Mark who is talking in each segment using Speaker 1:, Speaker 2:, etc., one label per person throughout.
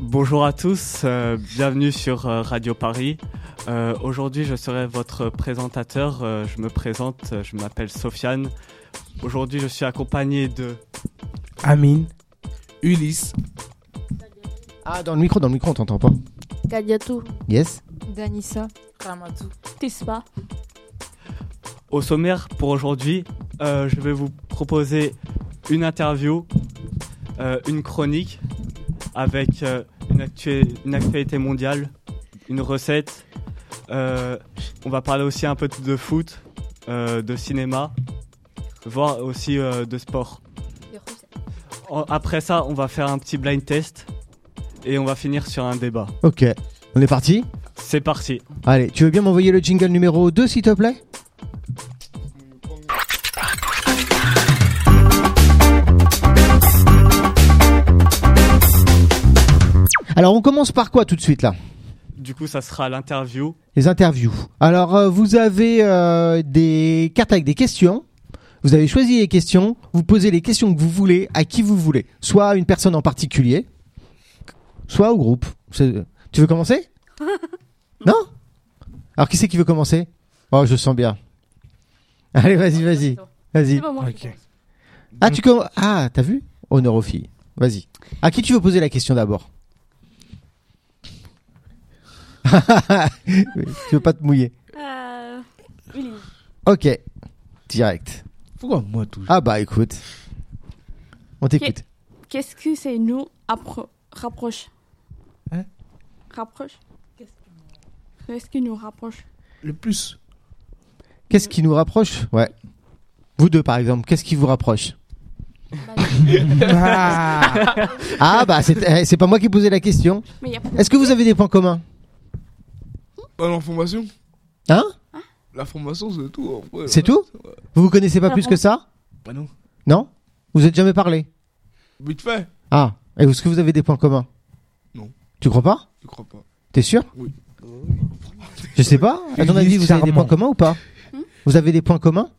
Speaker 1: Bonjour à tous, euh, bienvenue sur euh, Radio Paris. Euh, Aujourd'hui, je serai votre présentateur. Euh, je me présente, euh, je m'appelle Sofiane. Aujourd'hui, je suis accompagné de.
Speaker 2: Amine,
Speaker 3: Ulysse.
Speaker 4: Ah, dans le micro, dans le micro, on t'entend pas.
Speaker 5: Kadiatou,
Speaker 4: Yes
Speaker 5: Danissa,
Speaker 6: Ramatou.
Speaker 5: Tispa.
Speaker 1: Au sommaire pour aujourd'hui, euh, je vais vous proposer une interview, euh, une chronique avec euh, une, actu- une actualité mondiale, une recette. Euh, on va parler aussi un peu de foot, euh, de cinéma, voire aussi euh, de sport. En- Après ça, on va faire un petit blind test et on va finir sur un débat.
Speaker 4: Ok. On est parti
Speaker 1: C'est parti.
Speaker 4: Allez, tu veux bien m'envoyer le jingle numéro 2, s'il te plaît Alors, on commence par quoi tout de suite, là
Speaker 1: Du coup, ça sera l'interview.
Speaker 4: Les interviews. Alors, euh, vous avez euh, des cartes avec des questions. Vous avez choisi les questions. Vous posez les questions que vous voulez à qui vous voulez. Soit à une personne en particulier, soit au groupe. C'est- Tu veux commencer Non Alors, qui c'est qui veut commencer Oh, je sens bien. Allez, vas-y, vas-y. Vas-y.
Speaker 5: pas moi.
Speaker 2: Ok.
Speaker 4: Ah, tu comm- Ah, t'as vu Honneur aux filles. Vas-y. À qui tu veux poser la question d'abord Tu veux pas te mouiller
Speaker 5: Euh,
Speaker 4: Ok. Direct.
Speaker 2: pourquoi moi toujours
Speaker 4: Ah bah écoute. On t'écoute.
Speaker 7: Qu'est-ce que c'est nous appro- rapproche
Speaker 2: Hein
Speaker 7: Rapproche Qu'est-ce qui nous rapproche
Speaker 2: Le plus.
Speaker 4: Qu'est-ce qui nous rapproche Ouais. Vous deux par exemple, qu'est-ce qui vous rapproche
Speaker 2: Ah,
Speaker 4: Ah bah c'est eh, c'est pas moi qui posais la question.
Speaker 7: Mais il a pas
Speaker 4: Est-ce que vous avez des points communs
Speaker 3: Pas l'information.
Speaker 4: Hein
Speaker 3: La formation, c'est tout. en vrai.
Speaker 4: C'est tout
Speaker 3: Ouais.
Speaker 4: Vous vous connaissez pas plus que ça
Speaker 3: Bah non.
Speaker 4: Non Vous êtes jamais parlé
Speaker 3: Vite fait.
Speaker 4: Ah. Et Est-ce que vous avez des points communs
Speaker 3: Non.
Speaker 4: Tu crois pas
Speaker 3: Je crois pas.
Speaker 4: T'es sûr
Speaker 3: Bah, Oui.
Speaker 4: Je sais pas. À ton avis,
Speaker 2: Ulysse
Speaker 4: vous avez des
Speaker 2: Charmant.
Speaker 4: points communs ou pas Vous avez des points communs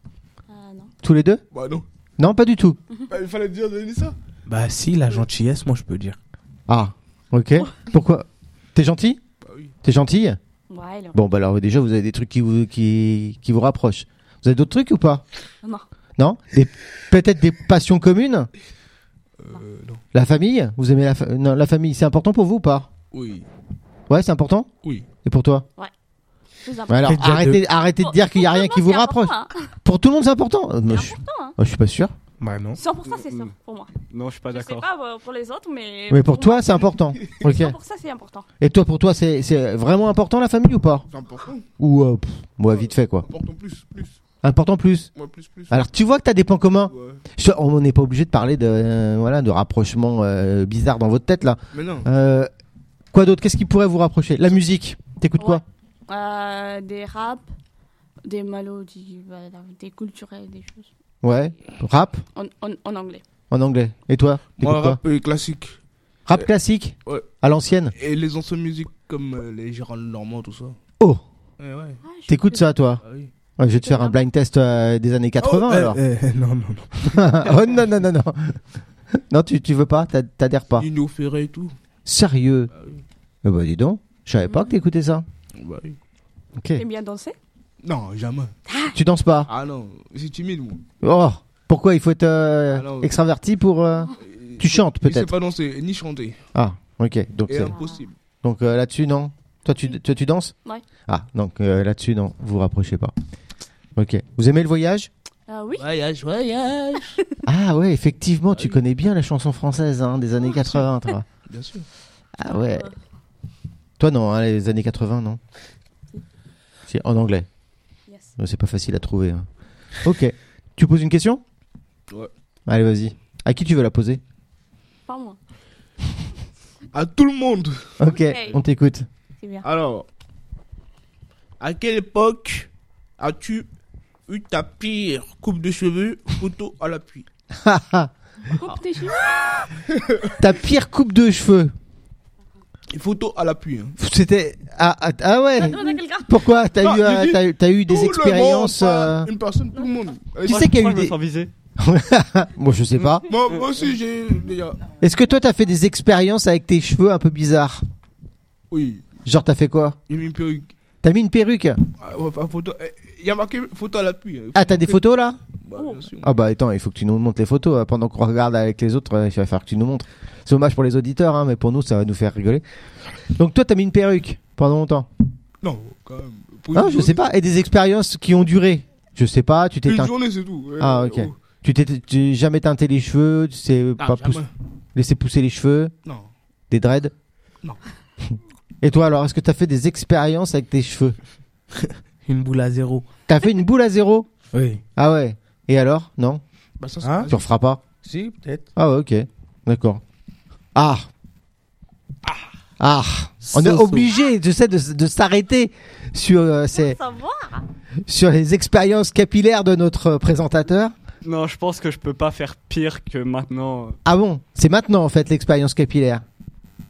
Speaker 7: Ah non.
Speaker 4: tous les deux
Speaker 3: Bah non.
Speaker 4: Non, pas du tout.
Speaker 3: Bah, il fallait dire donner ça.
Speaker 2: bah si, la gentillesse, moi je peux dire.
Speaker 4: Ah. Ok. Pourquoi T'es gentil
Speaker 3: Bah oui.
Speaker 4: T'es gentille
Speaker 7: Ouais, là.
Speaker 4: Bon, bah alors déjà, vous avez des trucs qui vous, qui, qui vous rapprochent. Vous avez d'autres trucs ou pas
Speaker 7: Non.
Speaker 4: Non Des- Peut-être des passions communes
Speaker 3: Euh, non.
Speaker 4: La famille Vous aimez la, fa- non, la famille C'est important pour vous ou pas
Speaker 3: Oui.
Speaker 4: Ouais, c'est important
Speaker 3: Oui.
Speaker 4: Et pour toi
Speaker 7: Plus
Speaker 4: Ouais, Alors,
Speaker 2: Peut-être déjà
Speaker 4: arrêtez, arrêtez de dire qu'il n'y a rien qui vous rapproche. Pour tout le monde, c'est important. Euh, moi, je,
Speaker 7: hein.
Speaker 4: moi, je suis pas sûr.
Speaker 2: Bah non.
Speaker 7: 100% c'est ça pour moi.
Speaker 1: Non, je suis pas
Speaker 7: je sais
Speaker 1: d'accord.
Speaker 7: pas euh, pour les autres, mais.
Speaker 4: Mais pour
Speaker 7: moi,
Speaker 4: toi, c'est important. Ok.
Speaker 7: 100% c'est important.
Speaker 4: Et toi, pour toi, c'est c'est vraiment important la famille ou pas
Speaker 3: C'est important.
Speaker 4: Ou, euh, pff, ouais, vite fait quoi.
Speaker 3: Important plus. Plus.
Speaker 4: Important plus.
Speaker 3: Moi, plus, plus.
Speaker 4: Alors, tu vois que t'as des points communs.
Speaker 3: Ouais.
Speaker 4: Je- On n'est pas obligé de parler de, euh, voilà, de rapprochement euh, bizarre dans votre tête là.
Speaker 3: Mais non.
Speaker 4: Euh, quoi d'autre Qu'est-ce qui pourrait vous rapprocher La musique. T'écoutes quoi
Speaker 7: Euh, des rap, des malodies, voilà, des culturels, des choses.
Speaker 4: Ouais. Rap
Speaker 7: En, en, en anglais.
Speaker 4: en anglais. Et toi T'écoutes
Speaker 3: Moi,
Speaker 4: quoi
Speaker 3: rap euh, classique.
Speaker 4: Rap classique
Speaker 3: ouais.
Speaker 4: À l'ancienne
Speaker 3: Et les anciennes musiques comme euh, les Gérald Normand, tout ça.
Speaker 4: Oh
Speaker 3: Ouais, ouais.
Speaker 4: T'écoutes ça toi
Speaker 3: Bah oui.
Speaker 4: Ouais, Je vais te faire un blind test euh, des
Speaker 3: Oh,
Speaker 4: années 80
Speaker 2: Euh,
Speaker 4: alors.
Speaker 3: eh,
Speaker 2: euh, non, non, non.
Speaker 4: oh non, non, non, non. Non, tu, tu veux pas T'ad- T'adhères pas
Speaker 3: Nino Ferrer et tout.
Speaker 4: Sérieux
Speaker 3: Bah oui.
Speaker 4: Eh Bah dis donc, je savais pas que t'écoutais ça.
Speaker 3: Bah oui.
Speaker 4: Ok.
Speaker 7: T'aimes bien danser
Speaker 3: Non, jamais.
Speaker 4: Tu danses pas
Speaker 3: Ah non, je suis timide, moi.
Speaker 4: Oh Pourquoi il faut être euh,
Speaker 3: Ah non.
Speaker 4: extraverti pour... euh, Tu chantes
Speaker 3: Je sais
Speaker 4: peut-être
Speaker 3: pas danser, ni chanter.
Speaker 4: Ah, ok. Donc,
Speaker 3: C'est
Speaker 4: c'est-
Speaker 3: impossible.
Speaker 4: donc euh, là-dessus, non toi tu, toi, tu danses
Speaker 7: Ouais.
Speaker 4: Ah, donc euh, là-dessus, non, vous vous rapprochez pas. Ok. Vous aimez le voyage
Speaker 7: Euh, Oui.
Speaker 3: Voyage, voyage.
Speaker 4: Ah ouais, effectivement, tu connais bien la chanson française hein, des années 80, toi.
Speaker 3: Bien sûr.
Speaker 4: Ah ouais. Toi, non, hein, les années 80, non C'est en anglais.
Speaker 7: Yes.
Speaker 4: Ouais, C'est pas facile à trouver. hein. Ok. Tu poses une question
Speaker 3: Ouais.
Speaker 4: Allez, vas-y. À qui tu veux la poser
Speaker 7: Pas moi.
Speaker 3: À tout le monde.
Speaker 4: Ok, on t'écoute.
Speaker 7: C'est bien.
Speaker 3: Alors, à quelle époque as-tu eu ta pire coupe de cheveux, couteau à l'appui
Speaker 4: Ah.
Speaker 7: Coupe tes cheveux.
Speaker 4: Ta pire coupe de cheveux.
Speaker 3: Photo à l'appui. Hein.
Speaker 4: C'était. Ah, ah, ah ouais
Speaker 7: Demande à quelqu'un.
Speaker 4: Pourquoi T'as
Speaker 3: Ah,
Speaker 4: eu, euh,
Speaker 3: j'ai dit
Speaker 4: t'as eu- t'as eu des
Speaker 3: Tout le monde,
Speaker 4: expériences.
Speaker 3: pas
Speaker 4: euh,
Speaker 3: Une personne, tout le monde.
Speaker 4: Qui
Speaker 1: Moi,
Speaker 4: c'est qui a
Speaker 1: moi,
Speaker 4: eu
Speaker 1: je me
Speaker 4: des-
Speaker 1: sens visé
Speaker 4: Moi, Ah, je sais pas.
Speaker 3: Moi, moi aussi, j'ai déjà.
Speaker 4: Est-ce que toi, t'as fait des expériences avec tes cheveux un peu bizarres
Speaker 3: Oui,
Speaker 4: Genre, t'as fait quoi
Speaker 3: j'ai mis une perruque.
Speaker 4: T'as mis une perruque
Speaker 3: Ah, ouais, pas photo. Eh, Il y a marqué photo à l'appui. hein.
Speaker 4: Ah, t'as des photos là
Speaker 3: Bah, bien sûr.
Speaker 4: Ah bah attends, il faut que tu nous montres les photos euh, pendant qu'on regarde avec les autres. euh, Il va falloir que tu nous montres. C'est dommage pour les auditeurs, hein, mais pour nous, ça va nous faire rigoler. Donc toi, t'as mis une perruque pendant longtemps.
Speaker 3: Non, quand même. Pour
Speaker 4: Ah,
Speaker 3: une
Speaker 4: je sais
Speaker 3: journée-
Speaker 4: pas. Et des expériences qui ont duré. Je sais pas. Tu t'es
Speaker 3: Une
Speaker 4: teint-
Speaker 3: journée, c'est tout. ouais.
Speaker 4: Ah, ok.
Speaker 3: Oh.
Speaker 4: tu t'es tu- jamais teinté les cheveux. Tu sais
Speaker 3: Ah,
Speaker 4: pas
Speaker 3: jamais.
Speaker 4: pousse- laisser pousser les cheveux,
Speaker 3: Non.
Speaker 4: des dreads.
Speaker 3: Non.
Speaker 4: Et toi alors, est-ce que t'as fait des expériences avec tes cheveux
Speaker 2: Une boule à zéro.
Speaker 4: T'as fait une boule à zéro
Speaker 2: Oui.
Speaker 4: Ah ouais. Et alors Non.
Speaker 3: Bah, ça,
Speaker 2: Hein
Speaker 4: Tu referas pas.
Speaker 3: Si, peut-être.
Speaker 4: Ah ouais, ok. D'accord. Ah. Ah. On est
Speaker 2: So-so.
Speaker 4: obligé, tu sais, de, de s'arrêter sur, euh, ces- sur les expériences capillaires de notre euh, présentateur.
Speaker 1: Non, je pense que je peux pas faire pire que maintenant.
Speaker 4: Ah bon C'est maintenant, en fait, l'expérience capillaire.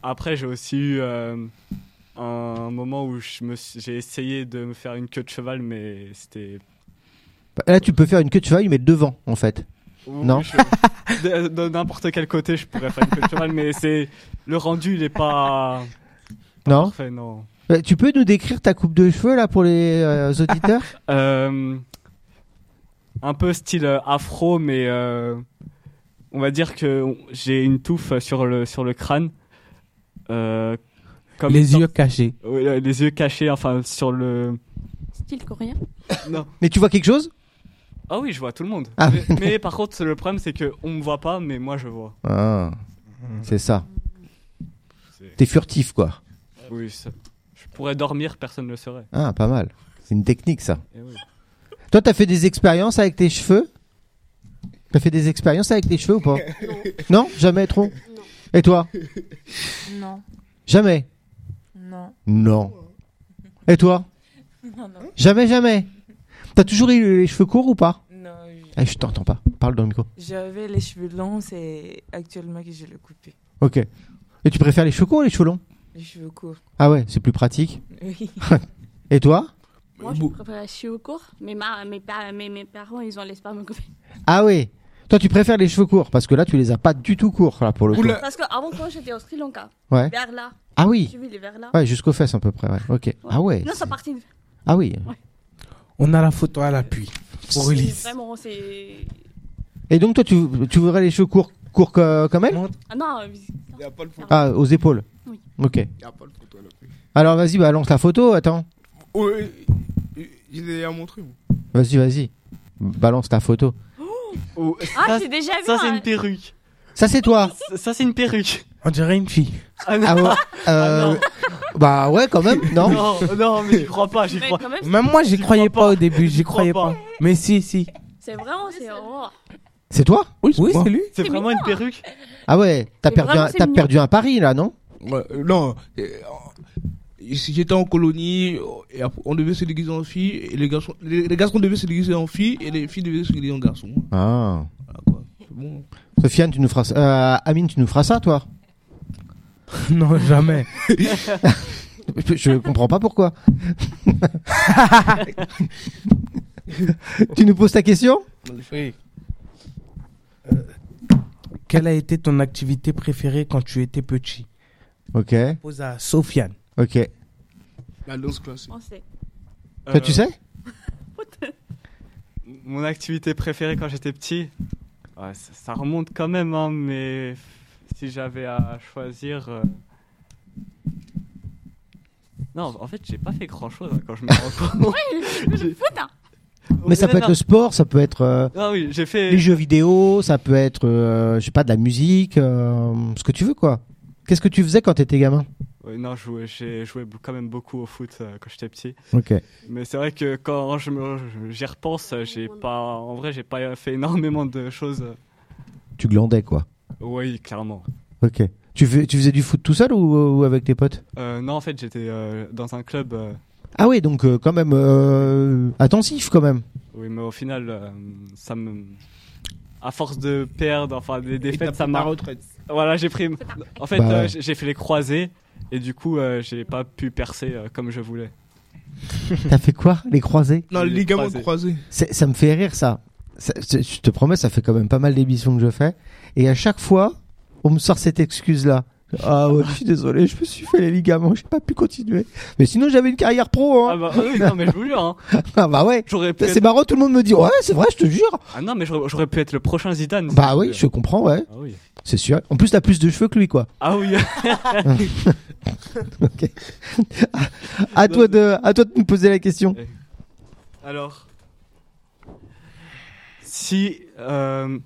Speaker 1: Après, j'ai aussi eu euh, un moment où je me suis- j'ai essayé de me faire une queue de cheval, mais c'était.
Speaker 4: Bah, Là, tu peux faire une queue de cheval, mais devant, en fait.
Speaker 1: Ouh,
Speaker 4: Non.
Speaker 1: je- de de n'importe quel côté, je pourrais faire une queue de cheval, mais c'est le rendu, il est pas.
Speaker 4: Non
Speaker 1: Parfait, non.
Speaker 4: Euh, Tu peux nous décrire ta coupe de cheveux, là, pour les euh, auditeurs
Speaker 1: Euh, un peu style euh, afro, mais euh, on va dire que on- j'ai une touffe sur le, sur le crâne. Euh, comme
Speaker 2: les yeux cachés.
Speaker 1: Oui, euh, les yeux cachés, enfin sur le.
Speaker 7: Style coréen.
Speaker 1: Non.
Speaker 4: Mais tu vois quelque chose
Speaker 1: Ah oui, je vois tout le monde.
Speaker 4: Ah.
Speaker 1: mais, mais par contre, le problème, c'est que on me voit pas, mais moi je vois.
Speaker 4: Ah, c'est ça.
Speaker 1: C'est-
Speaker 4: T'es furtif, quoi.
Speaker 1: Oui, ça- je pourrais dormir, personne ne le saurait.
Speaker 4: Ah, pas mal. C'est une technique, ça.
Speaker 1: Eh oui.
Speaker 4: Toi, t'as fait des expériences avec tes cheveux T'as fait des expériences avec tes cheveux ou pas non. Jamais trop Et toi
Speaker 5: Non,
Speaker 4: Jamais
Speaker 5: non,
Speaker 4: Non. Et toi
Speaker 5: non, non,
Speaker 4: Jamais, jamais T'as toujours eu les cheveux courts ou pas
Speaker 5: non. j-
Speaker 4: Eh, Je t'entends pas. Parle dans le micro.
Speaker 5: J'avais les cheveux longs, c'est actuellement que je l'ai coupé.
Speaker 4: Ok. Et tu préfères les cheveux courts ou les cheveux longs
Speaker 5: Les cheveux courts.
Speaker 4: Ah ouais, c'est plus pratique.
Speaker 5: Oui.
Speaker 4: Et toi
Speaker 7: Moi, je
Speaker 3: Bon.
Speaker 7: préfère cheveux courts. Mais ma, mes, par- mes, mes parents, ils ont laissé pas me couper.
Speaker 4: Ah ouais toi, tu préfères les cheveux courts parce que là, tu les as pas du tout courts là pour le coup.
Speaker 1: Euh.
Speaker 3: Oula.
Speaker 7: Parce qu'avant, quand j'étais au Sri Lanka,
Speaker 4: Ouais.
Speaker 7: vers là,
Speaker 4: Ah oui.
Speaker 7: je vis les vers là.
Speaker 4: Ouais, jusqu'aux fesses à peu près. Ouais. Ok. Ah ouais.
Speaker 7: Hein Non, ça partit.
Speaker 4: Ah oui.
Speaker 2: On a la photo à l'appui. Pour
Speaker 7: C'est
Speaker 2: Ulysse.
Speaker 7: Vraiment, c'est.
Speaker 4: Et donc, toi, tu, tu voudrais les cheveux courts, courts co- comme elle
Speaker 7: Ah non, euh,
Speaker 3: Il n'y a pas de photo.
Speaker 4: Ah, aux épaules
Speaker 7: Oui.
Speaker 4: Ok.
Speaker 3: Il n'y a pas de photo à l'appui.
Speaker 4: Alors vas-y, balance la photo, attends.
Speaker 3: Oui, j'ai déjà montré. vous.
Speaker 4: Vas-y, vas-y. Balance ta photo.
Speaker 1: Oh,
Speaker 7: Ah,
Speaker 1: ça,
Speaker 7: j'ai déjà vu.
Speaker 1: ça, c'est
Speaker 7: hein.
Speaker 1: une perruque.
Speaker 4: Ça, c'est toi
Speaker 1: Ça, ça, c'est une perruque.
Speaker 2: On dirait une fille.
Speaker 1: Ah non.
Speaker 4: Ah ouais euh, Bah ouais, quand même, non
Speaker 1: non, non, mais j'y crois pas, j'y
Speaker 7: Mais
Speaker 1: crois.
Speaker 7: quand même,
Speaker 2: Même moi, j'y croyais
Speaker 1: crois
Speaker 2: pas au début. J'y
Speaker 1: crois
Speaker 2: croyais pas.
Speaker 1: pas.
Speaker 2: Mais si, si.
Speaker 7: c'est vraiment, c'est. oh.
Speaker 4: C'est toi
Speaker 2: Oui,
Speaker 3: moi.
Speaker 2: c'est lui.
Speaker 1: C'est vraiment une perruque
Speaker 4: Ah ouais, t'as
Speaker 7: Mais
Speaker 4: perdu,
Speaker 7: vraiment,
Speaker 4: un,
Speaker 7: c'est
Speaker 4: t'as
Speaker 7: mignon.
Speaker 4: perdu un pari là, non
Speaker 3: Ouais, euh, non. euh, ici, J'étais en colonie, euh, et après, on devait se déguiser en filles, et les garçons, les, les garçons devaient se déguiser en filles, et les filles devaient se déguiser en garçons.
Speaker 4: Ah.
Speaker 3: Voilà quoi. C'est bon.
Speaker 4: Sofiane, tu nous feras ça. Euh, Amine, tu nous feras ça, toi
Speaker 2: Non, jamais.
Speaker 4: je, je comprends pas pourquoi. tu nous poses ta question
Speaker 2: Quelle a été ton activité préférée quand tu étais petit
Speaker 4: Ok,
Speaker 2: Pose à Sofiane.
Speaker 4: ok.
Speaker 3: La danse classique.
Speaker 7: On sait.
Speaker 4: Toi, tu
Speaker 1: Euh,
Speaker 4: sais
Speaker 1: Mon activité préférée quand j'étais petit ouais, ça, ça remonte quand même, hein, mais si j'avais à choisir. euh, Non, en fait, j'ai pas fait grand chose quand je me rends compte. J'ai-
Speaker 7: hein.
Speaker 4: Mais ça peut être le sport, ça peut être... euh,
Speaker 1: Ah oui, j'ai fait.
Speaker 4: Les jeux vidéo, ça peut être, euh, je sais pas, de la musique, euh, ce que tu veux quoi. Qu'est-ce que tu faisais quand t'étais gamin
Speaker 1: Ouais, non, je jouais- j'ai joué b- quand même beaucoup au foot euh, quand j'étais petit.
Speaker 4: Ok.
Speaker 1: Mais c'est vrai que quand je me, je- j'y repense, euh, j'ai pas. En vrai, j'ai pas fait énormément de choses. euh.
Speaker 4: Tu glandais quoi.
Speaker 1: Oui, clairement.
Speaker 4: Ok. Tu, fais- tu faisais du foot tout seul ou, ou avec tes potes
Speaker 1: Euh, non, en fait, j'étais euh, dans un club. euh,
Speaker 4: Ah oui, donc euh, quand même euh, attentif quand même.
Speaker 1: Oui, mais au final, euh, ça me. À force de perdre, enfin des
Speaker 3: Et t'as
Speaker 1: défaites,
Speaker 3: pris
Speaker 1: ça
Speaker 3: ta
Speaker 1: m'a.
Speaker 3: retraite.
Speaker 1: Voilà, j'ai pris. En fait,
Speaker 4: Bah
Speaker 1: euh,
Speaker 4: ouais.
Speaker 1: j'ai j'ai fait les croisés et du coup, euh, j'ai pas pu percer euh, comme je voulais.
Speaker 4: T'as fait quoi Les croisés
Speaker 3: Non, les
Speaker 1: Les
Speaker 3: ligaments
Speaker 1: croisés.
Speaker 3: croisés.
Speaker 4: C'est- Ça me fait rire ça. ça- c'est- je te promets, ça fait quand même pas mal d'émissions que je fais. Et à chaque fois, on me sort cette excuse-là. Ah ouais, je suis désolé, je me suis fait les ligaments, j'ai pas pu continuer. Mais sinon, j'avais une carrière pro.
Speaker 1: Ah
Speaker 4: Hein.
Speaker 1: bah oui, non mais je vous jure. hein.
Speaker 4: Ah bah ouais.
Speaker 1: J'aurais pu.
Speaker 4: C'est
Speaker 1: Être...
Speaker 4: marrant, tout le monde me dit ouais, c'est vrai, je te jure.
Speaker 1: Ah non mais j'aurais j'aurais pu être le prochain Zidane.
Speaker 4: Bah oui, je comprends, ouais,
Speaker 1: Ah oui.
Speaker 4: c'est sûr. En plus, t'as plus de cheveux que lui, quoi.
Speaker 1: Ah oui.
Speaker 4: À toi de, à toi de me poser la question.
Speaker 1: Alors, si, euh,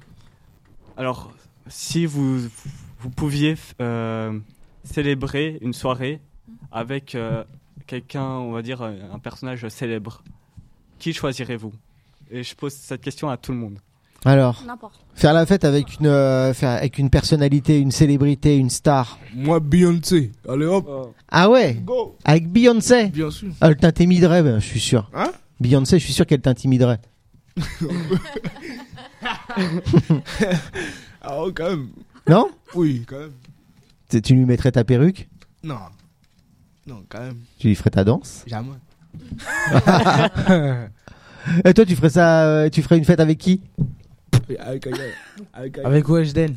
Speaker 1: alors, si vous, vous pouviez euh, célébrer une soirée avec euh, quelqu'un, on va dire euh, un personnage célèbre, qui choisirez-vous Et je pose cette question à tout le monde.
Speaker 4: Alors,
Speaker 7: N'importe.
Speaker 4: faire la fête avec une, euh, faire avec une personnalité, une célébrité, une star.
Speaker 3: Moi, Beyoncé. Allez hop,
Speaker 4: Ah ouais,
Speaker 3: go
Speaker 4: avec Beyoncé.
Speaker 3: Bien sûr.
Speaker 4: Elle t'intimiderait, ben, je suis sûr.
Speaker 3: Hein
Speaker 4: Beyoncé, je suis sûr qu'elle t'intimiderait.
Speaker 3: Ah, oh, quand même.
Speaker 4: Non
Speaker 3: Oui, quand même.
Speaker 4: Tu- Tu lui mettrais ta perruque,
Speaker 3: Non. Non, quand même.
Speaker 4: tu lui ferais ta danse.
Speaker 3: Jamais.
Speaker 4: Et toi, tu ferais ça, euh, tu ferais une fête avec qui
Speaker 3: Et Avec un gars. Avec un gars.
Speaker 2: Avec Weshden.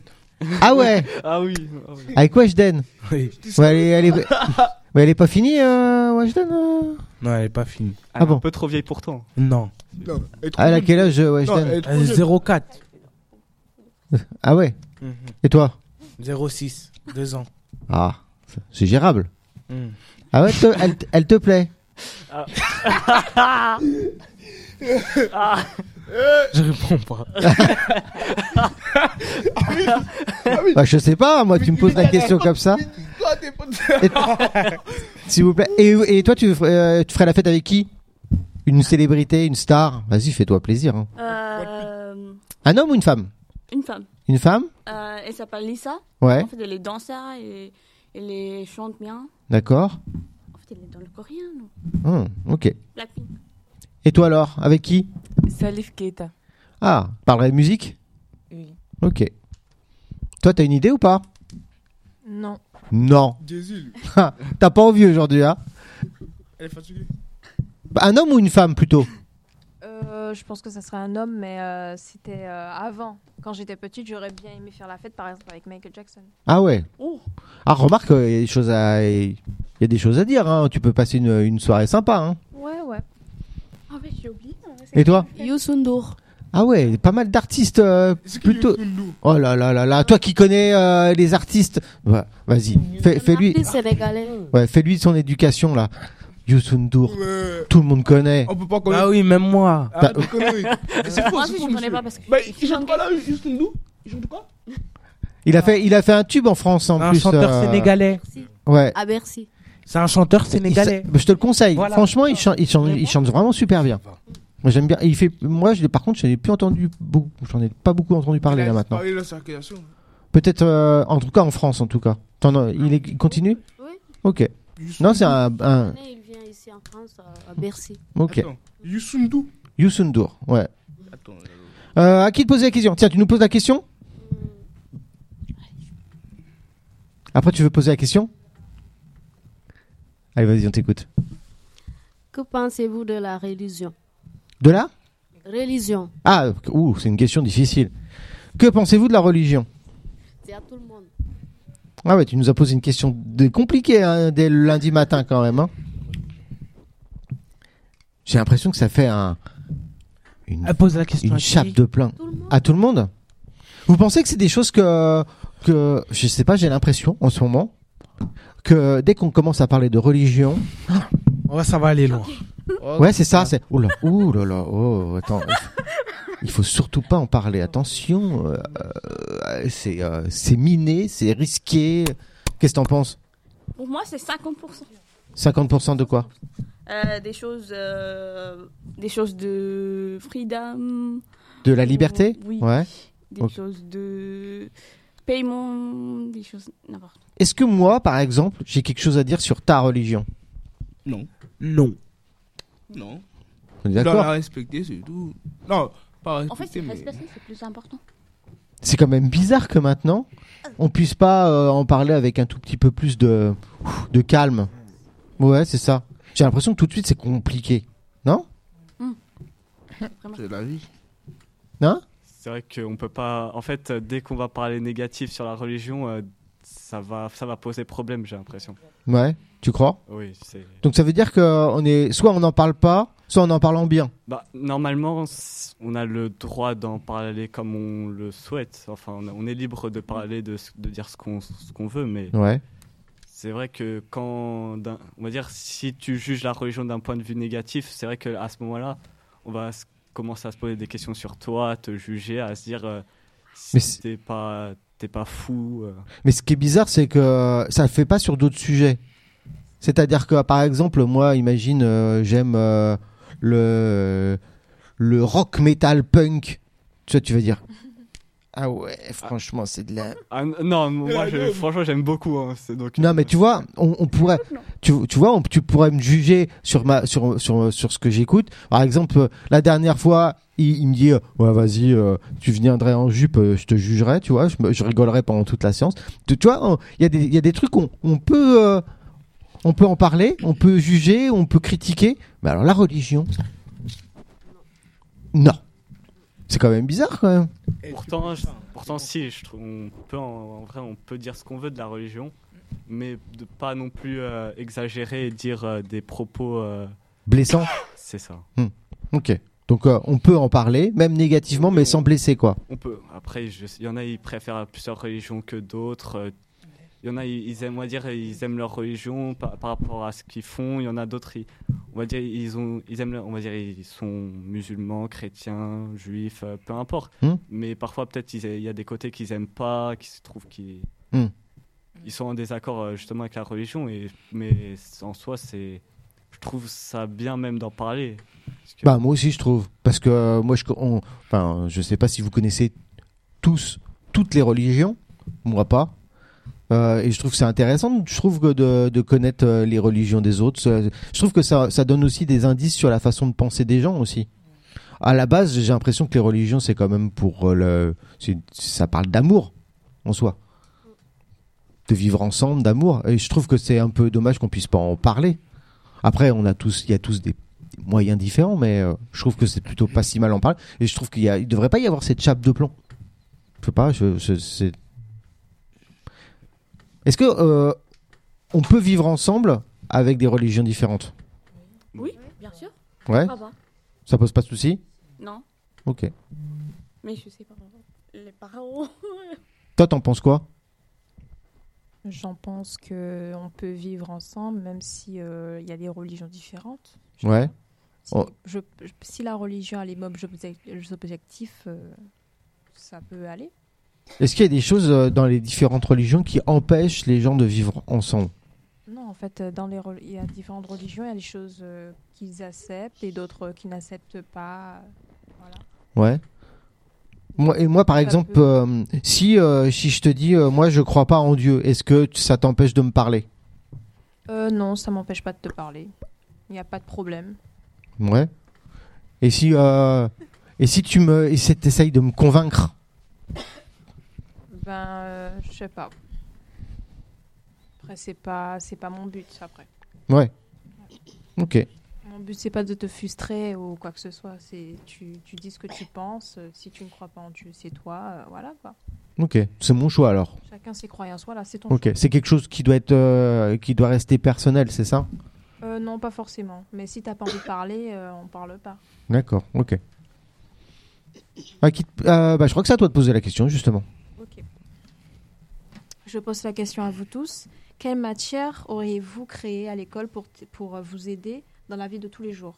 Speaker 4: Ah ouais,
Speaker 1: Ah oui. ah oui.
Speaker 4: avec Weshden.
Speaker 2: Oui.
Speaker 4: Ouais, elle, est, elle est- mais elle est pas finie, euh, Weshden. euh
Speaker 2: Non, elle est pas finie.
Speaker 1: Elle est
Speaker 4: bon
Speaker 1: Un peu trop vieille pour toi.
Speaker 2: Non.
Speaker 3: Non, elle est trop
Speaker 4: Elle a
Speaker 3: nulle.
Speaker 4: quel âge, euh,
Speaker 3: Non, elle
Speaker 4: Weshden
Speaker 3: est trop
Speaker 2: Euh,
Speaker 3: nulle.
Speaker 2: 04.
Speaker 4: Ah ouais. Et toi
Speaker 2: 06. Deux ans.
Speaker 4: Ah, c'est gérable. Ah ouais, te- elle, elle te plaît.
Speaker 2: Je réponds pas.
Speaker 3: Ah
Speaker 4: Bah, je sais pas, moi, tu me poses la question comme ça.
Speaker 3: Toi, t'es pas-
Speaker 4: S'il vous plaît. Et, et toi, tu, ferais- euh, tu ferais la fête avec qui Une célébrité, une star Vas-y, fais-toi plaisir. hein.
Speaker 7: Euh,
Speaker 4: Un homme ou une femme
Speaker 7: une femme.
Speaker 4: Une femme
Speaker 7: Euh, elle s'appelle Lisa.
Speaker 4: Ouais,
Speaker 7: En fait, elle est danseur et elle est- chante bien.
Speaker 4: d'accord.
Speaker 7: En fait, elle est dans le coréen. non
Speaker 4: Hmm, ok.
Speaker 7: Blackpink.
Speaker 4: Et toi alors Avec qui
Speaker 5: Salif Keita.
Speaker 4: Ah, parlerait de musique
Speaker 5: Oui.
Speaker 4: Ok. Toi, t'as une idée ou pas
Speaker 6: Non.
Speaker 4: Non.
Speaker 3: Jésus,
Speaker 4: T'as pas envie aujourd'hui, hein
Speaker 3: elle est fatiguée.
Speaker 4: Bah, Un homme ou une femme plutôt
Speaker 6: Euh, je pense que ça serait un homme, mais euh, c'était euh, avant. Quand j'étais petite, j'aurais bien aimé faire la fête, par exemple, avec Michael Jackson.
Speaker 4: Ah ouais.
Speaker 7: Oh.
Speaker 4: Ah, remarque, il y a des choses à, il y a des choses à dire. Hein. Tu peux passer une, une soirée sympa. Hein.
Speaker 6: Ouais, ouais.
Speaker 7: Ah ouais, j'ai oublié. hein, c'est-
Speaker 4: Et toi
Speaker 7: Yosundour.
Speaker 4: Ah ouais, pas mal d'artistes euh,
Speaker 3: C'est qui
Speaker 4: plutôt.
Speaker 3: lui, nous
Speaker 4: Oh là là là là, toi qui connais euh, les artistes, Bah, vas-y, fais- fais-lui
Speaker 7: Artiste sénégalais.
Speaker 4: ouais, fais lui son éducation là. Youssou N'Dour,
Speaker 3: Ouais.
Speaker 4: tout le monde connaît.
Speaker 7: Oh.
Speaker 3: On peut pas
Speaker 2: Ah
Speaker 3: connaître.
Speaker 2: oui, même moi.
Speaker 4: bah-
Speaker 3: Arrête de conneries. Mais
Speaker 8: Ah,
Speaker 3: C'est faux,
Speaker 7: Moi,
Speaker 3: c'est
Speaker 7: je
Speaker 3: faux.
Speaker 7: ne connais
Speaker 3: monsieur.
Speaker 7: pas parce que.
Speaker 3: Bah, il chante pas là, juste nous Il chante quoi
Speaker 4: Il a fait il a fait un tube en France en
Speaker 2: Un
Speaker 4: plus.
Speaker 2: chanteur
Speaker 4: euh,
Speaker 2: sénégalais.
Speaker 4: Ouais.
Speaker 7: À Bercy.
Speaker 2: C'est un chanteur
Speaker 4: Il
Speaker 2: sénégalais.
Speaker 4: sa- bah, je te le conseille.
Speaker 2: Voilà.
Speaker 4: Franchement, il chante, il, chante, il chante vraiment super bien. Moi j'aime bien. Il fait moi je l'ai- par contre, je n'ai plus entendu beaucoup, j'en ai pas beaucoup entendu parler là maintenant.
Speaker 3: Parler de la circulation.
Speaker 4: Peut-être euh, en tout cas en France en tout cas. Attends, non, il, est- il continue
Speaker 7: Oui.
Speaker 4: OK. Non, c'est un, un-
Speaker 7: Il vient ici en France,
Speaker 9: euh,
Speaker 7: à Bercy.
Speaker 4: OK.
Speaker 3: Yusundu.
Speaker 4: Youssou N'Dour, ouais.
Speaker 3: Attends,
Speaker 4: Euh, à qui te poser la question Tiens, tu nous poses la question Après, tu veux poser la question Allez, vas-y, on t'écoute.
Speaker 9: Que pensez-vous de la religion
Speaker 4: De là
Speaker 9: Religion,
Speaker 4: Ah, ouh, c'est une question difficile. Que pensez-vous de la religion
Speaker 9: c'est à tout le monde.
Speaker 4: Ah ouais, tu nous as posé une question de- compliquée hein, dès le lundi matin quand même. hein. J'ai l'impression que ça fait un, une,
Speaker 2: Elle pose la question. à
Speaker 4: une
Speaker 2: qui
Speaker 4: chape de plein.
Speaker 9: Tout le monde.
Speaker 4: À tout le monde Vous pensez que c'est des choses que, que je sais pas, j'ai l'impression en ce moment que dès qu'on commence à parler de religion,
Speaker 2: Ouais, ça va aller loin.
Speaker 7: Hmm
Speaker 4: ouais, c'est ça, c'est oula, oula, là, oh, attends, il faut surtout pas en parler. Attention, euh, euh, c'est euh, c'est miné, c'est risqué. Qu'est-ce que t'en penses
Speaker 7: Pour moi, c'est 50%.
Speaker 4: 50% de quoi
Speaker 7: Euh, des choses. euh, des choses de freedom.
Speaker 4: De la liberté
Speaker 7: Oui.
Speaker 4: Ouais.
Speaker 7: Des
Speaker 4: Ok.
Speaker 7: choses de. paiement. Des choses. n'importe.
Speaker 4: Est-ce que moi, par exemple, j'ai quelque chose à dire sur ta religion
Speaker 2: Non.
Speaker 3: Oh, Non.
Speaker 4: On est
Speaker 3: Tu dois
Speaker 4: D'accord.
Speaker 3: la respecter, c'est tout. Non, pas
Speaker 7: En fait,
Speaker 3: respecter,
Speaker 7: c'est
Speaker 3: mais...
Speaker 7: respecter, c'est plus important.
Speaker 4: C'est quand même bizarre que maintenant, on puisse pas euh, en parler avec un tout petit peu plus de, de calme. Ouais, c'est ça. J'ai l'impression que tout de suite, c'est compliqué. Non
Speaker 3: C'est la vie.
Speaker 4: Non
Speaker 1: C'est vrai qu'on peut pas. En fait, euh, dès qu'on va parler négatif sur la religion, euh, ça va, ça va poser problème, j'ai l'impression.
Speaker 4: Ouais, tu crois
Speaker 1: Oui, c'est.
Speaker 4: Donc ça veut dire que on est soit on n'en parle pas, soit on en parle en bien.
Speaker 1: Bah, normalement, s- on a le droit d'en parler comme on le souhaite. Enfin, on a- on est libre de parler, de, ce- de dire ce qu'on ce qu'on veut, mais
Speaker 4: Ouais.
Speaker 1: c'est vrai que quand. d'un- On va dire, si tu juges la religion d'un point de vue négatif, c'est vrai qu'à ce moment-là, on va s- commencer à se poser des questions sur toi, à te juger, à se dire euh,
Speaker 4: Mais
Speaker 1: si
Speaker 4: c'est-
Speaker 1: t'es pas, t'es pas fou. euh.
Speaker 4: Mais ce qui est bizarre, c'est que ça ne fait pas sur d'autres sujets. C'est-à-dire que, par exemple, moi, imagine, euh, j'aime euh, le, le rock metal punk. Tu vois, tu vas dire. Ah ouais, franchement, c'est de la.
Speaker 1: Ah, n- non, moi, je- franchement, j'aime beaucoup. hein, c'est donc,
Speaker 4: Non, mais tu vois, on, on pourrait. Tu, tu vois, on- tu pourrais me juger sur, ma, sur, sur, sur ce que j'écoute. Par exemple, euh, la dernière fois, il, il me dit euh, Ouais, vas-y, euh, tu viendrais en jupe, euh, je te jugerai, tu vois, je, me- je rigolerai pendant toute la séance. Tu, tu vois, on- il y, a des- il y a des trucs qu'on on peut. euh, on peut en parler, on peut juger, on peut critiquer. Mais alors la religion Non. C'est quand même bizarre quand même.
Speaker 1: Pourtant, je- pourtant si, je trouve, on peut en, en vrai, on peut dire ce qu'on veut de la religion, mais de pas non plus euh, exagérer et dire euh, des propos. euh,
Speaker 4: Blessant.
Speaker 1: c'est ça.
Speaker 4: Ok. Donc euh, on peut en parler, même négativement, mais sans blesser quoi.
Speaker 1: On peut. Après, je- il y en a ils préfèrent plusieurs religions que d'autres. euh, Il y en a ils ils aiment, on va dire, ils aiment leur religion par, par rapport à ce qu'ils font. Il y en a d'autres, ils- on va dire, ils ont, ils aiment, leur- on va dire, ils sont musulmans, chrétiens, juifs, euh, peu importe.
Speaker 4: Hmm.
Speaker 1: Mais parfois peut-être ils a- il y a des côtés qu'ils aiment pas, qui se trouvent qui
Speaker 4: Hmm.
Speaker 1: ils sont en désaccord euh, justement avec la religion. Et mais en soi, c'est, je trouve ça bien même d'en parler. Parce que-
Speaker 4: Bah moi aussi je trouve parce que euh, moi je co- on- enfin euh, je sais pas si vous connaissez tous toutes les religions moi pas Euh, et je trouve que c'est intéressant je trouve que de, de connaître euh, les religions des autres Ça- je trouve que ça ça donne aussi des indices sur la façon de penser des gens aussi à la base j'ai l'impression que les religions c'est quand même pour euh, le c'est- ça parle d'amour en soi de vivre ensemble d'amour et je trouve que c'est un peu dommage qu'on puisse pas en parler après on a tous il y a tous des moyens différents, mais euh, je trouve que c'est plutôt pas si mal en parler. Et je trouve qu'il y a- il devrait pas y avoir cette chape de plomb. Je sais pas, je, je- c'est. Est-ce que euh, on peut vivre ensemble avec des religions différentes
Speaker 7: Oui, bien sûr.
Speaker 4: Ouais,
Speaker 7: Ah bah,
Speaker 4: ça pose pas de souci.
Speaker 7: non.
Speaker 4: Ok.
Speaker 7: Mais je sais pas. Les parents.
Speaker 4: Toi, t'en penses quoi
Speaker 8: J'en pense que on peut vivre ensemble, même si euh, il y a des religions différentes. Je
Speaker 4: Ouais.
Speaker 8: Si,
Speaker 4: Oh.
Speaker 8: je- je- si la religion a les mêmes obje- les objectifs, euh, ça peut aller.
Speaker 4: Est-ce qu'il y a des choses euh, dans les différentes religions qui empêchent les gens de vivre ensemble
Speaker 8: Non, en fait, euh, dans les rel- il y a différentes religions, il y a des choses euh, qu'ils acceptent et d'autres euh, qu'ils n'acceptent pas. Voilà.
Speaker 4: Ouais. Moi, et moi, par
Speaker 8: Ça
Speaker 4: exemple,
Speaker 8: peut.
Speaker 4: euh, si euh, si je te dis, euh, moi, je crois pas en Dieu, est-ce que t- ça t'empêche de me parler
Speaker 8: Euh, non, ça m'empêche pas de te parler. Il n'y a pas de problème.
Speaker 4: Ouais. Et si, euh, et si tu me, et si t'essayes de me convaincre,
Speaker 8: Ben, euh, je sais pas. Après, c'est pas, c'est pas mon but. ça, Après,
Speaker 4: ouais. Ok.
Speaker 8: mon but c'est pas de te frustrer ou quoi que ce soit. C'est tu, tu dis ce que tu penses. euh, Si tu ne crois pas en Dieu, c'est toi. euh, voilà quoi.
Speaker 4: Ok. C'est mon choix alors.
Speaker 8: Chacun ses croyances. Voilà, c'est ton.
Speaker 4: Ok. C'est quelque chose qui doit être, euh, qui doit rester personnel, c'est ça
Speaker 8: choix. Euh, non, pas forcément. Mais si t'as pas envie de parler, euh, on parle pas.
Speaker 4: D'accord. Ok. Ah, qui te- euh, bah, je crois que c'est à toi de poser la question justement.
Speaker 8: Ok. Je pose la question à vous tous. Quelle matière auriez-vous créée à l'école pour, pour euh, vous aider dans la vie de tous les jours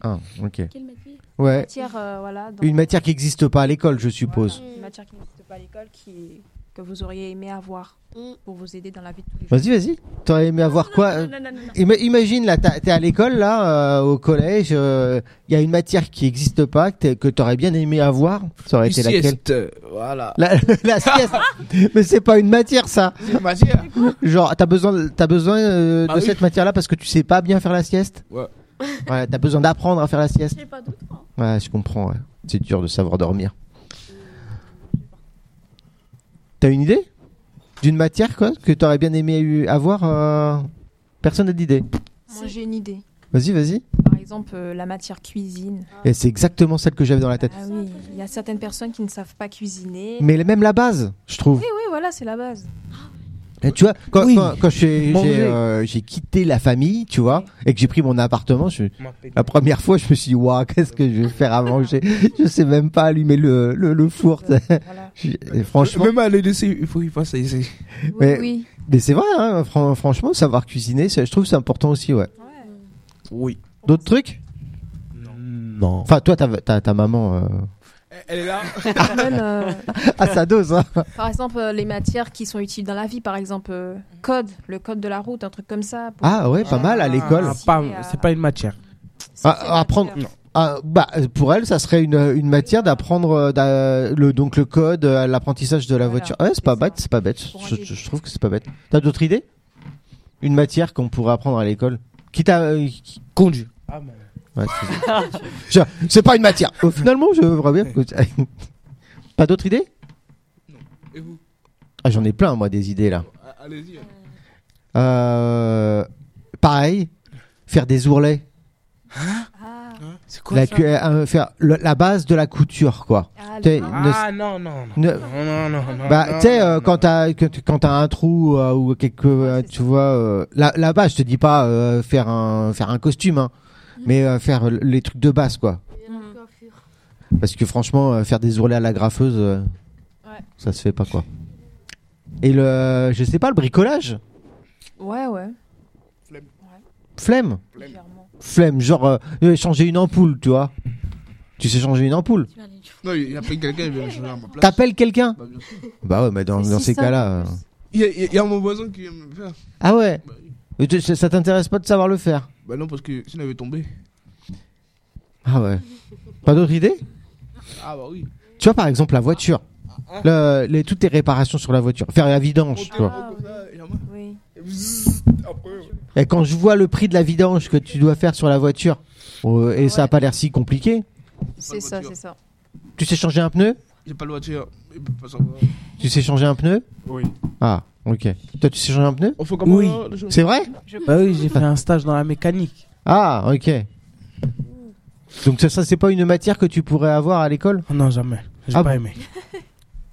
Speaker 4: Ah. Ok.
Speaker 7: Quelle matière
Speaker 4: Ouais.
Speaker 8: matière, euh, voilà, dans-
Speaker 4: Une matière qui n'existe pas à l'école, je suppose.
Speaker 8: Voilà, une matière qui n'existe pas à l'école qui que vous auriez aimé avoir
Speaker 9: Mm.
Speaker 8: pour vous aider dans la vie de tous les jours.
Speaker 4: Vas-y, vas-y. T'aurais aimé avoir quoi euh,
Speaker 7: Non, non, non, non.
Speaker 4: Ima- Imagine là, t'as- t'es à l'école là, euh, au collège, il y a une matière qui n'existe pas que t'es- que t'aurais bien aimé avoir. Ça aurait été
Speaker 3: Ici,
Speaker 4: laquelle
Speaker 3: est, euh, Voilà.
Speaker 4: la, la sieste.
Speaker 7: Ah.
Speaker 4: Mais c'est pas une matière ça.
Speaker 3: C'est la matière.
Speaker 4: Genre t'as besoin, t'as besoin euh,
Speaker 3: Ah
Speaker 4: de
Speaker 3: oui.
Speaker 4: cette matière là parce que tu sais pas bien faire la sieste.
Speaker 3: Ouais.
Speaker 4: Ouais, t'as besoin d'apprendre à faire la sieste.
Speaker 7: J'ai pas d'autre. hein.
Speaker 4: Ouais, je comprends. ouais. C'est dur de savoir dormir. T'as une idée d'une matière quoi que t'aurais bien aimé eu- avoir euh, Personne n'a d'idée.
Speaker 8: Moi j'ai une idée.
Speaker 4: Vas-y, vas-y.
Speaker 8: Par exemple, exemple, euh, la matière cuisine.
Speaker 4: Et c'est exactement celle que j'avais dans la tête.
Speaker 8: Ah oui, il y a certaines personnes qui ne savent pas cuisiner.
Speaker 4: Mais même la base, je trouve.
Speaker 8: Oui, oui, voilà, c'est la base.
Speaker 4: Et tu vois, quand,
Speaker 2: Oui.
Speaker 4: quand- quand j'ai
Speaker 2: Manger.
Speaker 4: j'ai, euh, j'ai quitté la famille, tu vois, et que j'ai pris mon appartement, je- la première fois, je me suis dit, waouh, qu'est-ce que je vais faire à manger Je sais même pas allumer le, le, le four.
Speaker 8: Voilà.
Speaker 4: Je- et franchement,
Speaker 3: Même à l'EDC, il faut qu'il fasse ça ici.
Speaker 6: Oui,
Speaker 4: Mais-
Speaker 6: oui.
Speaker 4: mais c'est vrai, hein, fran- franchement, savoir cuisiner, ça, je trouve c'est important aussi, ouais.
Speaker 2: Oui.
Speaker 4: D'autres trucs
Speaker 2: Non.
Speaker 4: Enfin, toi, t'as- t'as ta maman euh,
Speaker 3: Elle est là.
Speaker 8: Même, euh,
Speaker 4: à sa dose, hein.
Speaker 8: par exemple, euh, les matières qui sont utiles dans la vie, par exemple, euh, code, le code de la route, un truc comme ça. pour-
Speaker 4: Ah ouais, pas mal à l'école.
Speaker 2: Ah, pas-
Speaker 8: Et à-
Speaker 2: c'est pas une matière.
Speaker 8: c'est une
Speaker 4: Ah, apprendre.
Speaker 8: matière.
Speaker 4: Ah, bah, euh, pour elle, ça serait une, une matière d'apprendre euh, d'a- le donc le code, euh, l'apprentissage de la
Speaker 8: Voilà,
Speaker 4: voiture. Ouais, c'est pas
Speaker 8: c'est
Speaker 4: bête,
Speaker 8: ça.
Speaker 4: c'est pas bête.
Speaker 8: Pour un
Speaker 4: Je,
Speaker 8: début.
Speaker 4: je trouve que c'est pas bête. T'as d'autres idées Une matière qu'on pourrait apprendre à l'école, quitte à euh, qui-
Speaker 2: Conduit.
Speaker 4: ouais, c'est- Tiens, c'est pas une matière. Oh, finalement, je vois bien. que- pas d'autres idées
Speaker 3: Et vous
Speaker 4: Ah, j'en ai plein moi des idées là.
Speaker 3: Ah, Allez-y.
Speaker 4: Euh, pareil, faire des ourlets,
Speaker 8: Ah,
Speaker 2: C'est
Speaker 4: la, cu- euh, faire le- la base de la couture quoi.
Speaker 8: ah,
Speaker 4: T'es-
Speaker 8: le-
Speaker 2: Ah non, non, non.
Speaker 4: Ne-
Speaker 2: Non, non, non, non,
Speaker 4: Bah,
Speaker 2: Ah, non,
Speaker 4: tu sais, euh,
Speaker 2: non,
Speaker 4: quand t'as que tu- quand t'as un trou euh, ou quelque, euh, tu vois, euh, là là-bas, je te dis pas euh, faire un faire un costume, hein,
Speaker 8: Mm.
Speaker 4: mais euh, faire l- les trucs de base, quoi.
Speaker 7: Mm. Ah.
Speaker 4: Parce que franchement, euh, faire des ourlets à la graffeuse, euh,
Speaker 8: Ouais.
Speaker 4: ça se fait pas, quoi. Et le, je sais pas, le bricolage,
Speaker 8: ouais, ouais.
Speaker 4: flemme,
Speaker 8: clairement.
Speaker 4: flemme, genre euh, euh, changer une ampoule, tu vois. Tu sais changer une ampoule.
Speaker 7: Tu vas aller- tu fous-
Speaker 3: Non, il y a plein quelqu'un, il vient jouer à ma place.
Speaker 4: T'appelles quelqu'un.
Speaker 3: Bah, bien sûr.
Speaker 4: Bah ouais, mais dans,
Speaker 8: C'est
Speaker 4: dans
Speaker 8: si
Speaker 4: ces
Speaker 8: simple,
Speaker 4: cas-là.
Speaker 8: en
Speaker 4: euh,
Speaker 8: plus.
Speaker 3: Il y a- il y, a- il y a mon voisin qui vient me faire.
Speaker 4: Ah ouais.
Speaker 3: Bah, oui.
Speaker 4: Mais tu- ça t'intéresse pas de savoir le faire.
Speaker 3: Bah non, parce que sinon il avait tombé.
Speaker 4: Ah ouais. Pas d'autre idée?
Speaker 3: Ah bah oui.
Speaker 4: Tu vois, par exemple, la voiture. Le- les, toutes les réparations sur la voiture. Faire la vidange, tu vois.
Speaker 8: Ah,
Speaker 3: Comme ça, il y a moi.
Speaker 8: Oui.
Speaker 3: Et bzzz, après, ouais.
Speaker 4: Et quand je vois le prix de la vidange que tu dois faire sur la voiture, euh, et ça a pas l'air si compliqué.
Speaker 8: C'est ça, c'est ça.
Speaker 4: Tu sais changer un pneu
Speaker 3: J'ai pas le voiture. Il peut pas savoir.
Speaker 4: Tu sais changer un pneu
Speaker 1: Oui.
Speaker 4: Ah, ok. Toi, tu sais changer un pneu
Speaker 3: On fait comment
Speaker 2: Oui.
Speaker 3: là, les gens
Speaker 4: C'est vrai
Speaker 2: Bah oui, j'ai fait un stage dans la mécanique.
Speaker 4: Ah, ok. Donc ça, ça c'est pas une matière que tu pourrais avoir à l'école
Speaker 2: Oh, non, jamais. J'ai
Speaker 4: Ah
Speaker 2: pas
Speaker 4: bon
Speaker 2: aimé.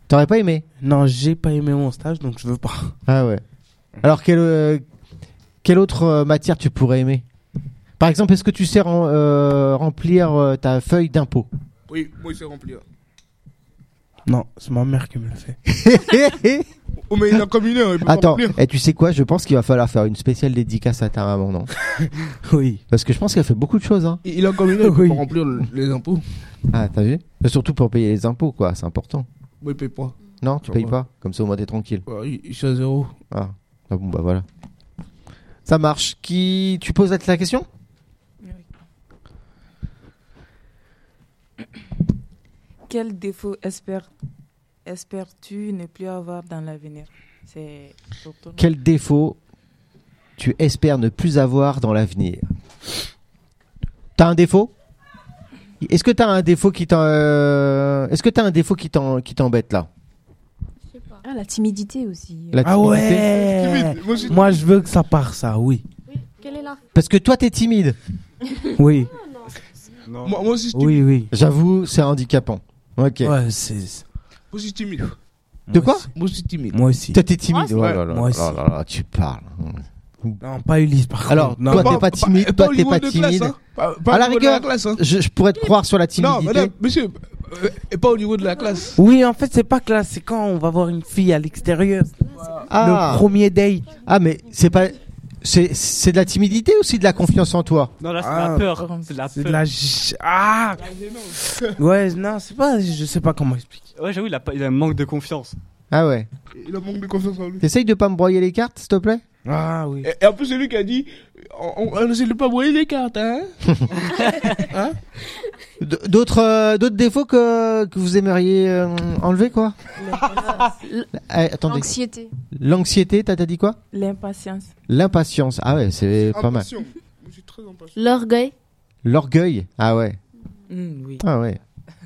Speaker 4: T'aurais pas aimé
Speaker 2: Non, j'ai pas aimé mon stage, donc je veux pas.
Speaker 4: Ah ouais. Alors, quelle, euh, quelle autre euh, matière tu pourrais aimer Par exemple, est-ce que tu sais ren- euh, remplir euh, ta feuille d'impôt
Speaker 3: Oui, moi il s'est rempli. hein.
Speaker 2: Non, c'est ma mère qui me l'a fait.
Speaker 3: Oh, mais il a communé, hein, il peut pas
Speaker 4: Attends,
Speaker 3: remplir.
Speaker 4: et tu sais quoi Je pense qu'il va falloir faire une spéciale dédicace à ta maman, non
Speaker 2: Oui.
Speaker 4: Parce que je pense qu'elle fait beaucoup de choses, hein.
Speaker 3: Il il a communé, il peut
Speaker 2: Oui.
Speaker 3: pas remplir le- les impôts.
Speaker 4: Ah, t'as vu Surtout pour payer les impôts, quoi, c'est important.
Speaker 3: Moi il paye pas.
Speaker 4: Non, tu
Speaker 3: Ah
Speaker 4: payes
Speaker 3: ouais.
Speaker 4: pas Comme ça, au moins, t'es tranquille.
Speaker 3: Ouais, il- il suis à zéro.
Speaker 4: Ah, Ah bon, bah voilà. Ça marche. Qui Tu poses la question
Speaker 5: Quel défaut espères- espères-tu ne plus avoir dans l'avenir C'est pour tout le monde.
Speaker 4: Quel défaut tu espères ne plus avoir dans l'avenir T'as un défaut Est-ce que t'as un défaut qui t'en... euh, Est-ce que t'as un défaut qui t'en- qui t'embête, là
Speaker 7: Je sais pas.
Speaker 8: Ah, la timidité aussi.
Speaker 4: La
Speaker 2: Ah
Speaker 4: timidité
Speaker 2: ouais
Speaker 3: Timide, moi, je-
Speaker 2: Moi, je veux que ça part, ça, oui.
Speaker 7: Oui, quelle est la
Speaker 4: Parce que toi, t'es timide.
Speaker 2: Oui,
Speaker 1: Non.
Speaker 3: Moi, moi aussi, je suis
Speaker 2: oui, oui.
Speaker 4: J'avoue, c'est handicapant. Ok.
Speaker 2: Ouais, c'est.
Speaker 3: timide. Moi aussi, je suis timide.
Speaker 4: De quoi
Speaker 3: Moi
Speaker 2: Moi aussi.
Speaker 3: aussi, je suis timide.
Speaker 2: Moi aussi.
Speaker 4: Toi, t'es timide.
Speaker 3: Moi,
Speaker 4: Oh là là là
Speaker 2: moi aussi.
Speaker 4: là là, tu parles.
Speaker 2: Non, pas Ulysse, par
Speaker 4: Alors,
Speaker 2: contre. Non,
Speaker 4: toi,
Speaker 2: non.
Speaker 4: t'es pas timide, toi,
Speaker 3: au
Speaker 4: t'es
Speaker 3: niveau
Speaker 4: pas
Speaker 3: de
Speaker 4: timide.
Speaker 3: Classe, hein. Pas, pas
Speaker 4: À
Speaker 3: au
Speaker 4: la
Speaker 3: niveau de
Speaker 4: rigueur.
Speaker 3: classe, hein.
Speaker 4: Je, je pourrais te croire sur la
Speaker 3: Non,
Speaker 4: timidité.
Speaker 3: madame, monsieur, euh, et pas au niveau de la classe.
Speaker 2: Oui, en fait, c'est pas classe. C'est quand on va voir une fille à l'extérieur. Le
Speaker 4: ah,
Speaker 2: premier date.
Speaker 4: ah, mais c'est pas. C'est c'est de la timidité ou c'est de la confiance en toi
Speaker 1: Non, là, c'est
Speaker 2: Ah.
Speaker 1: la peur. C'est de la
Speaker 2: C'est
Speaker 1: peur.
Speaker 2: de la. ch- Ah Ouais, non, c'est pas. Je sais pas comment expliquer.
Speaker 1: Ouais, j'avoue, il a, pas- il a un manque de confiance.
Speaker 4: Ah ouais.
Speaker 3: Il a manque de confiance en lui.
Speaker 4: T'essayes de pas me broyer les cartes, s'il te plaît
Speaker 2: Ah oui.
Speaker 3: Et, et en plus, c'est lui qui a dit on on- on ne s'est pas brouillé les cartes, hein.
Speaker 4: D- D'autres euh, d'autres défauts que, que vous aimeriez euh, enlever, quoi Eh, Attendez.
Speaker 6: L'anxiété.
Speaker 4: L'anxiété, t'as t'as dit quoi
Speaker 5: L'impatience.
Speaker 4: L'impatience. Ah ouais, c'est pas mal.
Speaker 3: Impatient. Moi, Je suis très impatient.
Speaker 9: L'orgueil.
Speaker 4: L'orgueil. Ah ouais.
Speaker 5: Hmm, oui.
Speaker 4: Ah ouais.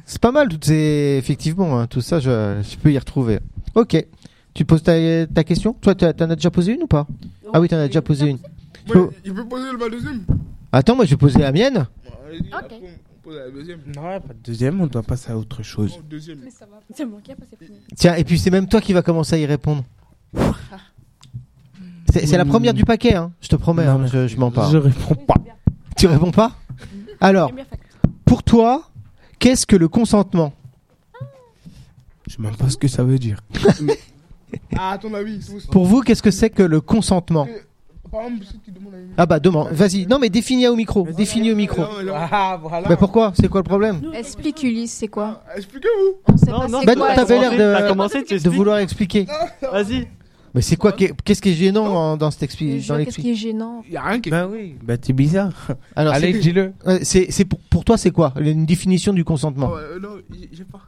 Speaker 4: C'est pas mal toutes ces effectivement hein, tout ça je, je peux y retrouver. OK. Tu poses ta, ta question Toi t'as- t'en as déjà posé une ou pas Ah oui, t'en as déjà posé une.
Speaker 3: il peut poser le ma deuxième.
Speaker 4: Attends, moi je vais poser la mienne.
Speaker 3: Allez-y,
Speaker 7: Ok.
Speaker 3: après, on pose la deuxième.
Speaker 2: Non, ouais, pas de deuxième, on doit passer à autre chose.
Speaker 3: Oh, deuxième.
Speaker 7: Mais ça va. C'est bon, qui a passé fini.
Speaker 4: Tiens, et puis c'est même toi qui va commencer à y répondre. C'est c'est la première du paquet, hein, je te promets,
Speaker 2: Non,
Speaker 4: hein,
Speaker 2: mais-
Speaker 4: je, je m'en parle.
Speaker 2: Je réponds pas.
Speaker 4: Tu réponds pas Alors,
Speaker 7: J'aime bien faire.
Speaker 4: pour toi, qu'est-ce que le consentement
Speaker 2: Je sais même pas ce que ça veut dire.
Speaker 3: Ah, à ton avis, c'est vous-
Speaker 4: Pour vous, qu'est-ce que c'est que le consentement
Speaker 3: Par exemple, si tu demandes à une-
Speaker 4: Ah bah demande, vas-y, non mais définis au micro, définis au micro.
Speaker 3: Non, mais là-
Speaker 2: Ah, voilà.
Speaker 4: Bah pourquoi C'est quoi le problème
Speaker 8: Explique Ulysse, c'est quoi
Speaker 3: Ah, Expliquez-vous.
Speaker 8: On sait
Speaker 1: Non,
Speaker 8: pas
Speaker 1: non,
Speaker 8: c'est
Speaker 4: bah,
Speaker 8: quoi.
Speaker 4: t'avais l'air de-
Speaker 1: T'as commencé, tu
Speaker 4: De
Speaker 1: expliques.
Speaker 4: vouloir expliquer.
Speaker 1: Vas-y.
Speaker 4: Mais c'est quoi qu'est- Qu'est-ce qui est gênant en- dans cette expli- dans
Speaker 8: Le jeu, Qu'est-ce
Speaker 4: l'explication
Speaker 8: qui est gênant
Speaker 3: Il y a rien qui.
Speaker 2: Bah oui, bah t'es bizarre.
Speaker 4: Alors, c'est-
Speaker 2: Allez, dis-le.
Speaker 4: ouais, c'est c'est pour, pour toi, c'est quoi Une définition du
Speaker 3: Ah
Speaker 4: consentement
Speaker 3: ouais, euh, Non, j'ai j'ai pas.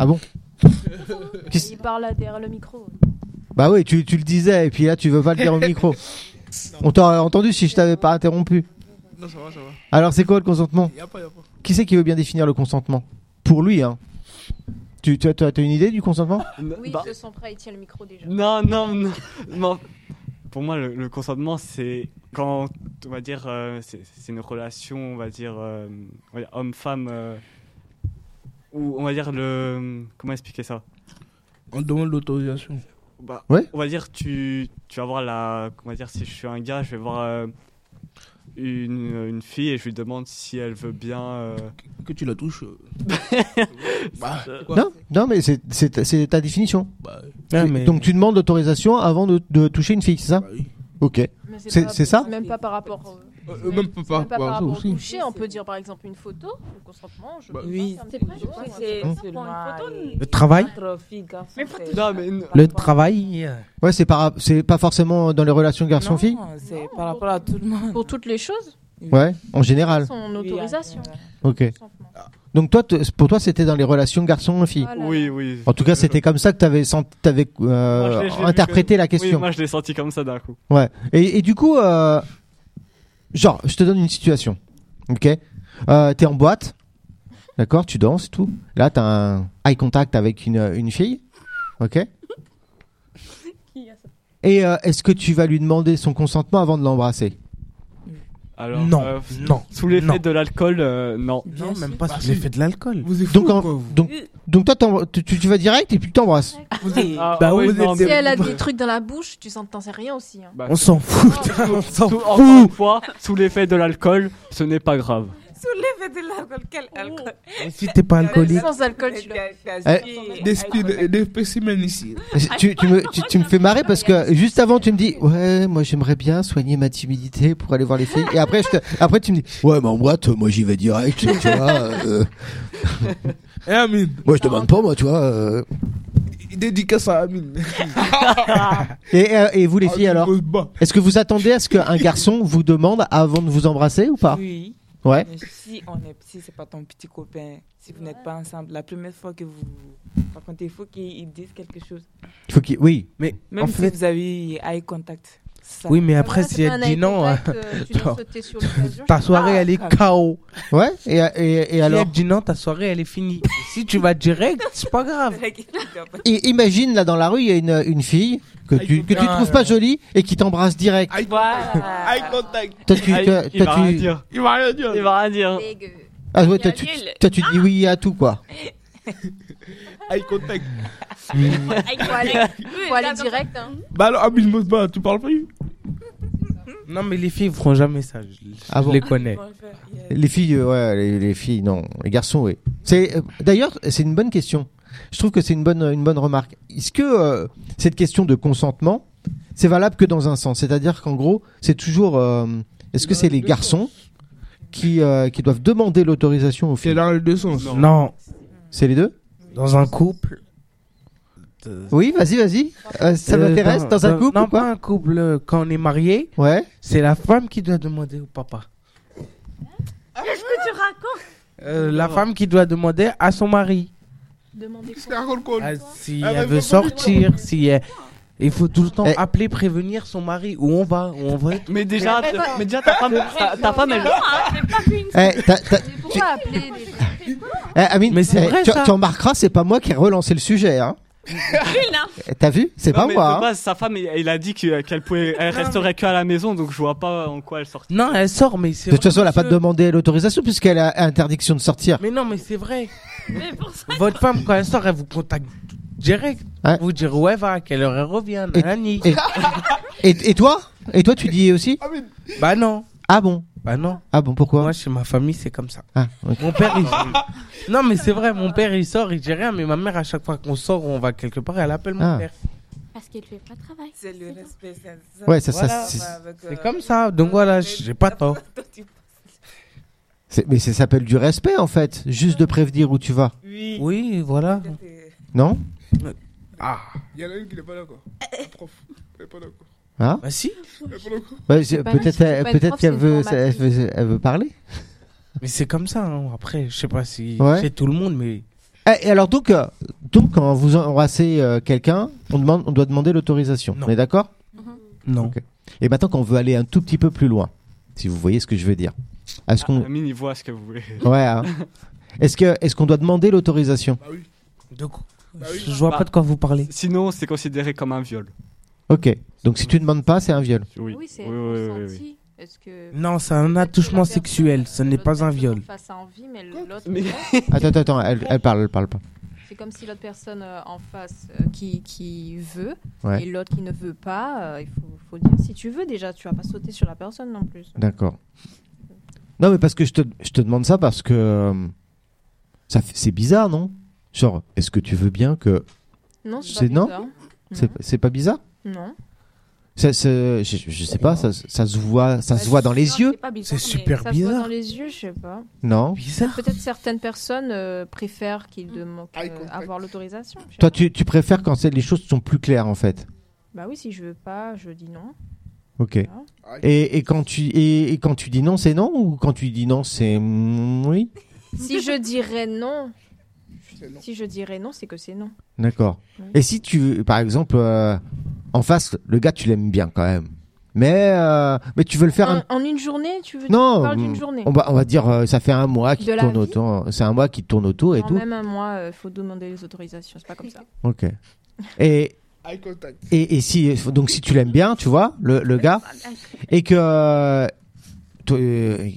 Speaker 4: Ah bon Qu'est-ce-
Speaker 6: Il parle derrière le micro.
Speaker 4: Bah oui, tu, tu le disais, et puis là, tu veux pas le dire au micro. On t'aurait entendu si je t'avais pas interrompu.
Speaker 3: Non, ça va, ça va.
Speaker 4: Alors, c'est quoi le consentement
Speaker 3: Il y a pas, il y a pas.
Speaker 4: Qui c'est qui veut bien définir le consentement Pour lui, hein. Tu tu as, tu as- tu as une idée du consentement
Speaker 8: Oui,
Speaker 1: Bah,
Speaker 8: je sens prêt, il tient le micro déjà.
Speaker 1: Non, non, non. Non. Pour moi, le, le consentement, c'est quand, on va dire, euh, c'est c'est une relation, on va dire, euh, on va dire homme-femme, euh, ou on va dire le. Comment expliquer ça
Speaker 3: On demande l'autorisation.
Speaker 1: bah,
Speaker 4: Ouais.
Speaker 1: On va dire, tu, tu vas voir la. On va dire, si je suis un gars, je vais voir euh, une, une fille et je lui demande si elle veut bien. euh,
Speaker 3: Que tu la touches. euh, bah, quoi
Speaker 4: Non, non, mais c'est- c'est ta- c'est ta définition.
Speaker 3: Bah,
Speaker 2: Ah, mais-
Speaker 4: Donc, tu demandes l'autorisation avant de, de toucher une fille, c'est ça
Speaker 3: bah oui.
Speaker 4: Ok.
Speaker 8: Mais
Speaker 4: C'est-
Speaker 8: pas-
Speaker 4: c'est ça
Speaker 8: Même pas par rapport. au-
Speaker 3: Euh, euh, même pas
Speaker 8: c'est même
Speaker 3: par
Speaker 8: pas
Speaker 3: rapport à ça
Speaker 8: rapport au
Speaker 3: aussi.
Speaker 8: toucher, on peut dire par exemple une photo, le consentement. Je
Speaker 3: Bah,
Speaker 5: Oui,
Speaker 8: c'est pas
Speaker 5: je
Speaker 8: grave.
Speaker 5: crois que c'est
Speaker 4: Hein
Speaker 5: seulement
Speaker 2: Le travail
Speaker 5: entre filles, garçons. c'est-
Speaker 8: Ah,
Speaker 1: Non, mais. n-
Speaker 2: Le travail
Speaker 4: Ouais, c'est pas, c'est pas forcément dans les relations garçon-fille
Speaker 5: Non, c'est par rapport à tout le monde.
Speaker 8: Pour toutes les choses,
Speaker 4: Ouais, en général.
Speaker 8: son
Speaker 5: Oui,
Speaker 8: autorisation.
Speaker 5: euh,
Speaker 4: Ok.
Speaker 8: consentement.
Speaker 4: Donc, toi, te- pour toi, c'était dans les relations garçon-fille
Speaker 8: Voilà.
Speaker 1: Oui, oui.
Speaker 4: En tout cas, c'était comme ça que t'avais sent- t'avais, euh,
Speaker 1: Moi, je l'ai- je l'ai vu
Speaker 4: interprété la
Speaker 1: Oui,
Speaker 4: question.
Speaker 1: moi, je l'ai senti comme ça d'un coup.
Speaker 4: Ouais. Et, et du coup, euh, genre, je te donne une situation. Ok Euh, T'es en boîte. D'accord Tu danses et tout. Là, t'as un eye contact avec une, une fille. Ok Et euh, est-ce que tu vas lui demander son consentement avant de l'embrasser
Speaker 1: Alors,
Speaker 2: Non,
Speaker 1: euh,
Speaker 2: non.
Speaker 1: Sous l'effet
Speaker 2: Non.
Speaker 1: de l'alcool, euh, non.
Speaker 5: bien
Speaker 2: Non, même
Speaker 5: sûr.
Speaker 2: pas sur l'effet de l'alcool.
Speaker 3: Vous êtes
Speaker 4: Donc,
Speaker 3: fous,
Speaker 4: en-
Speaker 3: quoi, vous.
Speaker 4: donc, donc toi, t'en- tu, tu vas direct et puis tu t'embrasses.
Speaker 3: Vous êtes-
Speaker 1: Ah,
Speaker 2: Bah
Speaker 1: ah
Speaker 2: oui,
Speaker 1: oui,
Speaker 2: vous
Speaker 1: non,
Speaker 2: êtes-
Speaker 8: Si
Speaker 1: mais-
Speaker 8: elle a des trucs dans la bouche, tu sens t'en sais rien aussi. hein.
Speaker 1: Bah,
Speaker 2: On s'en fout, putain, on s'en
Speaker 1: Sous-
Speaker 2: fout.
Speaker 1: encore une fois, sous l'effet de l'alcool, ce n'est pas grave.
Speaker 5: Soulevez de l'alcool, quel alcool
Speaker 2: Si t'es pas alcoolique.
Speaker 8: Sans alcool, tu l'as.
Speaker 3: Des, spi- des, des spécimens ici.
Speaker 4: tu, tu me, tu- tu me fais marrer parce que juste avant, tu me dis Ouais, moi j'aimerais bien soigner ma timidité pour aller voir les filles. Et après, je te- après tu me dis Ouais, mais en boîte, moi j'y vais direct. Tu vois, euh,
Speaker 3: Eh, Amine,
Speaker 4: moi je demande pas, moi, tu vois. euh.
Speaker 3: dédicace à Amine.
Speaker 4: Et, euh, et vous les filles
Speaker 3: Amine
Speaker 4: alors
Speaker 3: Osba.
Speaker 4: Est-ce que vous attendez à ce qu'un garçon vous demande avant de vous embrasser ou pas
Speaker 5: Oui.
Speaker 4: Ouais.
Speaker 5: Mais si on est, si c'est pas ton petit copain, si vous n'êtes pas ensemble, la première fois que vous par contre, il faut qu'il dise quelque chose.
Speaker 4: Il faut qu'il. Oui.
Speaker 2: Mais
Speaker 5: Même
Speaker 2: en
Speaker 5: si
Speaker 2: fait,
Speaker 5: vous avez eu eye contact. Ça.
Speaker 2: oui, mais après,
Speaker 8: Voilà,
Speaker 2: si
Speaker 8: c'est
Speaker 2: elle
Speaker 8: pas un
Speaker 2: dit
Speaker 8: eye
Speaker 2: non, hein.
Speaker 8: contact, euh, tu dois
Speaker 2: attends.
Speaker 8: sauter sur l'occasion.
Speaker 2: ta soirée, elle est KO.
Speaker 4: Ouais. Et, et, et
Speaker 2: Si
Speaker 4: alors
Speaker 2: elle dit non, ta soirée, elle est finie. si tu vas direct, c'est pas grave.
Speaker 4: Et imagine là dans la rue, il y a une, une fille que tu, que tu
Speaker 2: Ah,
Speaker 1: euh,
Speaker 4: trouves pas jolie et qui t'embrasse direct.
Speaker 3: Eye
Speaker 5: Voilà.
Speaker 3: Eye contact.
Speaker 4: Toi, tu,
Speaker 1: Ah,
Speaker 4: toi,
Speaker 1: il va
Speaker 4: toi,
Speaker 1: rien
Speaker 4: tu-
Speaker 1: dire.
Speaker 3: Il va rien dire.
Speaker 1: Il va rien dire.
Speaker 8: Dégueu.
Speaker 4: Ah ouais, toi, tu, toi, tu
Speaker 1: ah.
Speaker 4: dis oui à tout quoi.
Speaker 3: Eye contact.
Speaker 7: Ah,
Speaker 8: Faut aller, faut aller direct. hein.
Speaker 3: Bah alors, Amine Mosba, tu parles plus
Speaker 2: Non, mais les filles feront jamais ça. Je, je
Speaker 4: Ah bon
Speaker 2: les connais.
Speaker 4: Les filles, euh, ouais, les, les filles, non. Les garçons, oui. C'est euh, d'ailleurs, c'est une bonne question. Je trouve que c'est une bonne, une bonne remarque. Est-ce que euh, cette question de consentement, c'est valable que dans un sens C'est-à-dire qu'en gros, c'est toujours. euh, Est-ce que c'est les garçons qui, euh, qui doivent demander l'autorisation aux
Speaker 3: C'est
Speaker 4: filles
Speaker 3: dans les deux sens.
Speaker 2: Non,
Speaker 4: C'est les deux
Speaker 2: dans un couple. euh,
Speaker 4: Oui, vas-y, vas-y. Euh, ça
Speaker 2: euh,
Speaker 4: m'intéresse. Dans un couple
Speaker 2: Non,
Speaker 4: ou quoi
Speaker 2: pas un couple. euh, Quand on est marié,
Speaker 4: Ouais.
Speaker 2: c'est la femme qui doit demander au papa. Qu'est-ce que tu racontes Euh,
Speaker 4: Oh.
Speaker 2: La femme qui doit demander à son mari.
Speaker 8: Demandez quoi
Speaker 3: C'est un rôle con.
Speaker 2: Ah, si
Speaker 3: Ah, mais
Speaker 2: elle
Speaker 3: vous
Speaker 2: veut sortir, si elle- Il faut tout le temps
Speaker 4: Eh.
Speaker 2: appeler, prévenir son mari où on va, où on va.
Speaker 1: Mais déjà, mais déjà ta femme, ta, ta femme, elle.
Speaker 7: hein,
Speaker 4: Eh, t'as- t'as-
Speaker 8: Mais pourquoi appeler les...
Speaker 4: eh, Amine,
Speaker 2: Mais c'est
Speaker 4: eh,
Speaker 2: vrai,
Speaker 4: tu,
Speaker 2: ça.
Speaker 4: tu remarqueras, c'est pas moi qui ai relancé le sujet. Hein. Eh, T'as vu C'est
Speaker 1: Non,
Speaker 4: pas
Speaker 1: mais
Speaker 4: moi.
Speaker 1: de
Speaker 4: hein.
Speaker 1: base, sa femme, il il a dit que- euh, qu'elle pouvait, elle resterait qu'à la maison, donc je vois pas en quoi elle sortait.
Speaker 2: Non, elle sort, mais c'est.
Speaker 4: De toute façon, elle a pas
Speaker 2: monsieur.
Speaker 4: demandé l'autorisation puisqu'elle a interdiction de sortir.
Speaker 2: Mais non, mais c'est vrai.
Speaker 7: Mais pour ça,
Speaker 2: Votre femme, quand elle sort, elle vous contacte direct.
Speaker 4: Ouais.
Speaker 2: Vous direz où elle va, à quelle heure elle revient,
Speaker 4: Et-
Speaker 2: nanani.
Speaker 4: et- Et, et toi Et toi, tu dis aussi
Speaker 2: Bah non,
Speaker 4: Ah bon
Speaker 2: bah non.
Speaker 4: Ah bon, pourquoi
Speaker 2: Moi, chez ma famille, c'est comme ça.
Speaker 4: Ah, ok.
Speaker 2: Mon père, il... Non, mais c'est vrai, mon père, il sort, il dit rien, mais ma mère, à chaque fois qu'on sort ou on va quelque part, elle appelle mon
Speaker 4: Ah.
Speaker 2: père.
Speaker 9: Parce qu'il ne fait pas de travail.
Speaker 5: C'est le
Speaker 9: tout.
Speaker 5: respect. c'est ça.
Speaker 4: Ouais, ça, ça,
Speaker 2: Voilà. bah.
Speaker 4: c'est-
Speaker 5: Avec, euh,
Speaker 2: C'est comme ça, donc voilà, j'ai pas tort.
Speaker 4: c'est- mais ça s'appelle du respect en fait, juste de prévenir où tu vas,
Speaker 5: Oui.
Speaker 2: Oui, voilà.
Speaker 4: non
Speaker 2: Ah,
Speaker 3: Il y en a une qui n'est pas là, quoi. La prof. Elle est pas là, quoi.
Speaker 4: Hein
Speaker 2: bah si.
Speaker 3: Elle est pas là, quoi.
Speaker 4: Ouais, c'est-
Speaker 8: Bah non,
Speaker 4: Peut-être,
Speaker 8: si tu
Speaker 4: elle-
Speaker 8: veux pas être
Speaker 4: peut-être
Speaker 8: prof,
Speaker 4: qu'elle
Speaker 8: c'est
Speaker 4: veut,
Speaker 8: formatrice.
Speaker 4: elle veut, elle veut parler.
Speaker 2: Mais c'est comme ça, hein. après, je sais pas si
Speaker 4: Ouais.
Speaker 2: c'est tout le monde, mais.
Speaker 4: Eh, Et alors donc, euh, donc quand vous embrassez euh, quelqu'un, on demande, on doit demander l'autorisation.
Speaker 2: Non.
Speaker 4: On est d'accord
Speaker 2: Non.
Speaker 4: Ok. Et maintenant qu'on veut aller un tout petit peu plus loin, si vous voyez ce que je veux dire, est-ce qu'on,
Speaker 1: Amine, il voit ce que vous voulez.
Speaker 2: Ah.
Speaker 4: ouais, hein. est-ce que, est-ce qu'on doit demander l'autorisation
Speaker 3: Bah oui.
Speaker 2: Donc,
Speaker 3: Bah oui.
Speaker 2: je vois
Speaker 1: Bah.
Speaker 2: pas de quoi vous parlez.
Speaker 1: Sinon, c'est considéré comme un viol.
Speaker 4: Ok. Donc si tu demandes pas, c'est un viol.
Speaker 1: Oui,
Speaker 8: Oui, c'est
Speaker 1: oui, oui, oui, oui.
Speaker 8: ressenti. Est-ce que.
Speaker 2: Non, c'est un attouchement sexuel, ce n'est pas un viol.
Speaker 8: Face à envie, mais l'autre.
Speaker 1: Mais-
Speaker 4: Attends, attends, attends, elle, elle parle, elle parle pas.
Speaker 8: C'est comme si l'autre personne euh, en face euh, qui, qui veut
Speaker 4: Ouais.
Speaker 8: et l'autre qui ne veut pas, euh, il faut, faut dire si tu veux déjà, tu vas pas sauter sur la personne non plus.
Speaker 4: D'accord. Non, mais parce que je te, je te demande ça parce que euh, ça, fait- c'est bizarre, non Genre, est-ce que tu veux bien que
Speaker 8: Non,
Speaker 4: C'est
Speaker 8: c'est
Speaker 4: non
Speaker 8: pas hein. bizarre.
Speaker 4: c'est, c'est pas bizarre
Speaker 8: Non.
Speaker 4: ça, ça- je, je sais pas, ça, ça se voit, ça
Speaker 8: Bah,
Speaker 4: se voit dans les
Speaker 8: non,
Speaker 4: yeux,
Speaker 8: c'est pas bizarre,
Speaker 2: C'est
Speaker 8: mais
Speaker 2: super
Speaker 8: ça se voit
Speaker 2: bizarre.
Speaker 8: dans les yeux, je sais pas.
Speaker 4: non
Speaker 2: Bizarre.
Speaker 8: Peut-être certaines personnes euh, préfèrent qu'ils demandent
Speaker 3: Eye
Speaker 8: euh,
Speaker 3: contact.
Speaker 8: avoir l'autorisation. je sais
Speaker 4: Toi,
Speaker 8: pas.
Speaker 4: tu, tu préfères quand c'est- les choses sont plus claires, en fait.
Speaker 8: Bah oui, si je veux pas, je dis non.
Speaker 4: Ok. Et, et quand tu et, et quand tu dis non, c'est non ou quand tu dis non, c'est mm, oui.
Speaker 8: si je dirais non,
Speaker 3: C'est non.
Speaker 8: si je dirais non, c'est que c'est non.
Speaker 4: D'accord.
Speaker 8: Oui.
Speaker 4: Et si tu, par exemple, euh, en face, le gars, tu l'aimes bien quand même, mais euh, mais tu veux le faire un,
Speaker 8: En, en une journée, tu veux
Speaker 4: Non,
Speaker 8: tu parles
Speaker 4: mm,
Speaker 8: d'une journée.
Speaker 4: On va, on va dire, euh, ça fait un mois qu'il
Speaker 8: De la
Speaker 4: tourne
Speaker 8: vie.
Speaker 4: autour. C'est un mois qu'il tourne autour et
Speaker 8: En
Speaker 4: tout.
Speaker 8: même un mois, il faut demander les autorisations, c'est pas comme ça.
Speaker 4: Ok. Et,
Speaker 3: Eye contact.
Speaker 4: et, et si, donc si tu l'aimes bien, tu vois, le, le gars, et que euh, toi, euh,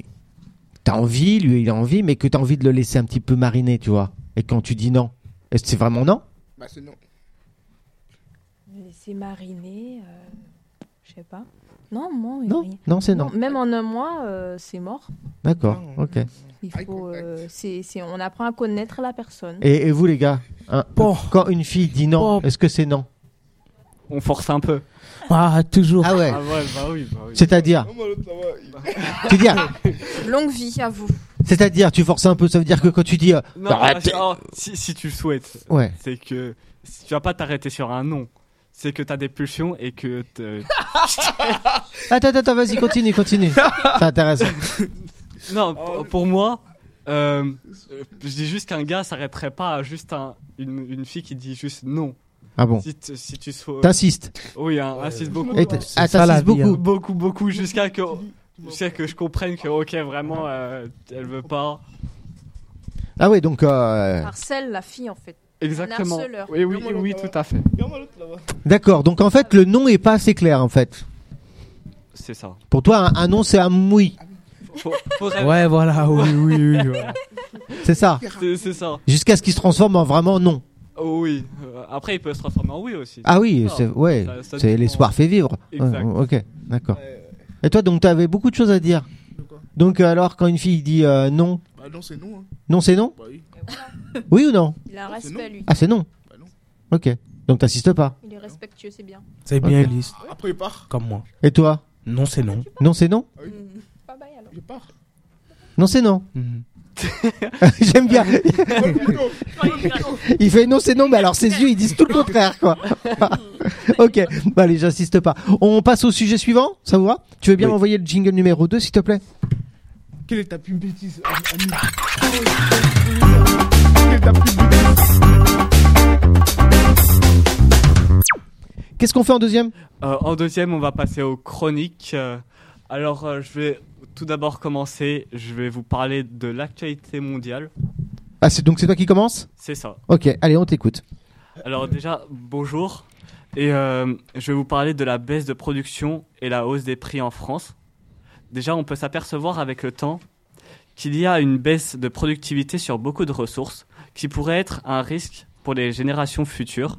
Speaker 4: t'as envie, lui il a envie, mais que t'as envie de le laisser un petit peu mariner, tu vois. Et quand tu dis non, est-ce que c'est vraiment non
Speaker 3: Bah c'est non.
Speaker 8: Laisser mariner, euh, je sais pas. Non, moi, il y a
Speaker 4: Non,
Speaker 8: rien.
Speaker 4: non, c'est non.
Speaker 8: Même en un mois, euh, c'est mort.
Speaker 4: D'accord,
Speaker 2: Non.
Speaker 4: ok.
Speaker 8: Il
Speaker 3: Eye
Speaker 8: faut,
Speaker 3: contact.
Speaker 8: euh, c'est- c'est- on apprend à connaître la personne.
Speaker 4: Et, et vous les gars, hein,
Speaker 2: Bon.
Speaker 4: quand une fille dit non,
Speaker 2: Bon.
Speaker 4: est-ce que c'est non
Speaker 1: On force un peu.
Speaker 2: Ah, toujours.
Speaker 4: Ah ouais.
Speaker 1: Ah ouais, bah oui, bah oui.
Speaker 4: C'est-à-dire,
Speaker 3: Non, moi, l'autre, ça va. Il-
Speaker 4: tu dis, ah,
Speaker 8: Longue vie à vous.
Speaker 4: c'est-à-dire, tu forces un peu, ça veut dire que quand tu dis, euh,
Speaker 1: Non,
Speaker 4: Arrête.
Speaker 1: bah, alors, si, si tu le souhaites,
Speaker 4: ouais,
Speaker 1: c'est que si tu vas pas t'arrêter sur un non. C'est que t'as des pulsions et que te-
Speaker 4: Attends, attends, attends, vas-y, continue, continue. C'est intéressant.
Speaker 1: non pour- pour moi euh, je dis juste qu'un gars s'arrêterait pas à juste un- une, une fille qui dit juste non
Speaker 4: Ah bon
Speaker 1: si, tu- si tu souhaites
Speaker 4: T'insistes.
Speaker 1: oui un- insiste beaucoup
Speaker 4: Et t-
Speaker 2: C'est
Speaker 4: ah,
Speaker 2: ça, la
Speaker 4: t'insistes
Speaker 2: vie,
Speaker 4: beaucoup.
Speaker 2: hein.
Speaker 1: beaucoup beaucoup jusqu'à que jusqu'à que je comprenne que ok vraiment euh, elle veut pas
Speaker 2: hein.
Speaker 4: Ah oui, donc. euh,
Speaker 8: Harcèle la fille, en fait.
Speaker 1: exactement
Speaker 8: harceleur.
Speaker 1: oui oui oui tout à fait
Speaker 3: Non, moi, l'autre, ça va.
Speaker 4: D'accord, donc en fait, le nom est pas assez clair, en fait.
Speaker 1: c'est ça
Speaker 4: Pour toi, un, un nom, c'est un moui.
Speaker 1: Faut- faudrait-
Speaker 2: Ouais, voilà, oui, oui, oui. voilà.
Speaker 4: C'est ça.
Speaker 1: c'est- c'est ça
Speaker 4: Jusqu'à ce qu'il se transforme en vraiment non.
Speaker 1: Oh, oui Euh, après il peut se transformer en oui aussi
Speaker 4: Ah oui,
Speaker 1: Ah,
Speaker 4: c'est, ouais,
Speaker 1: ça- ça
Speaker 4: c'est
Speaker 1: dépend.
Speaker 4: l'espoir fait vivre. Ouais,
Speaker 1: Exact.
Speaker 4: ok, d'accord.
Speaker 3: Ouais, ouais.
Speaker 4: Et toi, donc, t'avais beaucoup de choses à dire.
Speaker 3: quoi
Speaker 4: Donc, euh, alors, quand une fille dit euh, non,
Speaker 3: Bah non, c'est non. Hein.
Speaker 4: non, c'est non
Speaker 3: Bah oui.
Speaker 4: Oui ou non
Speaker 8: Il a
Speaker 3: Ah,
Speaker 8: un
Speaker 3: c'est
Speaker 8: respect,
Speaker 3: non.
Speaker 8: lui.
Speaker 4: Ah, c'est non.
Speaker 3: Bah non.
Speaker 4: Ok, donc t'insistes pas.
Speaker 8: Il est respectueux, c'est bien.
Speaker 2: C'est bien,
Speaker 4: Ok.
Speaker 2: Elise,
Speaker 3: Après, il part.
Speaker 2: comme moi.
Speaker 4: Et toi
Speaker 2: Non, c'est non.
Speaker 4: Non, c'est non
Speaker 8: Bye bye alors.
Speaker 3: Il part.
Speaker 4: Non, c'est non.
Speaker 2: Mhm.
Speaker 4: J'aime bien.
Speaker 3: Oh, le bidon.
Speaker 4: Il fait non, c'est non, mais alors ses yeux, ils disent tout le contraire, quoi. ok, bah allez, j'insiste pas. On passe au sujet suivant, ça vous va Tu veux bien
Speaker 2: Oui.
Speaker 4: m'envoyer le jingle numéro 2, s'il te plaît
Speaker 3: Quelle est ta plus bêtise am- ami Quelle est ta plus bêtise
Speaker 4: Qu'est-ce qu'on fait en deuxième
Speaker 1: Euh, en deuxième, on va passer aux chroniques. Euh, alors, euh, je vais tout d'abord commencer. Je vais vous parler de l'actualité mondiale.
Speaker 4: Ah, c'est donc c'est toi qui commence
Speaker 1: C'est ça.
Speaker 4: Ok, allez, on t'écoute.
Speaker 1: Alors déjà, bonjour. Et euh, je vais vous parler de la baisse de production et la hausse des prix en France. Déjà, on peut s'apercevoir avec le temps qu'il y a une baisse de productivité sur beaucoup de ressources qui pourrait être un risque pour les générations futures,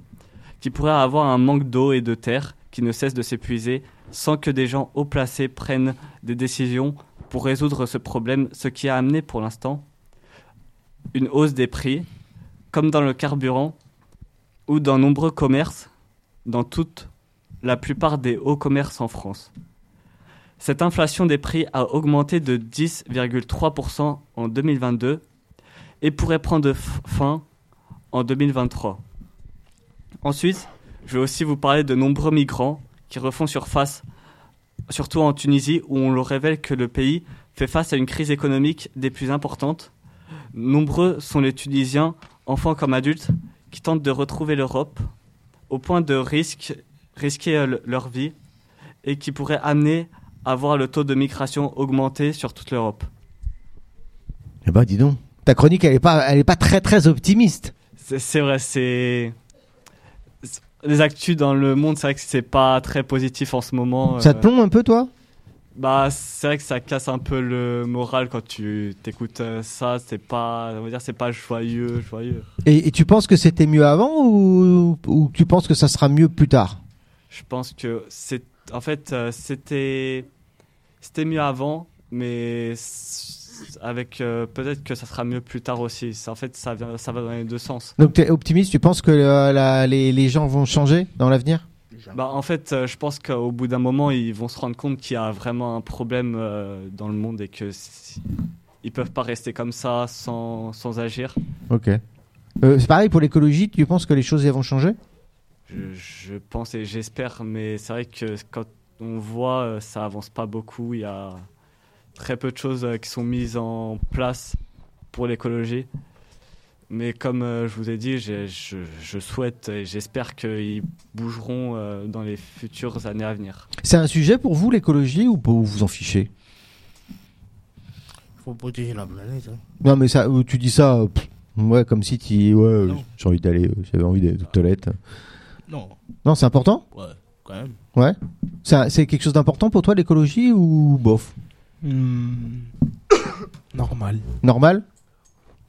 Speaker 1: qui pourrait avoir un manque d'eau et de terre qui ne cesse de s'épuiser sans que des gens haut placés prennent des décisions pour résoudre ce problème, ce qui a amené pour l'instant une hausse des prix, comme dans le carburant ou dans nombreux commerces, dans toute la plupart des hauts commerces en France. Cette inflation des prix a augmenté de 10,3% en 2022 et pourrait prendre f- fin en 2023. Ensuite, je vais aussi vous parler de nombreux migrants qui refont surface, surtout en Tunisie, où on leur révèle que le pays fait face à une crise économique des plus importantes. Nombreux sont les Tunisiens, enfants comme adultes, qui tentent de retrouver l'Europe au point de risque- risquer euh, le- leur vie et qui pourraient amener à voir le taux de migration augmenter sur toute l'Europe.
Speaker 4: Eh ben, dis donc. Ta chronique, elle est pas, elle est pas très très optimiste.
Speaker 1: C'est- C'est vrai, c'est. c'est- Les actus dans le monde, c'est vrai que c'est pas très positif en ce moment.
Speaker 4: Ça
Speaker 1: euh,
Speaker 4: te plombe un peu, toi
Speaker 1: Bah, c'est vrai que ça casse un peu le moral quand tu t'écoutes euh, ça. C'est pas, on va dire, c'est pas joyeux, joyeux.
Speaker 4: et, et tu penses que c'était mieux avant ou, ou tu penses que ça sera mieux plus tard
Speaker 1: Je pense que c'est, en fait, euh, c'était, c'était mieux avant, mais s- avec euh, peut-être que ça sera mieux plus tard aussi. Ça- En fait, ça, vient- ça va dans les deux sens.
Speaker 4: Donc, t'es optimiste, tu penses que euh, la- les, les gens vont changer dans l'avenir
Speaker 1: Bah, en fait, euh, je pense qu'au bout d'un moment, ils vont se rendre compte qu'il y a vraiment un problème euh, dans le monde et que si- ils peuvent pas rester comme ça sans, sans agir.
Speaker 4: Ok. Euh, c'est pareil pour l'écologie, tu penses que les choses elles vont changer
Speaker 1: Je, je pense et j'espère, mais c'est vrai que quand on voit, euh, ça avance pas beaucoup. Il y a très peu de choses euh, qui sont mises en place pour l'écologie. Mais comme euh, je vous ai dit, j'ai- je, je souhaite et j'espère qu'ils bougeront euh, dans les futures années à venir.
Speaker 4: C'est un sujet pour vous, l'écologie, ou pour vous en fichez
Speaker 2: Faut protéger la planète. hein.
Speaker 4: Non, mais ça, euh, tu dis ça, euh, pff, ouais, comme si tu. Ouais, euh,
Speaker 3: Non.
Speaker 4: j'ai envie d'aller, euh, j'avais envie d'aller aux toilettes.
Speaker 3: Non,
Speaker 4: Non, c'est important
Speaker 3: ouais, quand même.
Speaker 4: Ouais. Ça, C'est quelque chose d'important pour toi, l'écologie, ou bof
Speaker 2: Hmm. Normal.
Speaker 4: Normal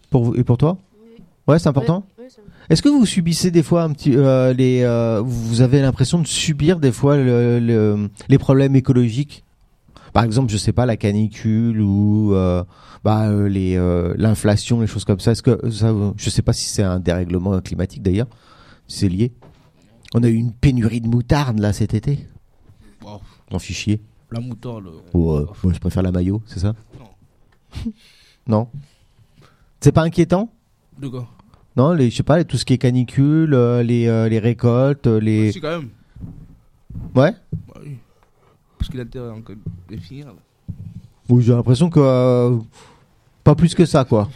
Speaker 4: pour vous, Et pour toi Ouais, c'est important Est-ce que vous subissez des fois un petit euh, les euh, vous avez l'impression de subir des fois le- le- les problèmes écologiques Par exemple, je sais pas la canicule ou euh, bah euh, les euh, l'inflation, les choses comme ça. Est-ce que ça vous- je sais pas si c'est un dérèglement climatique d'ailleurs, si c'est lié. On a eu une pénurie de moutarde là cet été.
Speaker 3: Bon.
Speaker 4: Dans fichier.
Speaker 3: La moutarde. euh,
Speaker 4: Ou euh, moi je préfère la maillot, c'est ça Non. C'est pas inquiétant
Speaker 3: De quoi
Speaker 4: non, les, je sais pas, les- tout ce qui est canicule, euh, les, euh, les récoltes, euh, les.
Speaker 3: Si, quand même.
Speaker 4: Ouais.
Speaker 3: Bah oui. Parce qu'il a intérêt à encore de finir. là.
Speaker 4: Oui, j'ai l'impression que euh, pas plus que ça, quoi.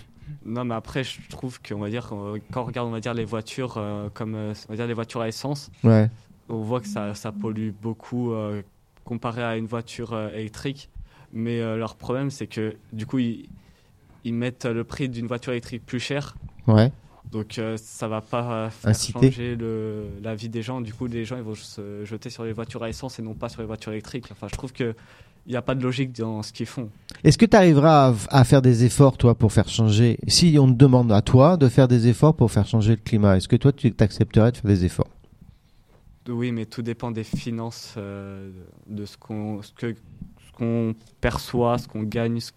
Speaker 1: Non, mais après, je trouve qu'on va dire euh, quand on regarde, on va dire les voitures euh, comme euh, on va dire les voitures à essence,
Speaker 4: Ouais.
Speaker 1: on voit que ça, ça pollue beaucoup euh, comparé à une voiture euh, électrique. Mais euh, leur problème, c'est que du coup, ils, ils mettent euh, le prix d'une voiture électrique plus cher.
Speaker 4: Ouais.
Speaker 1: Donc euh, ça va pas euh, faire
Speaker 4: Inciter.
Speaker 1: changer le, la vie des gens. Du coup, les gens ils vont se jeter sur les voitures à essence et non pas sur les voitures électriques. Enfin, je trouve que il n'y a pas de logique dans ce qu'ils font.
Speaker 4: Est-ce que tu arriveras à, à faire des efforts, toi, pour faire changer Si on te demande à toi de faire des efforts pour faire changer le climat, est-ce que toi, tu t'accepterais de faire des efforts
Speaker 1: Oui, mais tout dépend des finances, euh, de ce qu'on ce que, ce qu'on perçoit, ce qu'on gagne. ce-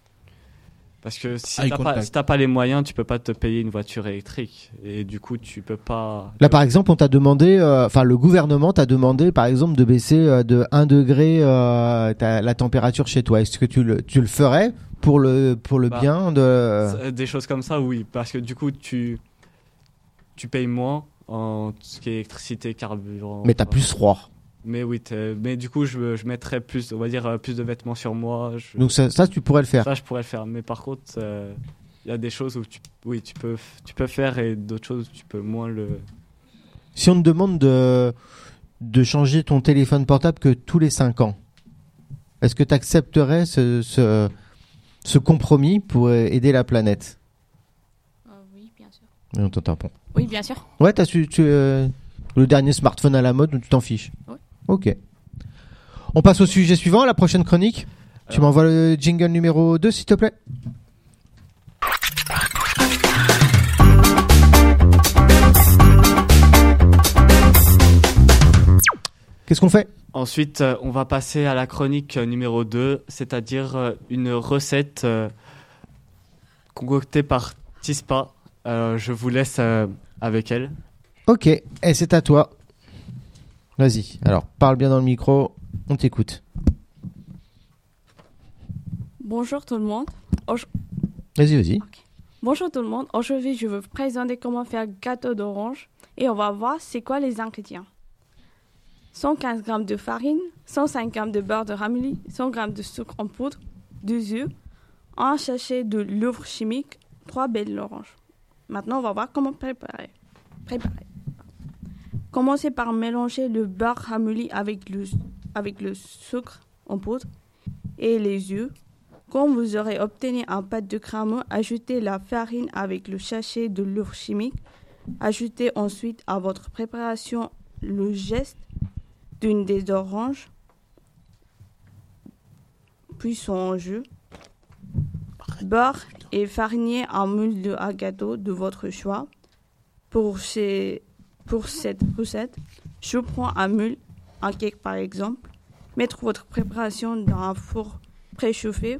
Speaker 1: Parce que si
Speaker 3: Eye
Speaker 1: t'as pas,
Speaker 3: contact.
Speaker 1: si t'as pas les moyens, tu peux pas te payer une voiture électrique. Et du coup, tu peux pas.
Speaker 4: Là, par exemple, on t'a demandé, euh, enfin, le gouvernement t'a demandé, par exemple, de baisser euh, de 1 degré euh, ta- la température chez toi. Est-ce que tu le, tu le ferais pour le, pour le
Speaker 1: Bah,
Speaker 4: bien de.
Speaker 1: Euh, Des choses comme ça, oui. Parce que du coup, tu, tu payes moins en tout ce qui est électricité, carburant.
Speaker 4: Mais t'as
Speaker 1: euh,
Speaker 4: plus froid.
Speaker 1: Mais oui, t'es- mais du coup, je, je mettrais plus, on va dire, euh, plus de vêtements sur moi. je-
Speaker 4: Donc ça, ça, tu pourrais le faire.
Speaker 1: ça, je pourrais le faire. Mais par contre, euh, il y a des choses où tu, oui, tu peux, f- tu peux faire et d'autres choses où tu peux moins le.
Speaker 4: Si on te demande de, de changer ton téléphone portable que tous les 5 ans, est-ce que tu accepterais ce, ce, ce compromis pour euh, aider la planète
Speaker 7: Ah oui, bien sûr.
Speaker 4: Mais on t'entend pas.
Speaker 7: Oui, bien sûr.
Speaker 4: Ouais, t'as su tu, euh, le dernier smartphone à la mode ou tu t'en fiches
Speaker 7: Ouais.
Speaker 4: Ok. On passe au sujet suivant, la prochaine chronique. Tu m'envoies le jingle numéro 2, s'il te plaît. Qu'est-ce qu'on fait
Speaker 1: Ensuite, euh, on va passer à la chronique euh, numéro 2, c'est-à-dire euh, une recette euh, concoctée par Tispa. Euh, je vous laisse euh, avec elle.
Speaker 4: Ok, et c'est à toi. Vas-y, alors parle bien dans le micro, on t'écoute.
Speaker 7: Bonjour tout le monde.
Speaker 4: Vas-y, vas-y.
Speaker 7: Bonjour tout le monde. Aujourd'hui, je vais vous présenter comment faire gâteau d'orange et on va voir c'est quoi les ingrédients. 115 g de farine, 105 g de beurre de ramilly, 100 g de sucre en poudre, 2 œufs, un sachet de levure chimique, 3 belles d'orange. Maintenant, on va voir comment préparer. préparer. Commencez par mélanger le beurre ramilly avec le, avec le sucre en poudre et les œufs. Quand vous aurez obtenu un pâte de crémeux, ajoutez la farine avec le sachet de levure chimique. Ajoutez ensuite à votre préparation le geste d'une des oranges, puis son jus, beurre et farinier en moule de à gâteau de votre choix. Pour, ces- pour cette recette, je prends un moule, un cake par exemple. Mettre votre préparation dans un four préchauffé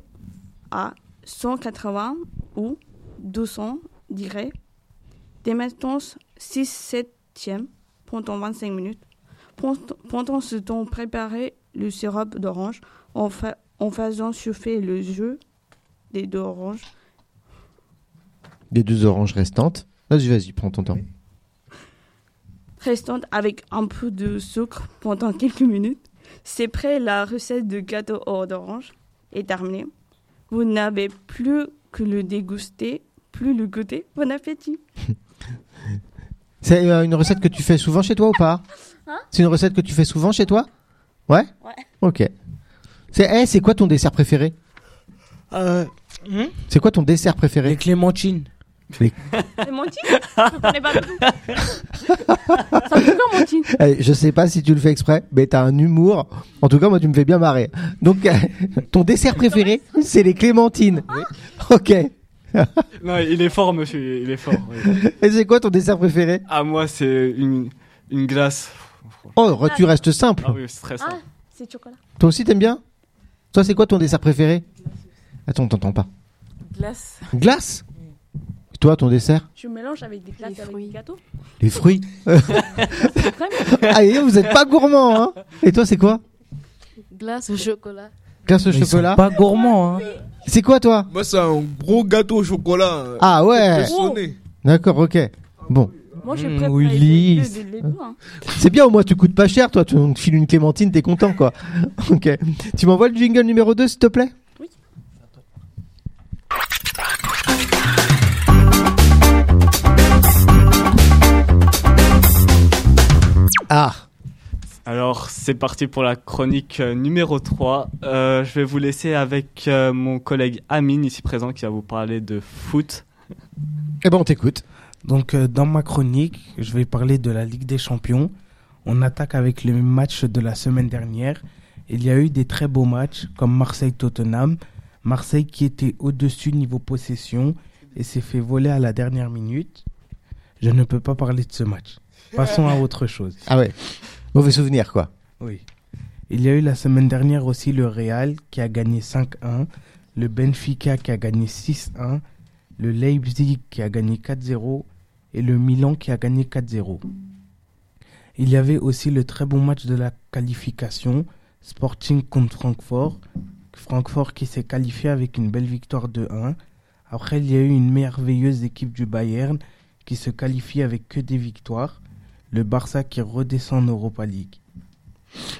Speaker 7: à 180 ou 200 degrés. Démettons 6 septièmes pendant 25 minutes. Pend- Pendant ce temps, préparez le sirop d'orange en, fa- en faisant chauffer le jus des deux oranges.
Speaker 4: Les deux oranges restantes. Vas-y, vas-y, prends ton temps.
Speaker 7: restante avec un peu de sucre pendant quelques minutes. C'est prêt, la recette de gâteau hors d'orange est terminée. Vous n'avez plus que le déguster, plus le goûter. Bon appétit.
Speaker 4: C'est euh, une recette que tu fais souvent chez toi ou pas C'est une recette que tu fais souvent chez toi Ouais
Speaker 7: Ouais.
Speaker 4: Ok. C'est eh, c'est quoi ton dessert préféré
Speaker 2: Euh,
Speaker 4: C'est quoi ton dessert
Speaker 2: les
Speaker 4: préféré
Speaker 2: clémentines.
Speaker 7: C'est mon titre Je connais pas tout. Ça me dit quoi, mon titre
Speaker 4: Eh, Je sais pas si tu le fais exprès, mais t'as un humour. En tout cas, moi, tu me fais bien marrer. Donc, euh, ton dessert préféré, c'est les clémentines. Ok. Et
Speaker 1: Non, il est fort, monsieur, il est fort. oui.
Speaker 4: c'est quoi ton dessert préféré
Speaker 1: À moi, c'est une, une glace.
Speaker 4: Oh, re- tu restes simple.
Speaker 1: Ah oui, c'est très simple.
Speaker 7: C'est chocolat.
Speaker 4: Toi aussi, t'aimes bien Toi, c'est quoi ton dessert préféré Attends, on t'entend pas.
Speaker 5: Glace.
Speaker 4: Glace Et Toi, ton dessert
Speaker 7: Je mélange avec des glaces
Speaker 8: Les
Speaker 7: avec
Speaker 8: fruits.
Speaker 7: des gâteaux.
Speaker 4: Les fruits.
Speaker 7: Vraiment
Speaker 4: Allez, vous êtes pas gourmand, hein Et toi, c'est quoi
Speaker 9: Glace au chocolat.
Speaker 4: Glace au
Speaker 2: Mais ils sont
Speaker 4: chocolat.
Speaker 2: Pas gourmand, hein.
Speaker 4: C'est quoi, toi
Speaker 3: Moi, c'est un gros gâteau au chocolat. euh,
Speaker 4: Ah ouais
Speaker 3: Sonné.
Speaker 4: D'accord, ok. Bon.
Speaker 7: Moi, je
Speaker 2: Mm,
Speaker 7: préfère
Speaker 2: oui,
Speaker 7: les
Speaker 2: lisse.
Speaker 7: deux, les deux, hein.
Speaker 4: C'est bien, au moins, tu coûtes pas cher, toi. Tu on te file une clémentine, t'es content, quoi. Ok. Tu m'envoies le jingle numéro 2, s'il te plaît
Speaker 7: Oui.
Speaker 4: Ah
Speaker 1: Alors, c'est parti pour la chronique euh, numéro 3. Euh, je vais vous laisser avec euh, mon collègue Amine, ici présent, qui va vous parler de foot.
Speaker 4: Eh ben, on t'écoute.
Speaker 2: Donc, euh, dans ma chronique, je vais parler de la Ligue des Champions. On attaque avec le match de la semaine dernière. Il y a eu des très beaux matchs comme Marseille-Tottenham. Marseille qui était au-dessus niveau possession et s'est fait voler à la dernière minute. Je ne peux pas parler de ce match. Passons à autre chose.
Speaker 4: Ah ouais. Mauvais souvenir, quoi.
Speaker 2: Oui. Il y a eu la semaine dernière aussi le Real qui a gagné 5-1, le Benfica qui a gagné 6-1, le Leipzig qui a gagné 4-0 et le Milan qui a gagné 4-0. Il y avait aussi le très bon match de la qualification, Sporting contre Francfort. Francfort qui s'est qualifié avec une belle victoire de 1. Après, il y a eu une merveilleuse équipe du Bayern qui se qualifie avec que des victoires. Le Barça qui redescend en Europa League.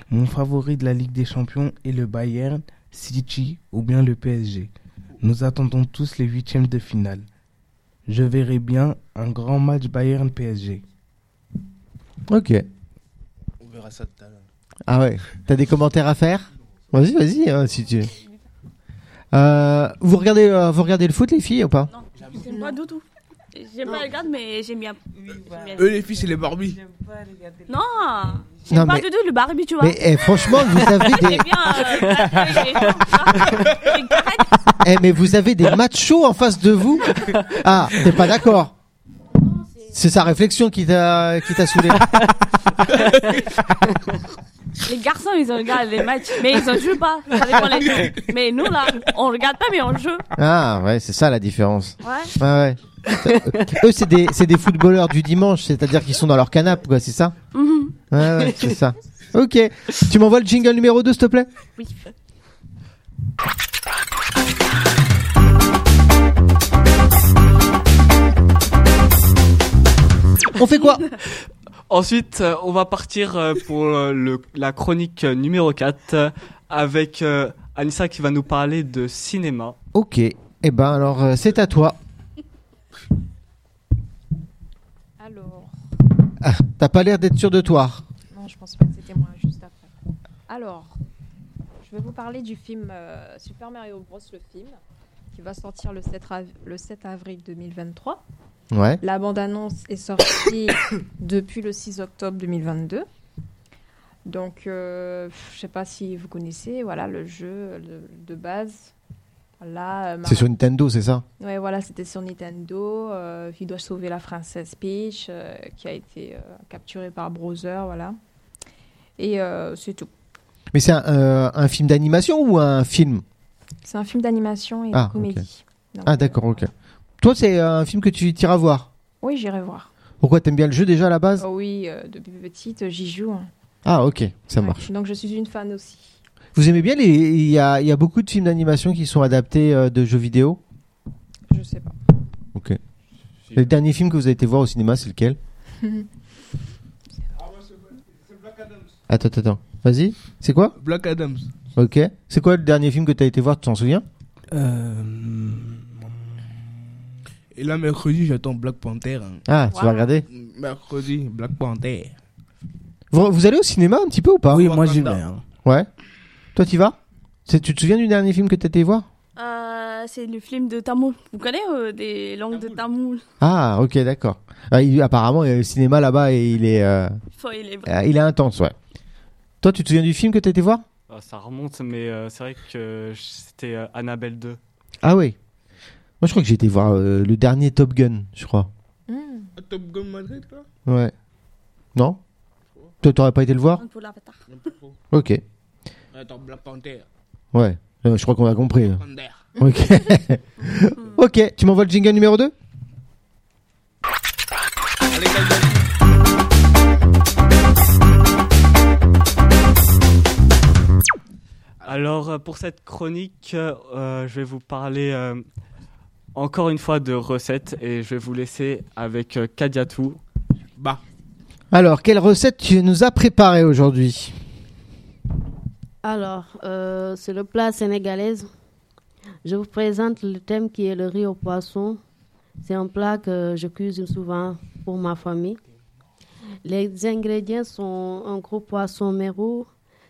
Speaker 2: Mon favori de la Ligue des Champions est le Bayern, City ou bien le PSG. Nous attendons tous les huitièmes de finale. Je verrai bien un grand match Bayern-PSG.
Speaker 4: Ok.
Speaker 3: On verra ça tout à l'heure.
Speaker 4: Ah ouais. T'as des commentaires à faire Vas-y, vas-y, hein, si tu. Euh, vous regardez, euh, vous regardez le foot, les filles, ou pas
Speaker 7: J'aime pas du tout. J'aime pas les gardes, mais j'aime bien. j'aime bien.
Speaker 3: Eux, les filles, c'est les Barbies.
Speaker 5: J'aime pas regarder. les-
Speaker 7: Non,
Speaker 4: Non,
Speaker 7: j'aime pas
Speaker 4: mais-
Speaker 7: du tout le Barbie, tu vois.
Speaker 4: Mais eh, franchement, vous avez des,
Speaker 7: J'aime bien. euh, attirer les gens, tu vois. Les gardes,
Speaker 4: eh, mais vous avez des machos en face de vous. Ah, t'es pas d'accord. C'est sa réflexion qui t'a qui t'a saoulé.
Speaker 7: Les garçons, ils regardent les matchs, mais ils en jouent pas. Ça dépend les jeux. Mais nous, là, on regarde pas, mais on joue.
Speaker 4: Ah ouais, c'est ça la différence.
Speaker 7: Ouais.
Speaker 4: Ouais, ouais. Eux, c'est des, c'est des footballeurs du dimanche, c'est-à-dire qu'ils sont dans leur canapé, quoi, c'est ça
Speaker 7: Mhm.
Speaker 4: Ouais, ouais, c'est ça. Ok. Tu m'envoies le jingle numéro 2, s'il te plaît
Speaker 7: Oui.
Speaker 4: On fait quoi
Speaker 1: Ensuite, euh, on va partir euh, pour euh, le, la chronique euh, numéro 4 euh, avec euh, Anissa qui va nous parler de cinéma.
Speaker 4: Ok. Eh ben, alors, euh, c'est à toi.
Speaker 8: Alors,
Speaker 4: T'as pas l'air d'être sûr de toi.
Speaker 8: non, je pense pas que c'était moi, juste après. Alors, je vais vous parler du film euh, Super Mario Bros. le film, qui va sortir le 7, av- le 7 avril 2023.
Speaker 4: Ouais.
Speaker 8: La bande-annonce est sortie depuis le 6 octobre 2022. Donc, euh, pff, je sais pas si vous connaissez, voilà, le jeu le- de base. Là, euh, Mario-
Speaker 4: C'est sur Nintendo, c'est ça
Speaker 8: Ouais, voilà, c'était sur Nintendo. euh, il doit sauver la princesse Peach, euh, qui a été euh, capturée par Bowser, voilà. Et euh, c'est tout.
Speaker 4: Mais c'est un, euh, un film d'animation ou un film
Speaker 8: C'est un film d'animation et
Speaker 4: Ah,
Speaker 8: une comédie. Donc, euh,
Speaker 4: Ah, d'accord, ok. Toi, c'est un film que tu t'iras voir.
Speaker 8: Oui, j'irai voir.
Speaker 4: Pourquoi t'aimes bien le jeu déjà à la base
Speaker 8: Oh oui, euh, depuis petite, j'y joue. hein.
Speaker 4: Ah, ok, ça
Speaker 8: Ouais.
Speaker 4: marche.
Speaker 8: Donc, je suis une fan aussi.
Speaker 4: Vous aimez bien les. Il y a, il y a beaucoup de films d'animation qui sont adaptés euh, de jeux vidéo
Speaker 8: Je sais pas.
Speaker 4: Ok. Le dernier film que vous avez été voir au cinéma, c'est lequel Attends, attends, attends. Vas-y. C'est quoi
Speaker 3: Black Adams.
Speaker 4: Ok. C'est quoi le dernier film que t'as été voir Tu t'en souviens
Speaker 2: Euh,
Speaker 3: Et là, mercredi, j'attends Black Panther. hein.
Speaker 4: Ah, tu
Speaker 8: Wow.
Speaker 4: vas regarder.
Speaker 3: Mercredi, Black Panther.
Speaker 4: Vous, vous allez au cinéma un petit peu ou pas
Speaker 2: oui, moi j'y vais.
Speaker 3: Wakanda.
Speaker 2: hein.
Speaker 4: Ouais. Toi, t'y vas C'est- Tu te souviens du dernier film que t'as été voir
Speaker 7: Euh, c'est le film de Tamoul. Vous connaissez euh, des langues de Tamoul
Speaker 4: Ah, ok, d'accord. Ah, il- apparemment, euh, le cinéma là-bas, et il est, euh,
Speaker 7: Faut il est vrai.
Speaker 4: euh, il est intense, ouais. Toi, tu te souviens du film que t'as été voir
Speaker 1: Ah, ça remonte, mais euh, c'est vrai que c'était euh, Annabelle 2.
Speaker 4: Ah oui. Moi, je crois que j'ai été voir euh, le dernier Top Gun, je crois.
Speaker 8: Hmm.
Speaker 3: Top Gun Madrid, quoi
Speaker 4: Ouais. Non Toi, t'aurais pas été le voir
Speaker 7: Pour l'avatar.
Speaker 4: Ok.
Speaker 3: Attends, Black Panther.
Speaker 4: Ouais. Euh, je crois qu'on a compris.
Speaker 3: Panther.
Speaker 4: Ok. ok, tu m'envoies le jingle numéro 2
Speaker 3: Allez, calme
Speaker 1: Alors, euh, pour cette chronique, euh, euh, je vais vous parler euh, encore une fois de recettes et je vais vous laisser avec euh, Kadiatou.
Speaker 3: Bah,
Speaker 4: Alors, quelle recette tu nous as préparée aujourd'hui
Speaker 9: Alors, euh, c'est le plat sénégalaise. Je vous présente le thème qui est le riz au poisson. C'est un plat que je cuisine souvent pour ma famille. Les ingrédients sont un gros poisson mérou,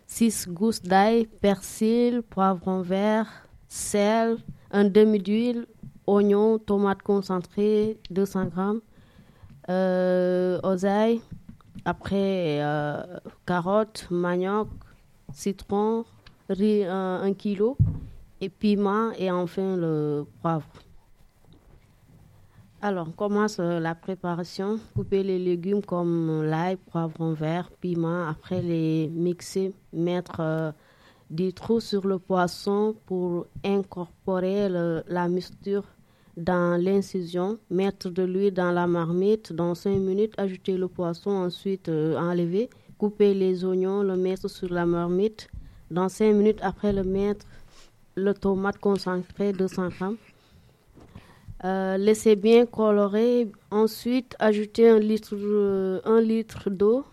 Speaker 9: 6 gousses d'ail, persil, poivron vert, sel, un demi d'huile, oignon, tomate concentrée, 200 grammes, euh, oseille, après euh, carottes, manioc, citron, riz euh, un kilo, et piment et enfin le poivre. Alors, on commence euh, la préparation. Couper les légumes comme euh, l'ail, poivron vert, piment. Après, les mixer, mettre euh, des trous sur le poisson pour incorporer le- la mixture dans l'incision. Mettre de l'huile dans la marmite. Dans 5 minutes, ajouter le poisson, ensuite euh, enlever. Couper les oignons, le mettre sur la marmite. Dans 5 minutes, après le mettre, le tomate concentré 200 grammes. Euh, laissez bien colorer. Ensuite, ajoutez un litre, euh, un litre d'eau.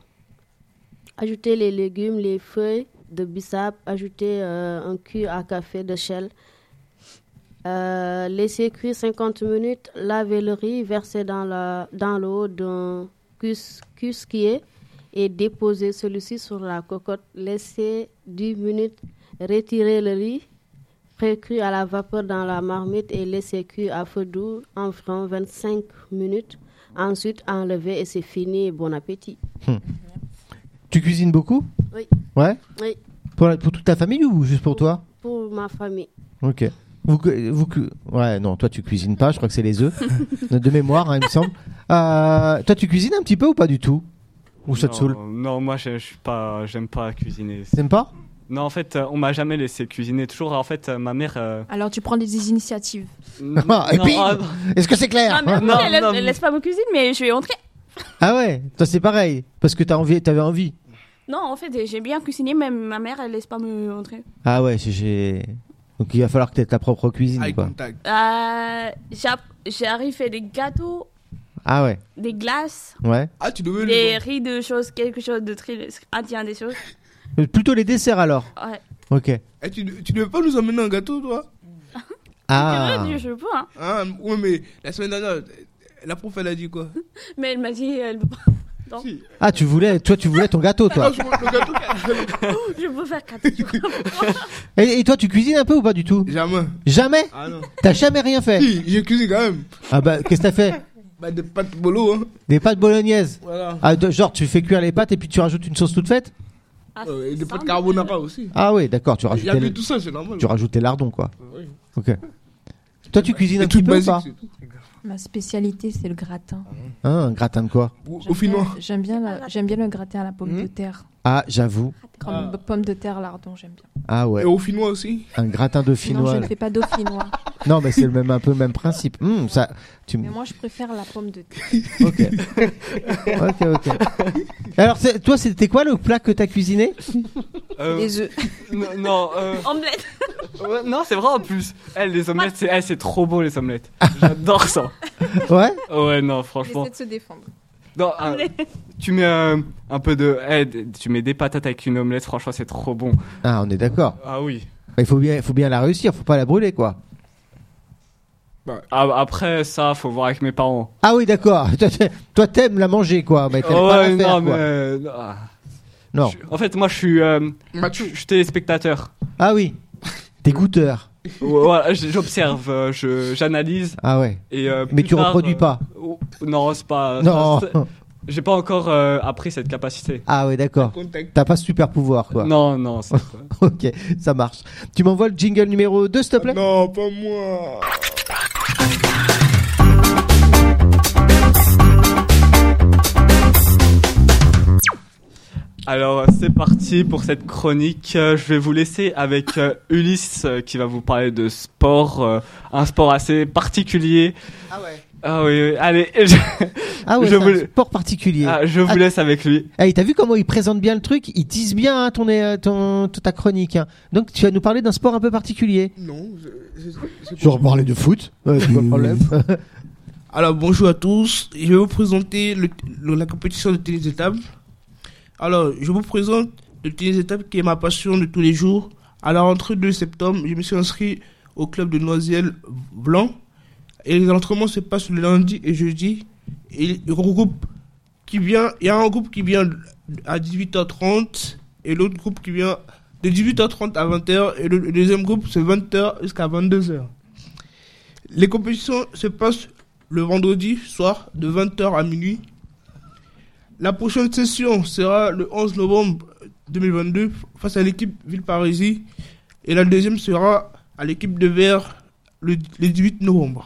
Speaker 9: Ajoutez les légumes, les feuilles de bissap. Ajoutez euh, un cul à café de shell. Euh, laissez cuire 50 minutes. Lavez le riz, versez dans la- dans l'eau d'un cus- cusquier et déposez celui-ci sur la cocotte. Laissez 10 minutes. Retirez le riz Précuit à la vapeur dans la marmite et laissez cuire à feu doux environ 25 minutes. Ensuite, enlever et c'est fini. Bon appétit.
Speaker 4: Tu cuisines beaucoup
Speaker 9: Oui.
Speaker 4: Ouais
Speaker 9: Oui,
Speaker 4: pour, la- pour toute ta famille ou juste pour toi
Speaker 9: pour ma famille.
Speaker 4: Ok. Vous, cu- vous, cu- ouais, non, toi tu cuisines pas, je crois que c'est les œufs. de mémoire, hein, il me semble. Euh, toi tu cuisines un petit peu ou pas du tout Ou ça te
Speaker 1: Non,
Speaker 4: saoule
Speaker 1: Non, moi je je suis pas, j'aime pas cuisiner.
Speaker 4: T'aimes pas
Speaker 1: Non, en fait, euh, on m'a jamais laissé cuisiner. Toujours, en fait, euh, ma mère. euh,
Speaker 6: Alors tu prends des initiatives.
Speaker 4: Ah, et
Speaker 1: non,
Speaker 4: puis
Speaker 1: ah, non.
Speaker 4: Est-ce que c'est clair
Speaker 7: Ah, mais
Speaker 1: Non,
Speaker 7: elle,
Speaker 1: non,
Speaker 7: elle
Speaker 1: mais-
Speaker 7: laisse pas me cuisiner, mais je vais entrer.
Speaker 4: Ah ouais, toi c'est pareil, parce que t'as envie, t'avais envie.
Speaker 7: Non, en fait, j'ai bien cuisiné, mais ma mère, elle laisse pas me entrer.
Speaker 4: Ah ouais, j'ai- j'ai. Donc il va falloir que t'aies ta propre cuisine,
Speaker 3: Eye
Speaker 4: quoi.
Speaker 3: contact.
Speaker 7: Euh, j'app- J'arrive à faire des gâteaux,
Speaker 4: Ah ouais,
Speaker 7: des glaces,
Speaker 4: ouais.
Speaker 3: Ah, tu devais
Speaker 7: des
Speaker 3: le.
Speaker 7: riz de choses, quelque chose de très indien, des choses.
Speaker 4: Euh, Plutôt les desserts alors.
Speaker 7: Ouais.
Speaker 4: Ok.
Speaker 3: Eh, tu, tu devais pas nous emmener un gâteau, toi
Speaker 4: Ah.
Speaker 7: Je, je peux, hein.
Speaker 3: Hein Ouais, mais la semaine dernière, la prof, elle a dit quoi
Speaker 7: Mais elle m'a dit, elle peut pas- Non.
Speaker 3: Si.
Speaker 4: Ah, tu voulais, toi tu voulais ton gâteau,
Speaker 3: Ah,
Speaker 4: toi.
Speaker 3: je vois le gâteau qu'elle-
Speaker 7: je peux faire quatre
Speaker 4: Et, et toi tu cuisines un peu ou pas du tout
Speaker 3: Jamais.
Speaker 4: Jamais
Speaker 3: Ah non.
Speaker 4: T'as jamais rien fait
Speaker 3: Si, j'ai cuisiné quand même.
Speaker 4: Ah bah, qu'est-ce que t'as fait
Speaker 3: Bah, des pâtes bolo, hein.
Speaker 4: Des pâtes bolognaises.
Speaker 3: Voilà.
Speaker 4: Ah, de- genre, tu fais cuire les pâtes et puis tu rajoutes une sauce toute faite
Speaker 7: Ah,
Speaker 3: Euh, et des pâtes
Speaker 7: semble.
Speaker 3: carbonara aussi.
Speaker 4: Ah oui, d'accord, tu
Speaker 3: Il y
Speaker 4: rajoutes,
Speaker 3: a plus
Speaker 4: les,
Speaker 3: tout ça, c'est normal.
Speaker 4: tu rajoutes les lardons, quoi.
Speaker 3: Oui.
Speaker 4: Ok. Toi, tu cuisines un
Speaker 3: Des
Speaker 4: petit
Speaker 3: trucs
Speaker 4: peu ou
Speaker 3: basiques.
Speaker 4: pas
Speaker 3: c'est tout.
Speaker 8: Ma spécialité, c'est le gratin.
Speaker 4: Hein, Un gratin de quoi
Speaker 3: Au- Au
Speaker 8: J'aime
Speaker 3: final.
Speaker 8: bien- J'aime bien, la- j'aime bien le gratin à la pomme
Speaker 3: Mhm.
Speaker 8: de terre.
Speaker 4: Ah, j'avoue.
Speaker 8: Comme
Speaker 3: Ah.
Speaker 8: pomme de terre, lardon, j'aime bien.
Speaker 4: Ah ouais,
Speaker 3: Et au finnois aussi.
Speaker 4: un gratin de
Speaker 8: Non,
Speaker 4: finnois.
Speaker 8: je
Speaker 4: là.
Speaker 8: ne fais pas dauphinois.
Speaker 4: Non, mais c'est le même, un peu le même principe. Hum, ça, tu...
Speaker 8: mais
Speaker 4: m-
Speaker 8: moi, je préfère la pomme de terre.
Speaker 4: Ok. ok, ok. Alors, c'est- toi, c'était quoi le plat que t'as cuisiné
Speaker 1: Euh,
Speaker 8: Les œufs.
Speaker 1: non, non, euh,
Speaker 7: Omelette.
Speaker 1: ouais, non, c'est vrai en plus. Eh, les omelettes, c'est eh, c'est trop beau, les omelettes.
Speaker 4: Ah.
Speaker 1: J'adore ça.
Speaker 4: Ouais
Speaker 1: Ouais, non, franchement.
Speaker 8: J'essaie de se défendre.
Speaker 1: Non, euh, tu mets euh, un peu de. eh, d- tu mets des patates avec une omelette, franchement, c'est trop bon.
Speaker 4: Ah, on est d'accord.
Speaker 1: Ah oui.
Speaker 4: Il faut bien, faut bien la réussir, faut pas la brûler, quoi.
Speaker 1: Ah, après, ça, faut voir avec mes parents.
Speaker 4: Ah oui, d'accord. Toi, t'aimes- Toi, t'aimes la manger, quoi. Mais t'aimes
Speaker 3: Ah
Speaker 4: pas la faire,
Speaker 1: non,
Speaker 4: quoi.
Speaker 1: mais. non, ah.
Speaker 4: Non.
Speaker 1: Je- en fait, moi, je suis. euh, je
Speaker 3: Mathieu.
Speaker 1: je suis téléspectateur.
Speaker 4: Ah oui. T'es goûteur.
Speaker 1: voilà, j- j'observe, euh, je- j'analyse.
Speaker 4: Ah ouais.
Speaker 1: Et, euh,
Speaker 4: Mais
Speaker 1: plus
Speaker 4: tu
Speaker 1: tard,
Speaker 4: reproduis
Speaker 1: euh,
Speaker 4: pas.
Speaker 1: oh, non, c'est pas.
Speaker 4: Non.
Speaker 1: ça, c'est- J'ai pas encore euh, appris cette capacité.
Speaker 4: Ah ouais, d'accord.
Speaker 3: Contact.
Speaker 4: T'as pas ce super pouvoir, quoi.
Speaker 1: Non, non, c'est pas.
Speaker 4: Ok, ça marche. Tu m'envoies le jingle numéro 2, s'il te plaît
Speaker 3: Non, pas moi.
Speaker 1: Alors, c'est parti pour cette chronique. Euh, je vais vous laisser avec euh, Ulysse euh, qui va vous parler de sport, euh, un sport assez particulier.
Speaker 4: Ah ouais.
Speaker 1: Ah oui, oui, allez, je,
Speaker 4: Ah ouais,
Speaker 1: Je
Speaker 4: c'est
Speaker 1: voulais-
Speaker 4: un sport particulier.
Speaker 1: ah, je vous
Speaker 4: Ah.
Speaker 1: laisse avec lui.
Speaker 4: Hey, t'as vu comment il présente bien le truc Il tease bien hein, ton, euh, ton, ta chronique. hein. Donc tu vas nous parler d'un sport un peu particulier.
Speaker 3: Non, je- je- c'est
Speaker 4: Je vais reparler de foot. c'est pas le problème.
Speaker 3: Alors bonjour à tous, je vais vous présenter le- le- la compétition de tennis de table. Alors je vous présente le tennis de table qui est ma passion de tous les jours. À la rentrée de septembre, je me suis inscrit au club de Noisiel Blanc et les entraînements se passent le lundi et jeudi. Et il regroupe qui vient, il y a un groupe qui vient à 18h30 et l'autre groupe qui vient de 18h30 à 20h et le, le deuxième groupe c'est 20h jusqu'à 22h. Les compétitions se passent le vendredi soir de 20h à minuit. La prochaine session sera le 11 novembre 2022 face à l'équipe Villeparisis et la deuxième sera à l'équipe de Vert le, le 18 novembre.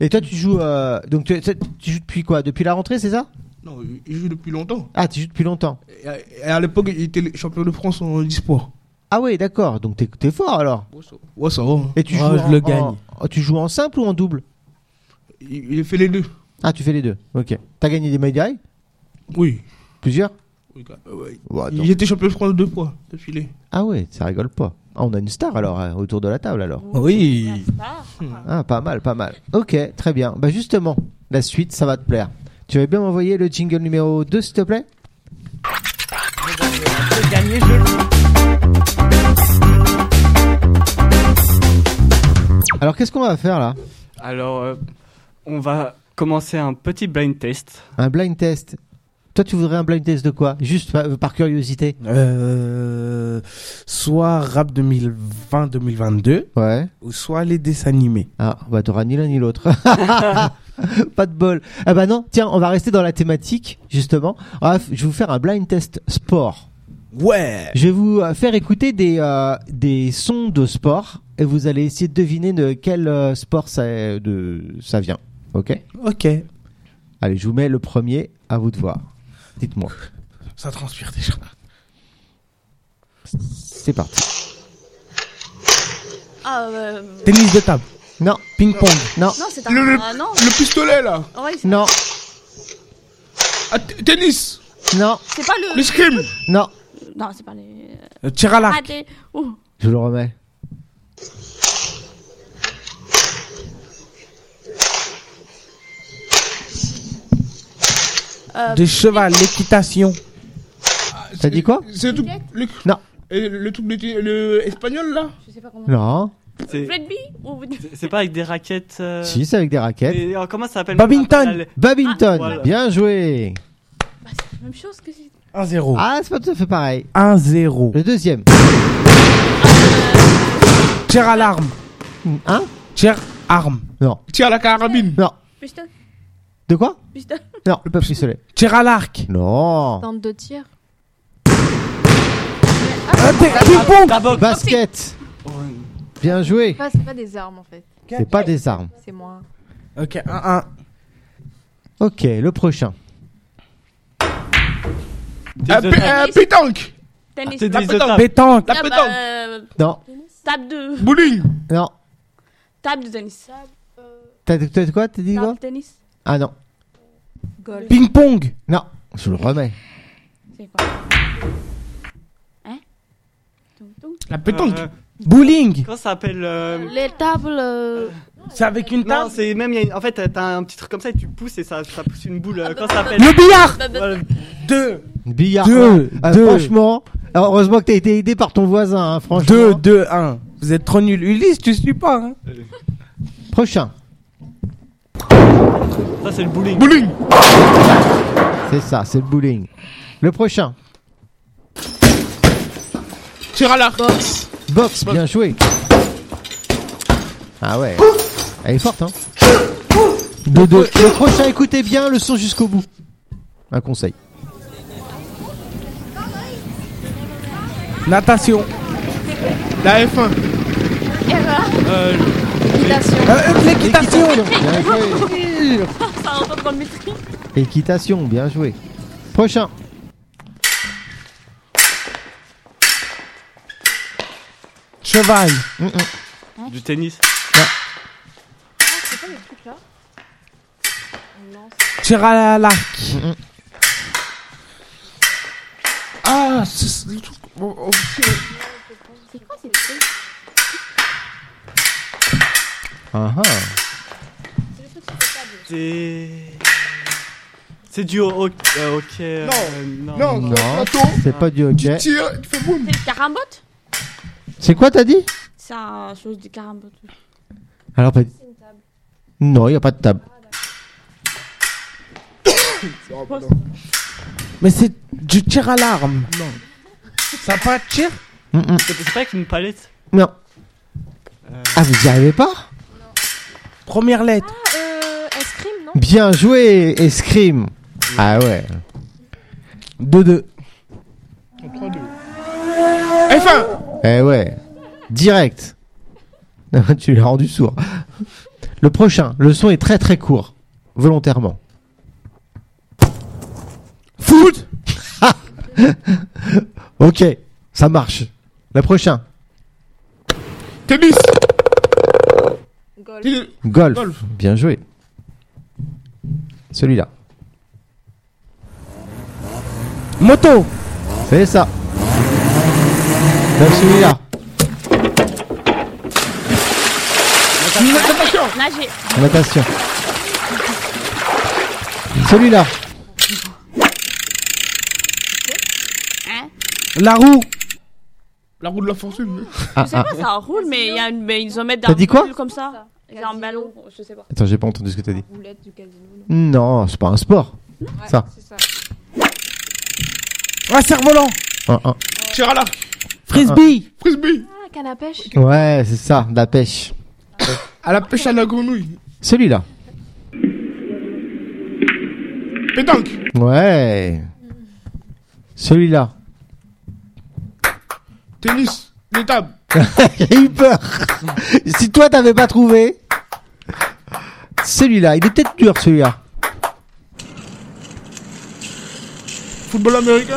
Speaker 4: Et toi, tu joues. euh, donc tu, tu joues depuis quoi Depuis la rentrée, c'est ça
Speaker 3: Non, il- il joue depuis longtemps.
Speaker 4: Ah, tu joues depuis longtemps.
Speaker 3: Et à, et à l'époque, il était le champion de France en e-sport.
Speaker 4: Ah ouais, d'accord. Donc t'es t'es fort alors.
Speaker 3: Ouais, ça va. hein.
Speaker 4: Et tu
Speaker 2: Oh,
Speaker 4: joues
Speaker 2: je
Speaker 4: en,
Speaker 2: le
Speaker 4: en-
Speaker 2: gagne.
Speaker 4: en- tu joues en simple ou en double
Speaker 3: Il, il fait les deux.
Speaker 4: Ah, tu fais les deux. Ok. T'as gagné des médailles
Speaker 3: Oui.
Speaker 4: Plusieurs
Speaker 3: Oui, quand- euh, ouais.
Speaker 4: Ouais, Ah, donc-
Speaker 3: Il était champion de France deux fois, de filet.
Speaker 4: Ah ouais, ça rigole pas. Ah, on a une star alors hein, autour de la table alors.
Speaker 2: Oui.
Speaker 4: Ah, pas mal, pas mal. Ok, très bien. Bah justement, la suite, ça va te plaire. Tu vas bien m'envoyer le jingle numéro 2, s'il te plaît Alors, qu'est-ce qu'on va faire là
Speaker 1: Alors, euh, on va commencer un petit blind test.
Speaker 4: Un blind test Toi, tu voudrais un blind test de quoi Juste par, par curiosité.
Speaker 2: Euh, soit rap 2020-2022,
Speaker 4: Ouais.
Speaker 2: ou soit les dessins animés.
Speaker 4: Ah, bah t'auras ni l'un ni l'autre. Pas de bol. Ah bah non, tiens, on va rester dans la thématique, justement. On va f- je vais vous faire un blind test sport.
Speaker 2: Ouais
Speaker 4: Je vais vous euh, faire écouter des, euh, des sons de sport et vous allez essayer de deviner de quel euh, sport ça, de, ça vient. Ok
Speaker 2: Ok.
Speaker 4: Allez, je vous mets le premier, à vous de voir. Dites-moi.
Speaker 2: Ça transpire déjà.
Speaker 4: C'est parti.
Speaker 6: Ah, euh,
Speaker 2: Tennis de table.
Speaker 4: Non,
Speaker 2: Ping-pong.
Speaker 4: non,
Speaker 6: non, c'est un.
Speaker 3: Le- le-
Speaker 6: Ah, non,
Speaker 3: Le pistolet là
Speaker 6: ouais, c'est-
Speaker 4: non,
Speaker 3: Ah, t- Tennis
Speaker 4: non,
Speaker 6: c'est pas le.
Speaker 3: L'escrime
Speaker 4: non.
Speaker 6: Non, c'est pas les.
Speaker 2: Euh, tir à l'arc.
Speaker 6: Ah, des- Ouh.
Speaker 4: Je le remets.
Speaker 6: Euh,
Speaker 2: De cheval, l'équitation.
Speaker 4: T'as dit quoi
Speaker 3: C'est tout. Le...
Speaker 4: Non.
Speaker 3: Et le truc de t- le espagnol là
Speaker 6: Je sais pas comment.
Speaker 4: Non.
Speaker 1: C'est
Speaker 6: Rugby ou-
Speaker 1: c'est pas avec des raquettes. euh,
Speaker 4: Si, c'est avec des raquettes.
Speaker 1: et, euh, comment ça s'appelle
Speaker 2: Babington.
Speaker 4: Babington,
Speaker 1: voilà.
Speaker 4: bien joué.
Speaker 6: Bah, c'est la même chose que si.
Speaker 2: 1-0.
Speaker 4: Ah, c'est pas tout à fait pareil.
Speaker 2: 1-0.
Speaker 4: Le deuxième.
Speaker 2: Tir à l'arme.
Speaker 4: Hein
Speaker 2: Tir arme.
Speaker 4: Non.
Speaker 3: Tire la carabine
Speaker 4: Non.
Speaker 6: Pistol,
Speaker 4: De quoi
Speaker 6: pistol.
Speaker 4: Non, le pistolet.
Speaker 2: Tir à l'arc.
Speaker 4: Non.
Speaker 6: Tente de tir.
Speaker 2: Ah, t'es- ping-pong.
Speaker 1: La boxe.
Speaker 4: Basket. Bien joué.
Speaker 8: Pas- c'est pas des armes en fait.
Speaker 4: C'est pas des armes.
Speaker 8: C'est moins.
Speaker 2: Ok, 1-1.
Speaker 4: Ok, le prochain.
Speaker 3: Un
Speaker 1: Tennis de table.
Speaker 3: pé- un pétanque
Speaker 1: Ah,
Speaker 6: Tennis.
Speaker 1: c'est tennis de
Speaker 3: pétanque.
Speaker 1: table.
Speaker 2: Pétanque.
Speaker 3: La
Speaker 6: Ah,
Speaker 3: pétanque
Speaker 6: bah, euh,
Speaker 4: Non,
Speaker 6: Table de.
Speaker 3: Bowling
Speaker 4: non.
Speaker 6: Table de tennis.
Speaker 4: T'as t'as dit quoi T'as dit
Speaker 6: Table
Speaker 4: quoi
Speaker 6: de tennis.
Speaker 4: Ah non.
Speaker 8: Golf.
Speaker 2: Ping-pong.
Speaker 4: Non. Je le remets.
Speaker 6: C'est quoi Hein Tung, tung.
Speaker 3: La pétanque
Speaker 1: Euh,
Speaker 2: Bowling.
Speaker 1: Comment ça s'appelle euh,
Speaker 9: Les tables. euh,
Speaker 2: C'est avec une
Speaker 1: Non,
Speaker 2: table.
Speaker 1: c'est même. il y a une- En fait, t'as un petit truc comme ça et tu pousses et ça, ça pousse une boule. euh, Comment ça s'appelle
Speaker 2: Le billard.
Speaker 6: Bah, bah,
Speaker 1: Voilà.
Speaker 2: 2.
Speaker 4: Billard.
Speaker 2: Deux,
Speaker 4: Ah,
Speaker 2: deux.
Speaker 4: Franchement, alors, heureusement que t'as été aidé par ton voisin, hein, franchement.
Speaker 2: 2, 2, 1. Vous êtes trop nuls. Ulysse, tu suis pas. Hein.
Speaker 4: Prochain.
Speaker 1: Ça, c'est le bowling.
Speaker 3: Bowling
Speaker 4: C'est ça, c'est le bowling. Le prochain.
Speaker 3: Tire à l'arc
Speaker 4: Box, bien joué. Ah ouais. Elle est forte, hein. De deux. Le prochain, écoutez bien le son jusqu'au bout. Un conseil.
Speaker 2: Natation.
Speaker 3: La F1
Speaker 2: Euh, euh, l'équitation.
Speaker 4: Bien joué.
Speaker 6: Ça rentre dans le maîtrise.
Speaker 4: Équitation, bien joué. Prochain.
Speaker 2: Cheval.
Speaker 1: Du tennis.
Speaker 2: Tir à l'arc.
Speaker 3: Ah c'est- c'est le truc- oh, oh, c'est-
Speaker 4: Ah ah.
Speaker 1: C'est. C'est du ho- ho- euh, hockey. euh,
Speaker 3: Non, non,
Speaker 4: Non.
Speaker 3: plateau
Speaker 4: C'est pas du hockey.
Speaker 3: Tire, tu fais boum
Speaker 6: C'est le carambote
Speaker 4: C'est quoi, t'as dit
Speaker 6: C'est un chose du carambote.
Speaker 4: Alors, pas... Non, il n'y a pas de table.
Speaker 3: Oh, non.
Speaker 2: Mais c'est du tir à l'arme. Non. Ça a pas de tir
Speaker 4: Mm-mm.
Speaker 1: C'est c'est pas avec une palette.
Speaker 4: Mm, Non.
Speaker 1: Euh,
Speaker 4: Ah, vous y arrivez pas
Speaker 2: Première lettre.
Speaker 8: Euh, escrime, non
Speaker 4: Bien joué, Escrime. Ah ouais.
Speaker 2: 2-2.
Speaker 3: F1
Speaker 4: Eh ouais. Direct. tu l'as rendu sourd. Le prochain, le son est très très court. Volontairement.
Speaker 2: Foot.
Speaker 4: Ok, ça marche. Le prochain,
Speaker 3: Tennis
Speaker 8: Golf.
Speaker 3: Tennis.
Speaker 4: golf.
Speaker 3: Golf.
Speaker 4: Bien joué. Celui-là.
Speaker 2: Moto.
Speaker 4: C'est ça. Même celui-là.
Speaker 3: Natation
Speaker 6: Nager.
Speaker 4: Natation. Celui-là.
Speaker 2: La roue.
Speaker 3: La roue de la fortune
Speaker 4: Ah,
Speaker 6: Je sais
Speaker 4: ah.
Speaker 6: pas, ça roule, mais il y a une, mais ils en mettent
Speaker 4: T'as
Speaker 6: dans
Speaker 4: dit quoi
Speaker 6: comme ça. Ils en
Speaker 8: Casino.
Speaker 6: ballon, je sais pas.
Speaker 4: Attends, j'ai pas entendu ce que t'as dit.
Speaker 8: Roulette du casino, non
Speaker 4: Non, c'est pas un sport.
Speaker 8: Ouais,
Speaker 4: Ça.
Speaker 8: c'est ça.
Speaker 2: Ah, cerf-volant
Speaker 4: Un, un.
Speaker 3: Tir à l'arc.
Speaker 4: Frisbee
Speaker 3: Frisbee.
Speaker 6: Ah, canne à pêche.
Speaker 4: Ouais, c'est ça, la pêche.
Speaker 3: À la pêche à la grenouille.
Speaker 4: Celui-là.
Speaker 3: Pétanque.
Speaker 4: Ouais. Celui-là.
Speaker 3: Tennis. L'étable.
Speaker 4: J'ai eu peur. si toi t'avais pas trouvé. Celui-là, il est peut-être dur celui-là.
Speaker 3: Football américain.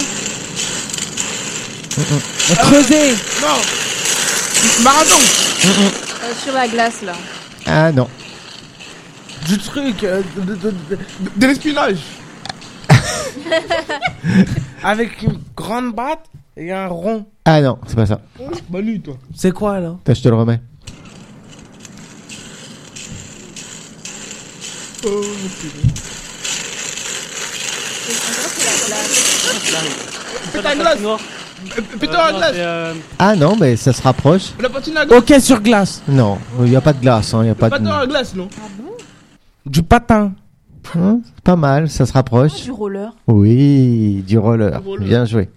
Speaker 4: Creuser
Speaker 3: Non. Marathon.
Speaker 6: Euh, sur la glace, là.
Speaker 4: Ah non.
Speaker 3: Du truc. euh, de, de, de, de- de l'espionnage.
Speaker 2: Avec une grande batte et un rond.
Speaker 4: Ah non, c'est pas ça.
Speaker 3: Bonne nuit, toi.
Speaker 2: C'est quoi alors
Speaker 4: Attends, je te le remets.
Speaker 3: Oh, putain. Pétanque à glace.
Speaker 1: Noir.
Speaker 3: Euh, Pétanque à
Speaker 1: non,
Speaker 3: glace.
Speaker 1: c'est, euh,
Speaker 4: Ah non, mais ça se rapproche.
Speaker 3: La patine à glace.
Speaker 2: Ok, sur glace.
Speaker 4: Non, il n'y a pas de glace, hein, il n'y a
Speaker 3: Le
Speaker 4: pas de...
Speaker 3: patin à glace, non
Speaker 2: Du patin.
Speaker 4: Hein, c'est pas mal, ça se rapproche.
Speaker 6: Du roller.
Speaker 4: Oui, du roller.
Speaker 3: Du roller.
Speaker 4: Bien joué.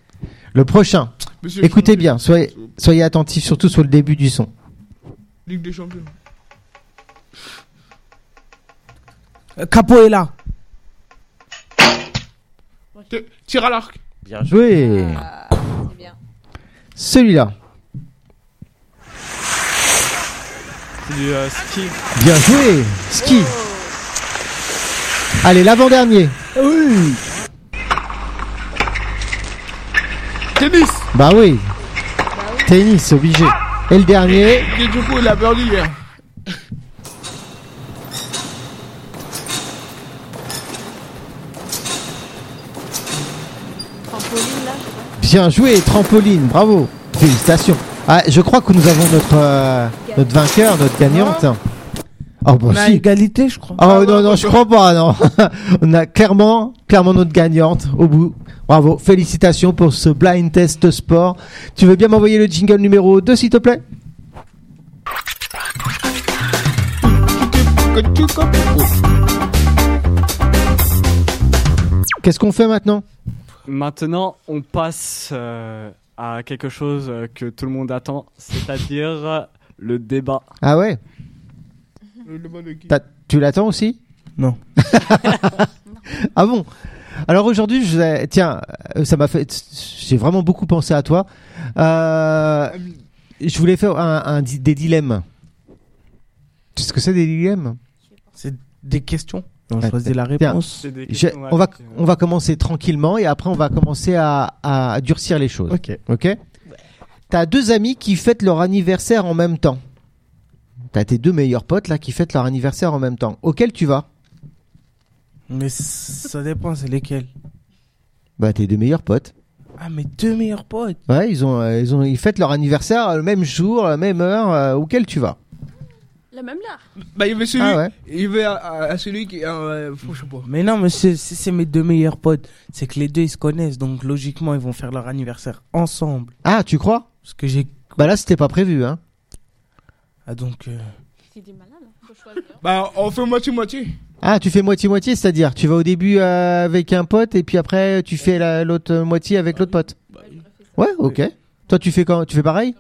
Speaker 4: Le prochain.
Speaker 3: Monsieur,
Speaker 4: Écoutez bien, soyez, soyez attentifs surtout sur le début du son.
Speaker 3: Ligue des champions.
Speaker 2: Euh, Capoeira.
Speaker 3: T- Tir à l'arc.
Speaker 4: Bien joué. Celui-là.
Speaker 1: c'est du euh, ski.
Speaker 4: Bien joué. Ski. Allez, l'avant-dernier.
Speaker 3: Tennis.
Speaker 4: Bah oui. Tennis, obligé. Et le dernier.
Speaker 3: Et du coup, il a perdu hier.
Speaker 6: Trampoline, là, je sais pas.
Speaker 4: Bien joué, trampoline. Bravo. Félicitations. Ah, je crois que nous avons notre, euh, notre vainqueur, notre gagnante. Oh, bon,
Speaker 2: On a
Speaker 4: si.
Speaker 2: égalité, je crois. Ah,
Speaker 4: Oh non, non, je crois pas, non. On a clairement, clairement notre gagnante au bout. Bravo, félicitations pour ce blind test sport. Tu veux bien m'envoyer le jingle numéro 2, s'il te plaît Qu'est-ce qu'on fait maintenant
Speaker 1: Maintenant, on passe euh, à quelque chose euh, que tout le monde attend, c'est-à-dire euh, le débat.
Speaker 4: Ah ouais
Speaker 3: Le demande de qui
Speaker 4: T'as- Tu l'attends aussi
Speaker 2: Non.
Speaker 4: Ah bon Alors aujourd'hui, je vais- tiens, euh, ça m'a fait, j'ai vraiment beaucoup pensé à toi. Euh, je voulais faire un, un di- des dilemmes. Tu sais ce que c'est des dilemmes
Speaker 2: C'est des questions. On
Speaker 4: Ouais,
Speaker 2: choisit la
Speaker 4: tiens.
Speaker 2: réponse.
Speaker 1: C'est des
Speaker 4: Je-
Speaker 1: questions, ouais,
Speaker 4: on va
Speaker 1: c'est-
Speaker 4: on va commencer tranquillement et après on va commencer à, à durcir les choses.
Speaker 2: Ok.
Speaker 4: Ok. T'as deux amis qui fêtent leur anniversaire en même temps. T'as tes deux meilleurs potes là qui fêtent leur anniversaire en même temps. Auquel tu vas
Speaker 2: Mais c- ça dépend, c'est lesquels.
Speaker 4: Bah tes deux meilleurs potes.
Speaker 2: Ah, mais deux meilleurs potes.
Speaker 4: Ouais, ils ont, euh, ils ont, ils fêtent leur anniversaire euh, le même jour, la même heure. euh, auquel tu vas
Speaker 7: La même là.
Speaker 3: Bah, il veut celui.
Speaker 4: Ah ouais.
Speaker 3: Il veut à, à- à celui qui. Euh, faut- je sais pas.
Speaker 2: Mais non, mais c'est- c'est c'est mes deux meilleurs potes. C'est que les deux, ils se connaissent. Donc, logiquement, ils vont faire leur anniversaire ensemble.
Speaker 4: Ah, tu crois
Speaker 2: Parce que j'ai.
Speaker 4: Bah là, c'était pas prévu, hein.
Speaker 2: Ah, donc. euh,
Speaker 7: C'est des malades. hein. Faut choisir.
Speaker 3: Bah, on fait moitié-moitié.
Speaker 4: Ah, tu fais moitié moitié, c'est-à-dire tu vas au début euh, avec un pote et puis après tu fais la- l'autre moitié avec l'autre pote. Ouais, ok. Toi, tu fais quand Tu fais pareil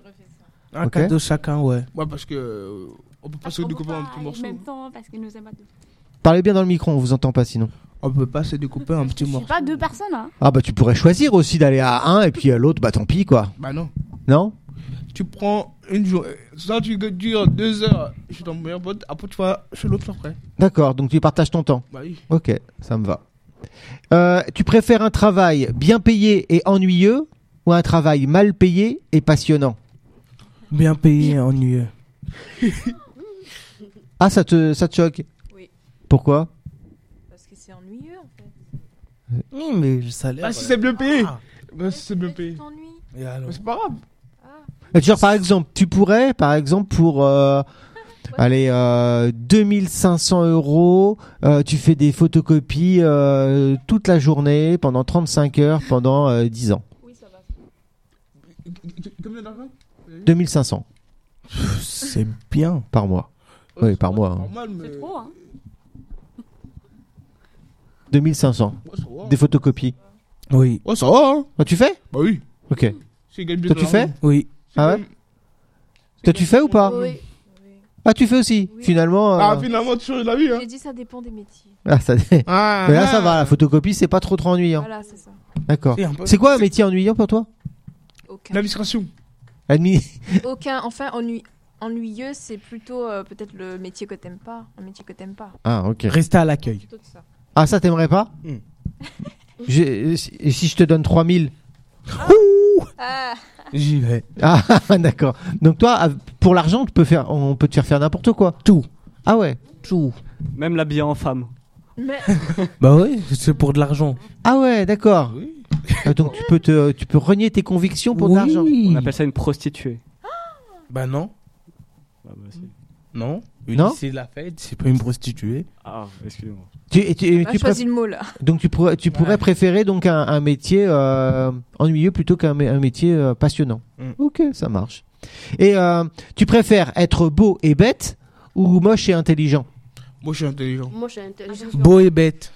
Speaker 2: Un
Speaker 4: Ok.
Speaker 2: cadeau chacun, ouais.
Speaker 3: Ouais, parce que. euh, on peut pas
Speaker 7: Parce
Speaker 3: se
Speaker 7: qu'on peut
Speaker 3: découper en
Speaker 7: pas
Speaker 3: petits
Speaker 7: aller en
Speaker 3: morceaux.
Speaker 7: même temps parce qu'ils nous aiment pas. tous.
Speaker 4: Parlez bien dans le micro, on vous entend pas sinon.
Speaker 3: On peut pas se découper en
Speaker 7: Je
Speaker 3: petits
Speaker 7: suis
Speaker 3: morceaux.
Speaker 7: pas deux personnes. Hein.
Speaker 4: Ah bah tu pourrais choisir aussi d'aller à un et puis à l'autre, bah tant pis quoi.
Speaker 3: Bah, non.
Speaker 4: Non
Speaker 3: Tu prends une journée. Ça, tu dures deux heures chez ton meilleur pote. Après, tu vas chez l'autre après.
Speaker 4: D'accord, donc tu partages ton temps.
Speaker 3: Bah, oui.
Speaker 4: Ok, ça me va. Euh, tu préfères un travail bien payé et ennuyeux ou un travail mal payé et passionnant
Speaker 2: Bien payé, ennuyeux.
Speaker 4: Ah, ça te, ça te choque
Speaker 5: Oui.
Speaker 4: Pourquoi
Speaker 5: Parce que c'est ennuyeux en fait.
Speaker 2: Non, mais le salaire.
Speaker 3: Bah, si c'est bien payé.
Speaker 2: Ah.
Speaker 3: Bah, si c'est bien
Speaker 5: Tu
Speaker 3: payé.
Speaker 5: t'ennuies.
Speaker 2: Et alors
Speaker 3: Bah, c'est pas grave.
Speaker 4: Euh, Genre, par exemple, tu pourrais, par exemple, pour euh, allez, euh, 2500 euros, euh, tu fais des photocopies euh, toute la journée pendant 35 heures pendant euh, 10 ans.
Speaker 7: Oui, ça va.
Speaker 3: Combien d'argent
Speaker 4: 2500
Speaker 2: C'est bien.
Speaker 4: par mois. Oui, par mois. hein.
Speaker 3: Normal, mais.
Speaker 7: C'est trop. Hein.
Speaker 4: 2500,
Speaker 3: Ouais, ça va.
Speaker 4: des photocopies.
Speaker 2: Oui.
Speaker 3: Oh, ça va, hein
Speaker 4: Ah, tu fais
Speaker 3: Bah oui.
Speaker 4: Ok.
Speaker 3: C'est gagne bien
Speaker 4: Toi,
Speaker 3: de
Speaker 4: tu fais
Speaker 3: l'argent.
Speaker 2: Oui.
Speaker 3: C'est
Speaker 4: Ah ouais
Speaker 3: gagne-
Speaker 4: Toi, tu fais ou pas
Speaker 6: Oui.
Speaker 4: Ah, tu fais aussi Finalement. euh,
Speaker 3: Ah, finalement, tu changes la vie, hein.
Speaker 6: J'ai dit ça dépend des métiers.
Speaker 4: ah, ça...
Speaker 3: Ah,
Speaker 4: Mais là, ça
Speaker 3: ah.
Speaker 4: va, la photocopie, c'est pas trop trop ennuyant.
Speaker 6: Voilà, c'est ça.
Speaker 4: D'accord.
Speaker 2: C'est un peu-
Speaker 4: C'est quoi un métier ennuyant pour toi
Speaker 8: Aucun.
Speaker 3: L'administration.
Speaker 4: Admis.
Speaker 8: Aucun. Enfin, ennui- ennuyeux, c'est plutôt euh, peut-être le métier que t'aimes pas. Un métier que t'aimes pas.
Speaker 4: Ah, ok.
Speaker 2: Rester à l'accueil.
Speaker 8: Plutôt que ça.
Speaker 4: Ah, ça, t'aimerais pas
Speaker 2: Hmm.
Speaker 4: Je- si si je te donne 3000
Speaker 8: Ah,
Speaker 2: J'y vais.
Speaker 4: Ah, d'accord. Donc toi, av- pour l'argent, tu peux faire, on peut te faire faire n'importe quoi. Tout. Ah ouais. Tout.
Speaker 1: Même l'habiller en femme.
Speaker 8: mais
Speaker 2: Bah oui, c'est pour de l'argent.
Speaker 4: Ah ouais, d'accord. Ah, donc tu peux te, tu peux renier tes convictions pour de l'argent.
Speaker 1: On appelle ça une prostituée.
Speaker 2: Bah non.
Speaker 1: Ah, bah, si.
Speaker 2: Non.
Speaker 4: Non
Speaker 2: C'est la fête, c'est pas une prostituée.
Speaker 1: Ah, excusez-moi.
Speaker 4: Tu, et tu- et
Speaker 8: on a
Speaker 4: tu
Speaker 8: choisi
Speaker 4: préf-
Speaker 8: le mot là.
Speaker 4: donc tu pourrais, tu pourrais
Speaker 2: Ouais.
Speaker 4: préférer donc un, un métier euh, ennuyeux plutôt qu'un mé- un métier euh, passionnant.
Speaker 2: Mm.
Speaker 4: Ok, ça marche. Et euh, tu préfères être beau et bête ou moche et intelligent
Speaker 3: Moi, je suis intelligent.
Speaker 9: Moi, je suis intelligent.
Speaker 2: Beau et bête.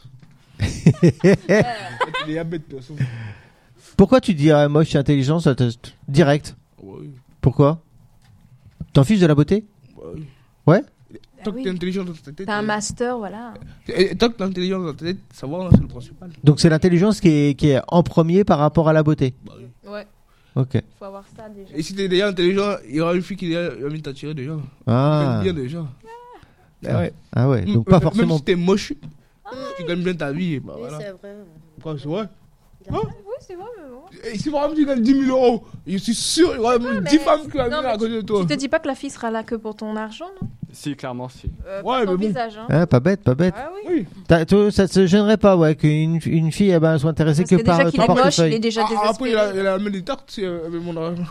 Speaker 3: Il est bête, de toute façon.
Speaker 4: Pourquoi tu dirais moche et intelligent ça te- direct
Speaker 3: Ah Ouais,
Speaker 4: Pourquoi T'en fiches de la beauté
Speaker 3: ouais.
Speaker 4: Ouais
Speaker 8: Ah
Speaker 3: Tant que
Speaker 8: oui.
Speaker 3: t'es intelligent dans ta tête.
Speaker 8: T'as un
Speaker 3: euh,
Speaker 8: master, voilà.
Speaker 3: Et- et Tant que t'es intelligent dans ta tête, ça va, hein, c'est le principal.
Speaker 4: Donc c'est l'intelligence qui est, qui est en premier par rapport à la beauté.
Speaker 8: Ouais,
Speaker 4: Ok.
Speaker 8: faut avoir ça déjà.
Speaker 3: Et si t'es déjà intelligent, il y aura une fille qui déjà- va venir t'attirer déjà.
Speaker 4: Ah,
Speaker 3: Tu gagnes bien déjà.
Speaker 4: Ah
Speaker 3: Ah ouais.
Speaker 4: ah ouais. Donc
Speaker 3: Mm,
Speaker 4: pas
Speaker 3: même
Speaker 4: forcément.
Speaker 3: si t'es moche, tu gagnes bien ta vie. et Bah,
Speaker 9: Oui,
Speaker 3: voilà.
Speaker 9: c'est vrai.
Speaker 3: Pourquoi c'est vrai
Speaker 8: Oui, c'est vrai, mais bon.
Speaker 3: Et si par exemple tu gagnes 10 000 euros, je suis sûr, il y aura même 10
Speaker 8: mais-
Speaker 3: femmes qui vont
Speaker 8: non,
Speaker 3: venir
Speaker 8: mais
Speaker 3: à côté de toi.
Speaker 8: Tu te dis pas que la fille sera là que pour ton argent, non
Speaker 1: Si, clairement, si.
Speaker 8: Euh,
Speaker 3: Ouais,
Speaker 8: pour ton
Speaker 3: mais bon.
Speaker 8: visage, hein.
Speaker 4: Hein, pas bête, pas bête.
Speaker 8: Ah oui.
Speaker 3: Oui.
Speaker 4: T'as- toi, ça te gênerait pas, ouais, qu'une une fille eh ben, soit intéressée
Speaker 8: Parce
Speaker 4: que,
Speaker 8: que
Speaker 4: par
Speaker 8: déjà qu'il
Speaker 4: ton
Speaker 8: est moche, il est
Speaker 4: portefeuille.
Speaker 8: déjà
Speaker 3: Ah, après, il a,
Speaker 8: désespéré.
Speaker 3: il a mis des tartes c'est, euh, avec mon argent.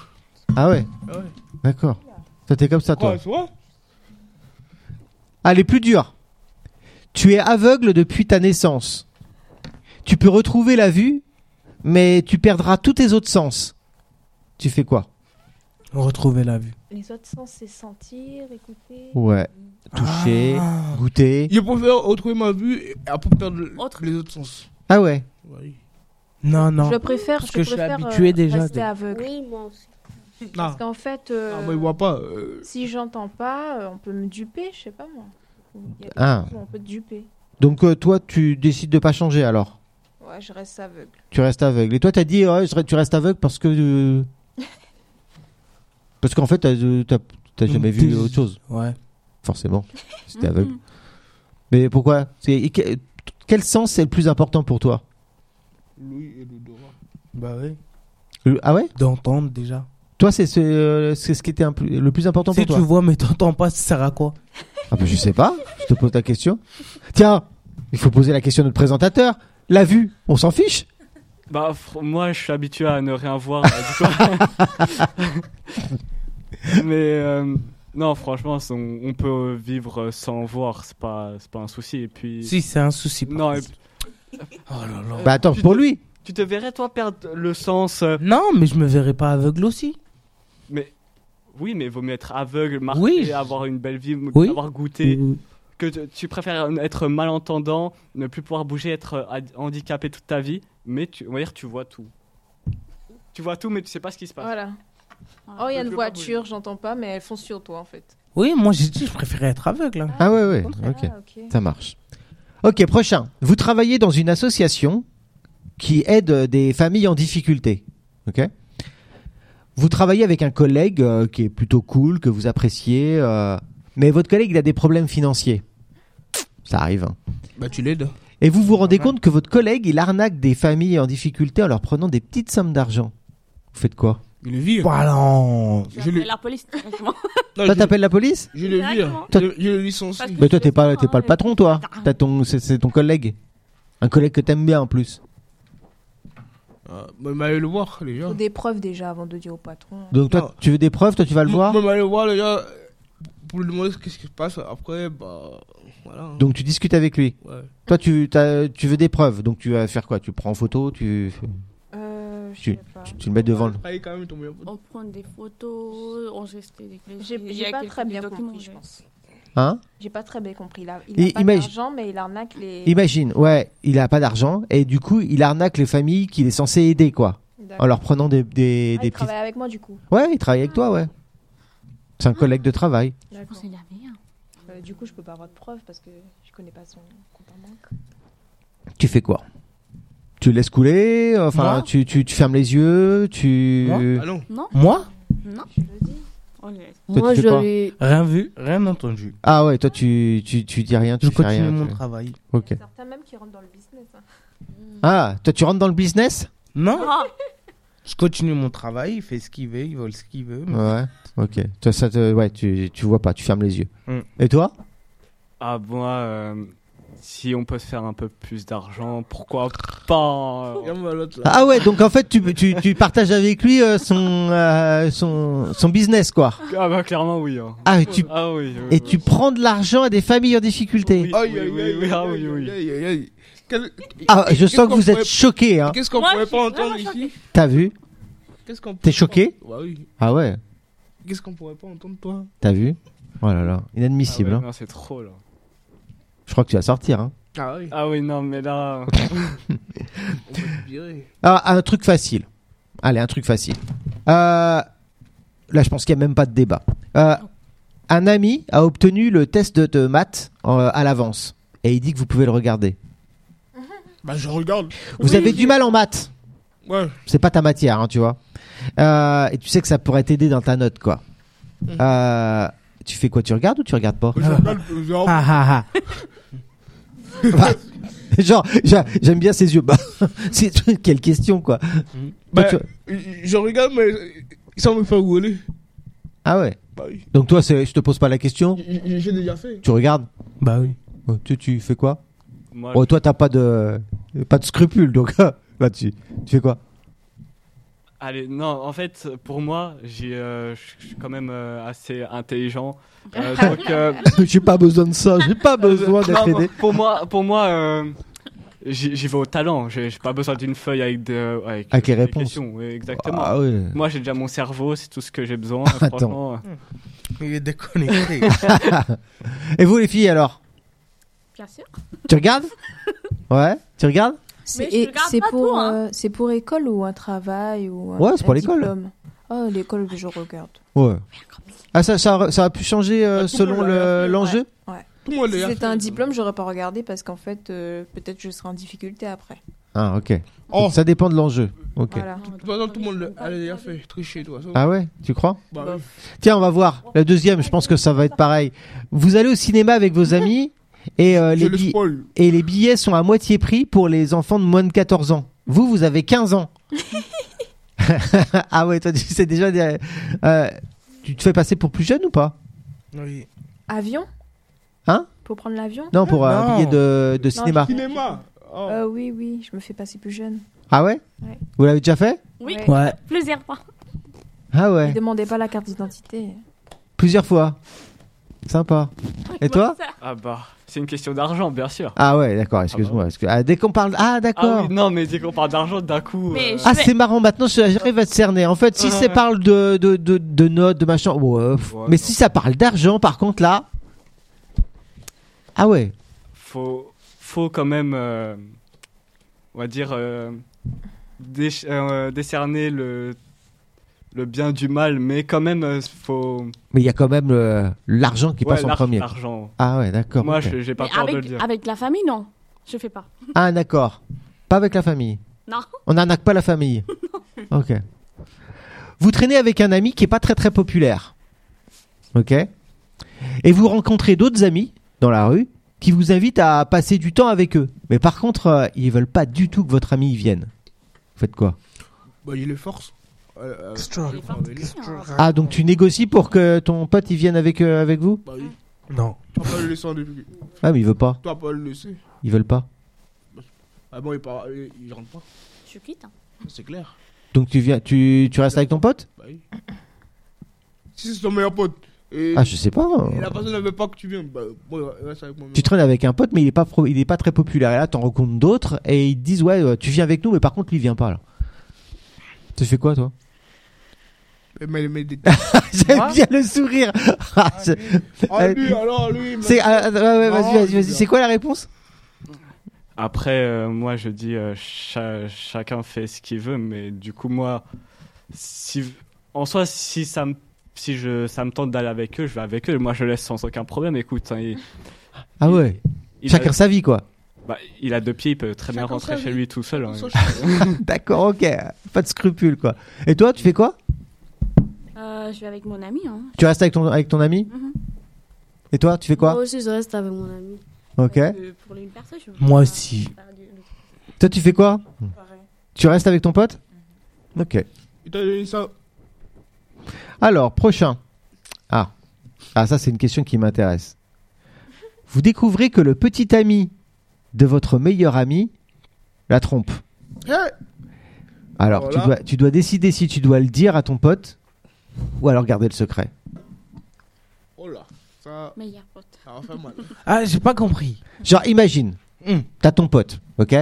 Speaker 4: Ah ouais.
Speaker 3: Ah ouais.
Speaker 4: D'accord. Toi t'es comme ça toi.
Speaker 3: Pourquoi c'est vrai
Speaker 4: Allez plus dur. Tu es aveugle depuis ta naissance. Tu peux retrouver la vue, mais tu perdras tous tes autres sens. Tu fais quoi
Speaker 2: Retrouver la vue.
Speaker 8: Les autres sens, c'est sentir, écouter.
Speaker 4: Ouais. Toucher,
Speaker 2: Ah.
Speaker 4: goûter.
Speaker 3: Je préfère retrouver ma vue et après perdre le-
Speaker 8: Autre.
Speaker 3: les autres sens.
Speaker 4: Ah ouais.
Speaker 3: Oui.
Speaker 2: Non, non.
Speaker 8: Je préfère,
Speaker 2: Parce
Speaker 8: je
Speaker 2: que je suis
Speaker 8: préfère,
Speaker 2: habitué
Speaker 8: euh,
Speaker 2: déjà
Speaker 8: rester
Speaker 2: de-
Speaker 8: aveugle.
Speaker 9: Oui, moi aussi.
Speaker 3: Non,
Speaker 8: Parce qu'en fait, euh,
Speaker 3: Ah, moi, il voit pas. euh,
Speaker 8: si j'entends pas, euh, on peut me duper, je sais pas moi. Il y a des
Speaker 4: Ah.
Speaker 8: choses où on peut te duper.
Speaker 4: Donc euh, toi, tu décides de pas changer alors.
Speaker 8: Ouais, je reste aveugle.
Speaker 4: Tu restes aveugle. Et toi, t'as dit, ouais, je re- tu restes aveugle parce que euh, parce qu'en fait, t'as euh, t'as- t'as jamais vu
Speaker 2: Des-
Speaker 4: autre chose,
Speaker 2: Ouais.
Speaker 4: forcément. C'était aveugle. Mais pourquoi C'est- et que- Quel sens est le plus important pour toi
Speaker 3: L'ouïe et l'odorat.
Speaker 2: Bah oui.
Speaker 4: Le- Ah ouais
Speaker 2: D'entendre déjà.
Speaker 4: Toi, c'est ce, euh, c'est ce qui était un plus- le plus important
Speaker 2: Si
Speaker 4: pour
Speaker 2: tu
Speaker 4: toi
Speaker 2: vois mais t'entends pas, ça sert à quoi
Speaker 4: Ah bah, je sais pas. Je te pose la question. Tiens, il faut poser la question à notre présentateur. La vue, on s'en fiche
Speaker 1: Bah, fr- moi, je suis habitué à ne rien voir. euh, du coup. Mais euh, non, franchement, c'est- on, on peut vivre sans voir, c'est pas, c'est pas un souci. Et puis.
Speaker 2: Si, c'est un souci. par
Speaker 1: Non,
Speaker 2: contre.
Speaker 1: et-
Speaker 2: Oh là là.
Speaker 4: Bah attends, pour lui.
Speaker 1: tu te verrais, toi, perdre le sens. euh,
Speaker 2: Non, mais je me verrai pas aveugle aussi.
Speaker 1: Mais. Oui, mais vaut mieux être aveugle, marqué,
Speaker 2: Oui.
Speaker 1: avoir une belle vie,
Speaker 2: Oui. Mm.
Speaker 1: avoir goûté. Que tu, tu préfères être malentendant, ne plus pouvoir bouger, être euh, ad- handicapé toute ta vie, mais tu, on va dire tu vois tout. Tu vois tout, mais tu sais pas ce qui se passe.
Speaker 8: Voilà. Oh, il y a
Speaker 1: Je
Speaker 8: une
Speaker 1: veux pas
Speaker 8: voiture, j'entends pas, mais elle fonce sur toi en fait.
Speaker 2: Oui, moi j'ai dit je préférais être aveugle. hein.
Speaker 4: Ah ouais, ouais.
Speaker 8: Contraire,
Speaker 4: Ok.
Speaker 8: ah, ok.
Speaker 4: Ça marche. Ok, prochain. Vous travaillez dans une association qui aide euh, des familles en difficulté. Ok. Vous travaillez avec un collègue euh, qui est plutôt cool, que vous appréciez, euh, mais votre collègue il a des problèmes financiers. Ça arrive. hein.
Speaker 3: Bah, tu l'aides.
Speaker 4: Et vous vous rendez
Speaker 3: Ouais.
Speaker 4: compte que votre collègue il arnaque des familles en difficulté en leur prenant des petites sommes d'argent. Vous faites quoi
Speaker 3: Il le vit.
Speaker 2: Balance.
Speaker 3: Je le,
Speaker 7: la police. directement.
Speaker 3: non,
Speaker 4: Toi
Speaker 3: je,
Speaker 4: t'appelles la police
Speaker 3: je le vis.
Speaker 7: Directement.
Speaker 3: Je, le- je le licencie.
Speaker 7: Parce que-
Speaker 4: Mais toi t'es pas
Speaker 7: Ah,
Speaker 4: t'es pas le
Speaker 7: ouais.
Speaker 4: patron toi. T'as ton c'est c'est ton collègue, un collègue que t'aimes bien en plus.
Speaker 3: Ah, bah, il m'a allé le voir, les
Speaker 8: Faut
Speaker 3: gens.
Speaker 8: des preuves déjà avant de dire au patron.
Speaker 4: Donc
Speaker 3: Non.
Speaker 4: toi tu veux des preuves, toi tu vas le voir.
Speaker 3: Moi, il m'a allé le voir, les gens, pour lui demander ce qu'est-ce qui se passe. Après, bah, voilà. hein.
Speaker 4: Donc tu discutes avec lui.
Speaker 3: Ouais.
Speaker 4: Toi, tu, t'as- tu veux des preuves, donc tu vas faire quoi Tu prends en photo, tu,
Speaker 8: Euh, je
Speaker 4: Tu-
Speaker 8: sais pas.
Speaker 4: tu le mets devant. le- Euh.
Speaker 3: Allez, Ah, quand même, ton meilleur pote.
Speaker 7: On prend des photos, on geste des
Speaker 8: J'ai
Speaker 7: il y
Speaker 8: j'ai
Speaker 7: a
Speaker 8: pas
Speaker 7: quelques
Speaker 8: très bien
Speaker 7: documents,
Speaker 8: compris, je
Speaker 7: ouais.
Speaker 8: pense.
Speaker 4: Hein
Speaker 8: J'ai pas très bien compris là. Il
Speaker 4: Et
Speaker 8: a pas
Speaker 4: imagine-
Speaker 8: d'argent, mais il arnaque les.
Speaker 4: Imagine, ouais, il a pas d'argent et du coup, il arnaque les familles qu'il est censé aider, quoi. En
Speaker 8: D'accord.
Speaker 4: leur prenant des, des,
Speaker 8: Ah,
Speaker 4: des
Speaker 8: il
Speaker 4: petits.
Speaker 8: travaille avec moi du coup.
Speaker 4: Ouais, il travaille avec toi, ouais. C'est un collègue de travail.
Speaker 8: D'accord.
Speaker 6: C'est la merde.
Speaker 8: Euh, du coup, je peux pas avoir de preuves parce que je connais pas son compte en banque.
Speaker 4: Tu fais quoi Tu laisses couler Enfin,
Speaker 2: Moi
Speaker 4: tu, tu, tu fermes les yeux Tu.
Speaker 2: Moi
Speaker 3: Ah non.
Speaker 2: Moi
Speaker 7: On les-
Speaker 4: tu
Speaker 9: Moi,
Speaker 4: fais
Speaker 9: je
Speaker 4: quoi
Speaker 9: lui.
Speaker 2: Rien vu, rien entendu.
Speaker 4: Ah ouais, toi, tu, tu, tu dis rien, tu
Speaker 2: Je
Speaker 4: fais
Speaker 2: continue
Speaker 4: rien.
Speaker 2: mon
Speaker 4: tu-
Speaker 2: travail.
Speaker 4: Ok.
Speaker 8: Certains même qui rentrent dans le business. hein.
Speaker 4: Ah, toi, tu rentres dans le business
Speaker 2: Non
Speaker 7: Ah,
Speaker 2: Je continue mon travail, il fait ce qu'il veut, il vole ce qu'il veut. mais-
Speaker 4: Ouais. Ok. Toi, ça te. Ouais, tu, tu vois pas, tu fermes les yeux.
Speaker 2: Mm.
Speaker 4: Et toi
Speaker 1: Ah, moi, euh, si on peut se faire un peu plus d'argent, pourquoi pas euh.
Speaker 3: Viens voir l'autre là.
Speaker 4: Ah ouais, donc en fait, tu, tu, tu partages avec lui euh, son, euh, son, son business, quoi.
Speaker 1: Ah, bah, clairement, oui. hein.
Speaker 4: Ah, et tu,
Speaker 1: Ah, oui. oui, oui.
Speaker 4: et tu prends de l'argent à des familles en difficulté.
Speaker 1: Oui.
Speaker 3: Aïe,
Speaker 1: oui,
Speaker 3: aïe,
Speaker 1: oui,
Speaker 3: aïe,
Speaker 1: oui, ah,
Speaker 3: aïe,
Speaker 1: oui, oui.
Speaker 3: aïe, aïe, aïe. Quel-
Speaker 4: Ah, je
Speaker 3: qu'est-ce
Speaker 4: sens que
Speaker 3: qu'on
Speaker 4: vous êtes
Speaker 3: pourrait-
Speaker 4: choqués, hein.
Speaker 3: Qu'est-ce qu'on
Speaker 7: Moi,
Speaker 3: pourrait
Speaker 7: je
Speaker 3: pas
Speaker 7: suis
Speaker 3: entendre
Speaker 7: vraiment
Speaker 3: ici
Speaker 4: T'as vu
Speaker 3: Qu'est-ce qu'on
Speaker 4: T'es choqué
Speaker 3: Bah oui.
Speaker 4: Ah ouais,
Speaker 3: Qu'est-ce qu'on pourrait pas entendre toi
Speaker 4: t'as vu Oh là là,
Speaker 1: Ah,
Speaker 4: inadmissible.
Speaker 1: ouais,
Speaker 4: hein.
Speaker 1: non, c'est trop, là.
Speaker 4: Je crois que tu vas sortir. Hein.
Speaker 3: Ah oui.
Speaker 1: Ah, oui, non, mais là.
Speaker 3: On va te virer.
Speaker 4: Ah, un truc facile. Allez, un truc facile. Euh, là, je pense qu'il n'y a même pas de débat. Euh, un ami a obtenu le test de, de maths en- à l'avance. Et il dit que vous pouvez le regarder.
Speaker 3: Bah je regarde.
Speaker 4: Vous
Speaker 3: Oui,
Speaker 4: avez
Speaker 3: je-
Speaker 4: du mal en maths.
Speaker 3: Ouais.
Speaker 4: C'est pas ta matière, hein, tu vois. Euh, et tu sais que ça pourrait t'aider dans ta note, quoi.
Speaker 3: Mhm.
Speaker 4: Euh, tu fais quoi Tu regardes ou tu regardes pas
Speaker 3: Je regarde. genre,
Speaker 2: Ah ah ah.
Speaker 4: ah. Bah, Genre, j'a- j'aime bien ses yeux. Bah, c'est quelle question, quoi.
Speaker 2: Mhm.
Speaker 4: Toi,
Speaker 3: Bah,
Speaker 4: tu-
Speaker 3: Je regarde mais sans me faire rouler.
Speaker 4: Ah ouais.
Speaker 3: Bah oui.
Speaker 4: Donc toi, c'est- je te pose pas la question.
Speaker 3: J- j- J'ai déjà fait.
Speaker 4: Tu regardes.
Speaker 2: Bah oui.
Speaker 4: Oh, Tu, tu fais quoi
Speaker 1: Moi,
Speaker 4: Oh, toi, t'as pas de pas de scrupules, donc là-dessus. Tu fais quoi
Speaker 1: Allez, non, en fait, pour moi, j'ai, euh, je je suis quand même euh, assez intelligent. Euh, donc, euh,
Speaker 4: J'ai pas besoin de ça. J'ai pas besoin d'être
Speaker 1: non,
Speaker 4: aidé.
Speaker 1: pour moi, pour moi euh, j'y j'y vais au talent. J'ai j'ai pas besoin d'une feuille avec, de, avec,
Speaker 4: Avec les
Speaker 1: des
Speaker 4: réponses.
Speaker 1: questions, oui, exactement.
Speaker 4: Ah ouais.
Speaker 1: Moi, j'ai déjà mon cerveau, c'est tout ce que j'ai besoin.
Speaker 4: Attends.
Speaker 1: franchement.
Speaker 2: Il est déconnecté.
Speaker 4: Et vous, les filles, alors
Speaker 7: Bien sûr.
Speaker 4: Tu regardes Ouais. Tu regardes
Speaker 7: Mais
Speaker 5: C'est
Speaker 7: je
Speaker 5: et-
Speaker 7: regarde
Speaker 5: c'est
Speaker 7: pas
Speaker 5: pour,
Speaker 7: tout, hein.
Speaker 5: euh, c'est pour école ou un travail ou un-
Speaker 4: Ouais, c'est pour
Speaker 5: un
Speaker 4: l'école.
Speaker 5: diplôme. Oh, l'école, je regarde.
Speaker 4: Ouais. Ah, ça, ça, a- ça a pu changer euh,
Speaker 3: Ah, tout
Speaker 4: selon
Speaker 3: pour la-
Speaker 4: le- l'enjeu
Speaker 3: Tout le monde
Speaker 5: Si
Speaker 3: l'a
Speaker 5: c'était
Speaker 3: fait.
Speaker 5: un diplôme, j'aurais pas regardé parce qu'en fait, euh, peut-être je serais en difficulté après.
Speaker 4: Ah, ok.
Speaker 3: Oh.
Speaker 4: Ça dépend de l'enjeu. Ok.
Speaker 5: Voilà.
Speaker 3: De toute façon, Bah, tout le monde l'a déjà fait. Tricher, toi. ça.
Speaker 4: Ah ouais Tu crois
Speaker 3: Bah oui.
Speaker 4: Tiens, on va voir. La deuxième, je pense que ça va être pareil. Vous allez au cinéma avec vos amis et, euh,
Speaker 3: Je
Speaker 4: les,
Speaker 3: le
Speaker 4: bi-
Speaker 3: spoil.
Speaker 4: et les billets sont à moitié prix pour les enfants de moins de 14 ans. Vous, vous avez 15 ans. ah ouais, toi, tu sais déjà. des- euh, tu te fais passer pour plus jeune ou pas
Speaker 2: Oui.
Speaker 5: Avion
Speaker 4: Hein
Speaker 5: Pour prendre l'avion
Speaker 4: Non, pour un
Speaker 2: Non.
Speaker 4: billet de, de cinéma.
Speaker 3: Cinéma. Oh.
Speaker 5: Euh, Oui, oui, je me fais passer plus jeune.
Speaker 4: Ah ouais,
Speaker 5: Ouais.
Speaker 4: Vous l'avez déjà fait
Speaker 7: Oui,
Speaker 5: Ouais.
Speaker 2: Ouais.
Speaker 7: plusieurs fois.
Speaker 4: Ah
Speaker 5: Ne
Speaker 4: ouais.
Speaker 5: demandez pas la carte d'identité.
Speaker 4: Plusieurs fois. Sympa. Et toi
Speaker 1: Ah bah, c'est une question d'argent, bien sûr.
Speaker 4: Ah ouais, d'accord, excuse-moi. excuse- ah, dès qu'on parle. Ah
Speaker 1: Ah
Speaker 4: d'accord.
Speaker 1: oui, non, mais dès qu'on parle d'argent, d'un coup.
Speaker 7: Mais
Speaker 1: euh,
Speaker 7: je-
Speaker 4: Ah,
Speaker 7: Ouais.
Speaker 4: c'est marrant, maintenant je- j'arrive à te cerner. En fait, si
Speaker 1: Ouais,
Speaker 4: ça
Speaker 1: ouais.
Speaker 4: parle de, de, de, de notes, de machin, ouais, pff.
Speaker 1: Ouais,
Speaker 4: mais
Speaker 1: non.
Speaker 4: si ça parle d'argent, par contre, là. Ah ouais,
Speaker 1: faut, faut quand même, euh, on va dire, euh, déch- euh, décerner le, le bien du mal, mais quand même, euh, faut.
Speaker 4: mais il y a quand même euh, l'argent qui
Speaker 1: Ouais,
Speaker 4: passe en
Speaker 1: l'ar-
Speaker 4: premier.
Speaker 1: L'argent.
Speaker 4: Ah ouais, d'accord.
Speaker 1: Moi,
Speaker 4: ok.
Speaker 1: je- j'ai pas
Speaker 7: Mais
Speaker 1: peur de le
Speaker 7: avec,
Speaker 1: dire.
Speaker 7: avec la famille, non. Je fais pas.
Speaker 4: Ah, d'accord. Pas avec la famille.
Speaker 7: Non.
Speaker 4: On n'arnaque pas la famille. ok. Vous traînez avec un ami qui est pas très très populaire. Ok. Et vous rencontrez d'autres amis dans la rue qui vous invitent à passer du temps avec eux. Mais par contre, euh, ils veulent pas du tout que votre ami y vienne. Vous faites quoi
Speaker 3: Bah il est force. Euh, euh,
Speaker 2: Strong.
Speaker 3: enfin, il est-
Speaker 4: Ah, donc tu négocies pour que ton pote y vienne avec, euh, avec vous
Speaker 3: Bah oui.
Speaker 2: Non.
Speaker 3: Tu vas pas le laisser en début.
Speaker 4: Ah, mais il veut pas.
Speaker 3: Tu vas pas le laisser.
Speaker 4: Ils veulent pas.
Speaker 3: Ah bon, il, part, il, il rentre pas.
Speaker 7: Je quitte. hein.
Speaker 3: C'est clair.
Speaker 4: Donc tu viens, tu, tu restes avec ton pote
Speaker 3: Bah oui. Si c'est ton meilleur pote. Et,
Speaker 4: Ah, je sais pas.
Speaker 3: et la personne ne veut pas que tu viennes. Bah bon, reste avec moi.
Speaker 4: Mm. Tu traînes avec un pote, mais il est pas, pro- il est pas très populaire. Et là, t'en rencontres d'autres et ils te disent Ouais, euh, tu viens avec nous, mais par contre, lui, il vient pas là. Tu fais quoi, toi
Speaker 3: Mais, mais, mais-
Speaker 4: J'aime bien le sourire. Ah, c'est-
Speaker 3: Ah, lui, alors, lui,
Speaker 4: c'est ah, ah, ouais, vas-y,
Speaker 3: Non,
Speaker 4: vas-y,
Speaker 3: lui,
Speaker 4: vas-y. C'est quoi la réponse
Speaker 1: Après, euh, moi, je dis euh, cha- chacun fait ce qu'il veut, mais du coup, moi, si, en soi, si ça me si je, ça me tente d'aller avec eux, je vais avec eux. Moi, je laisse sans aucun problème. Écoute, hein, il,
Speaker 4: Ah ouais.
Speaker 1: il
Speaker 4: Chacun
Speaker 1: a,
Speaker 4: sa vie quoi.
Speaker 1: bah, il a deux pieds, il peut très bien
Speaker 3: Chacun
Speaker 1: rentrer
Speaker 3: sa
Speaker 1: chez
Speaker 3: vie.
Speaker 1: lui tout seul. hein.
Speaker 3: son-
Speaker 4: D'accord, ok. Pas de scrupules quoi. Et toi, tu fais quoi
Speaker 7: Euh, je vais avec mon ami. Hein.
Speaker 4: Tu restes avec ton avec ton ami
Speaker 7: Mhm.
Speaker 4: Et toi, tu fais quoi
Speaker 9: Moi aussi, je reste avec mon ami.
Speaker 4: Ok.
Speaker 7: Euh, pour les personnes, je veux
Speaker 2: Moi
Speaker 7: pas
Speaker 2: aussi.
Speaker 7: faire du-
Speaker 4: Toi, tu fais quoi
Speaker 5: Pareil.
Speaker 4: Tu restes avec ton pote Ok.
Speaker 3: Il t'a donné ça.
Speaker 4: Alors, prochain. Ah. Ah, ça, c'est une question qui m'intéresse. Vous découvrez que le petit ami de votre meilleur ami la trompe.
Speaker 3: Eh,
Speaker 4: Alors,
Speaker 3: Voilà.
Speaker 4: tu, dois, tu dois décider si tu dois le dire à ton pote ou alors garder le secret.
Speaker 3: Oh là, ça,
Speaker 7: Meilleur pote.
Speaker 3: ça va faire mal.
Speaker 2: Ah, j'ai pas compris.
Speaker 4: Genre, imagine,
Speaker 2: Hmm.
Speaker 4: t'as ton pote, ok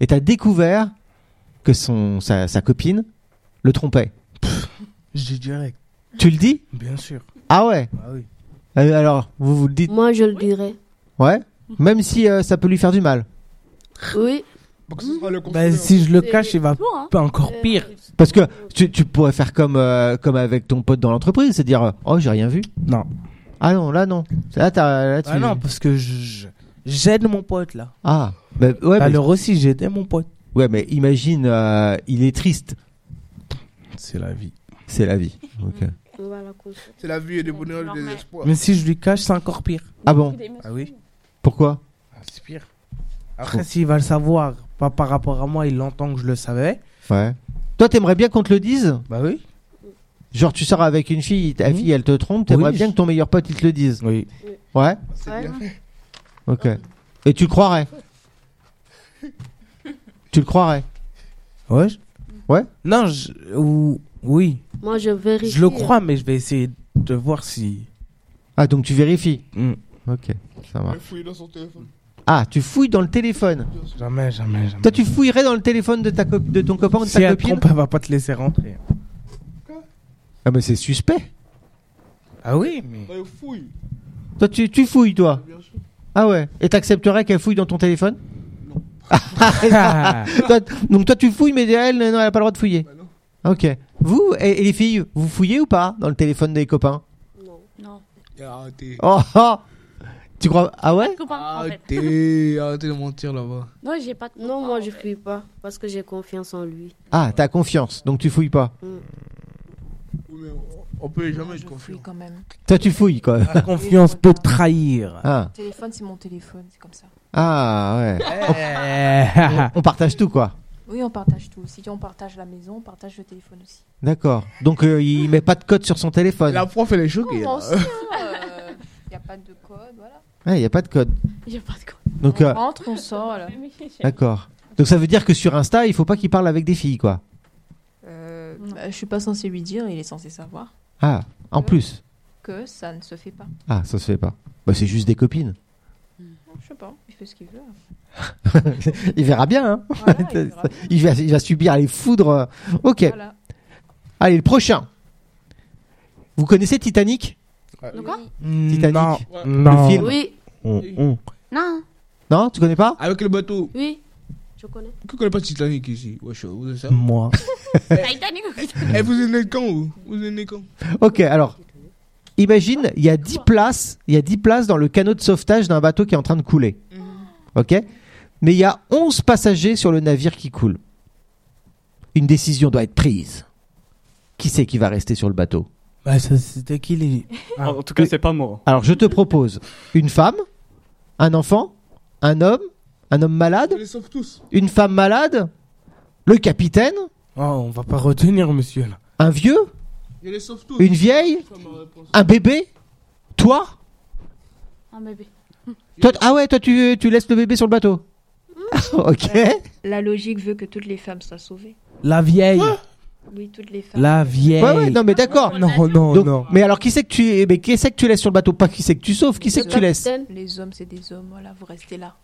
Speaker 4: Et t'as découvert que son, sa, sa copine le trompait.
Speaker 2: Je dis direct.
Speaker 4: Tu le dis
Speaker 2: Bien sûr.
Speaker 4: Ah ouais
Speaker 2: Ah oui.
Speaker 4: Euh, Alors, vous vous le dites
Speaker 9: Moi, je le dirais.
Speaker 4: Ouais Même si euh, ça peut lui faire du mal.
Speaker 9: Oui.
Speaker 3: Parce que ce sera le
Speaker 2: Bah,
Speaker 3: conseil.
Speaker 2: si je le
Speaker 7: C'est-
Speaker 2: cache, il va
Speaker 7: Bon, hein.
Speaker 2: pas encore pire.
Speaker 4: Parce que tu, tu pourrais faire comme, euh, comme avec ton pote dans l'entreprise, c'est dire euh, Oh, j'ai rien vu.
Speaker 2: Non.
Speaker 4: Ah non, là non. Là, t'as- là, tu.
Speaker 2: Ah non, parce que je- je- j'aide mon pote là.
Speaker 4: Ah, mais, ouais, mais,
Speaker 2: Alors aussi, j'aidais mon pote.
Speaker 4: ouais, mais imagine, euh, il est triste.
Speaker 2: C'est la vie.
Speaker 4: C'est la vie. Ok.
Speaker 9: On va la coucher.
Speaker 3: hein. C'est la vie et le bonheur et le
Speaker 7: Normal.
Speaker 3: désespoir.
Speaker 2: Mais si je lui cache, c'est encore pire.
Speaker 4: Ah bon
Speaker 2: Ah oui. Ah,
Speaker 4: Pourquoi
Speaker 2: c'est pire. Après, s'il va le savoir, pas par rapport à moi, il entend que je le savais.
Speaker 4: Ouais. Toi, t'aimerais bien qu'on te le dise
Speaker 2: Bah oui.
Speaker 4: Genre, tu sors avec une fille, ta
Speaker 2: Mhm.
Speaker 4: fille, elle te trompe, t'aimerais
Speaker 2: Oui,
Speaker 4: bien
Speaker 2: je-
Speaker 4: que ton meilleur pote, il te le dise
Speaker 2: Oui.
Speaker 4: Ouais
Speaker 9: Ouais.
Speaker 4: Ok. Et tu le croirais Tu le croirais
Speaker 2: Ouais. je-
Speaker 4: Ouais.
Speaker 2: Non, je... ou oui.
Speaker 9: Moi, je vérifie.
Speaker 7: hein.
Speaker 2: Je le crois, mais je vais essayer de voir si.
Speaker 4: Ah, donc tu vérifies
Speaker 3: Mm.
Speaker 2: Hmm.
Speaker 4: Ok, ça
Speaker 3: Il
Speaker 4: marche.
Speaker 3: fouille dans son téléphone.
Speaker 4: Ah, tu fouilles dans le téléphone
Speaker 2: Jamais, jamais, jamais.
Speaker 4: Toi, tu fouillerais dans le téléphone de, ta co- de ton copain ou de
Speaker 2: si
Speaker 4: ta
Speaker 2: elle
Speaker 4: copine
Speaker 2: trompe, elle va pas te laisser rentrer.
Speaker 4: Ah, mais c'est suspect.
Speaker 2: Ah oui, mais.
Speaker 3: Ouais, il fouille,
Speaker 4: Toi, tu, tu fouilles, toi
Speaker 3: bien sûr.
Speaker 4: Ah ouais. Et t'accepterais qu'elle fouille dans ton téléphone
Speaker 2: Ah,
Speaker 4: Toi- Donc, toi, tu fouilles, mais elle, non, elle n'a pas le droit de fouiller.
Speaker 3: Bah non.
Speaker 4: Ok. Vous et, et les filles, vous fouillez ou pas dans le téléphone des copains
Speaker 9: Non.
Speaker 7: Non.
Speaker 3: Et arrêtez.
Speaker 4: Oh, oh. Tu crois Ah ouais
Speaker 7: Je comprends, en fait.
Speaker 3: Arrêtez, arrêtez de mentir là-bas.
Speaker 7: Non, j'ai pas de
Speaker 9: Non,
Speaker 7: copain,
Speaker 9: moi,
Speaker 7: en
Speaker 9: je
Speaker 7: fait.
Speaker 9: fuis pas. Parce que j'ai confiance en lui.
Speaker 4: Ah, t'as confiance, donc tu fouilles pas.
Speaker 3: Oui, mais on- on peut jamais
Speaker 8: Je
Speaker 3: être
Speaker 8: fuis
Speaker 3: confiant.
Speaker 8: quand même.
Speaker 4: Toi, tu fouilles quoi
Speaker 2: la confiance peut trahir.
Speaker 4: Ah,
Speaker 8: Téléphone, c'est mon téléphone, c'est comme ça.
Speaker 4: ah ouais.
Speaker 2: Eh.
Speaker 4: On partage tout quoi.
Speaker 8: Oui, on partage tout. Si on partage la maison, on partage le téléphone aussi.
Speaker 4: D'accord. Donc euh, il met pas de code sur son téléphone.
Speaker 3: Ah, La prof, elle est choquée.
Speaker 8: moi
Speaker 3: là.
Speaker 8: aussi, il n'y euh, a pas de code, voilà.
Speaker 4: Il n'y a pas de code.
Speaker 7: J'ai pas de copain.
Speaker 4: Donc
Speaker 8: on
Speaker 4: euh,
Speaker 8: rentre, on sort, là.
Speaker 4: Eh. d'accord. Donc ça veut dire que sur Insta, il faut pas qu'il parle avec des filles quoi.
Speaker 8: Euh,
Speaker 7: Non.
Speaker 8: bah, je suis pas censée lui dire, il est censé savoir
Speaker 4: Ah, en
Speaker 8: Ouais.
Speaker 4: plus.
Speaker 8: que ça ne se fait pas.
Speaker 4: Ah, ça se fait pas. Bah c'est juste des copines.
Speaker 8: Je sais pas, il fait ce qu'il veut.
Speaker 4: il verra bien. Hein
Speaker 8: Voilà, il verra.
Speaker 4: il, va, il va subir les foudres. euh. Ok.
Speaker 8: Voilà.
Speaker 4: Allez, le prochain. Vous connaissez Titanic
Speaker 7: De quoi
Speaker 4: Titanic.
Speaker 2: Non,
Speaker 3: Ouais.
Speaker 2: non.
Speaker 4: Mm, Le film.
Speaker 9: Oui.
Speaker 2: Oh, oh.
Speaker 9: Non.
Speaker 4: Non, tu connais pas
Speaker 3: Avec le bateau.
Speaker 9: Oui. Je connais.
Speaker 3: Qui connaît pas Titanic ici Wesh, vous êtes ça
Speaker 2: Moi.
Speaker 7: Titanic
Speaker 3: Eh, vous êtes né quand vous Vous êtes né quand
Speaker 4: Ok, alors. Imagine, il y a 10 places, il y a 10 places dans le canot de sauvetage d'un bateau qui est en train de couler. Ok Mais il y a 11 passagers sur le navire qui coule. Une décision doit être prise. Qui c'est qui va rester sur le bateau
Speaker 2: Bah, ça, c'était qui les. Ah.
Speaker 1: En, en tout cas, c'est pas moi.
Speaker 4: Alors, je te propose une femme, un enfant, un homme, un homme
Speaker 3: Je
Speaker 4: malade,
Speaker 3: les sauve tous.
Speaker 4: une femme malade, le capitaine,
Speaker 2: Oh, on va pas retenir, monsieur. Là.
Speaker 4: un vieux,
Speaker 3: Je les sauve tous.
Speaker 4: une vieille,
Speaker 3: Ça, ma réponse.
Speaker 4: un bébé, toi
Speaker 7: Un bébé.
Speaker 4: Toi, t- ah ouais, toi tu, tu laisses le bébé sur le bateau. ok.
Speaker 10: La logique veut que toutes les femmes soient sauvées.
Speaker 2: La vieille.
Speaker 10: Oui, toutes les femmes.
Speaker 2: La vieille.
Speaker 4: Ouais, ouais, non mais d'accord.
Speaker 2: non, non,
Speaker 4: Donc,
Speaker 2: non.
Speaker 4: Mais alors qui c'est que tu eh ben, qui c'est que tu laisses sur le bateau Pas qui c'est que tu sauves, qui c'est que tu laisses
Speaker 9: Capitaine.
Speaker 8: Les hommes, c'est des hommes, voilà, vous restez là.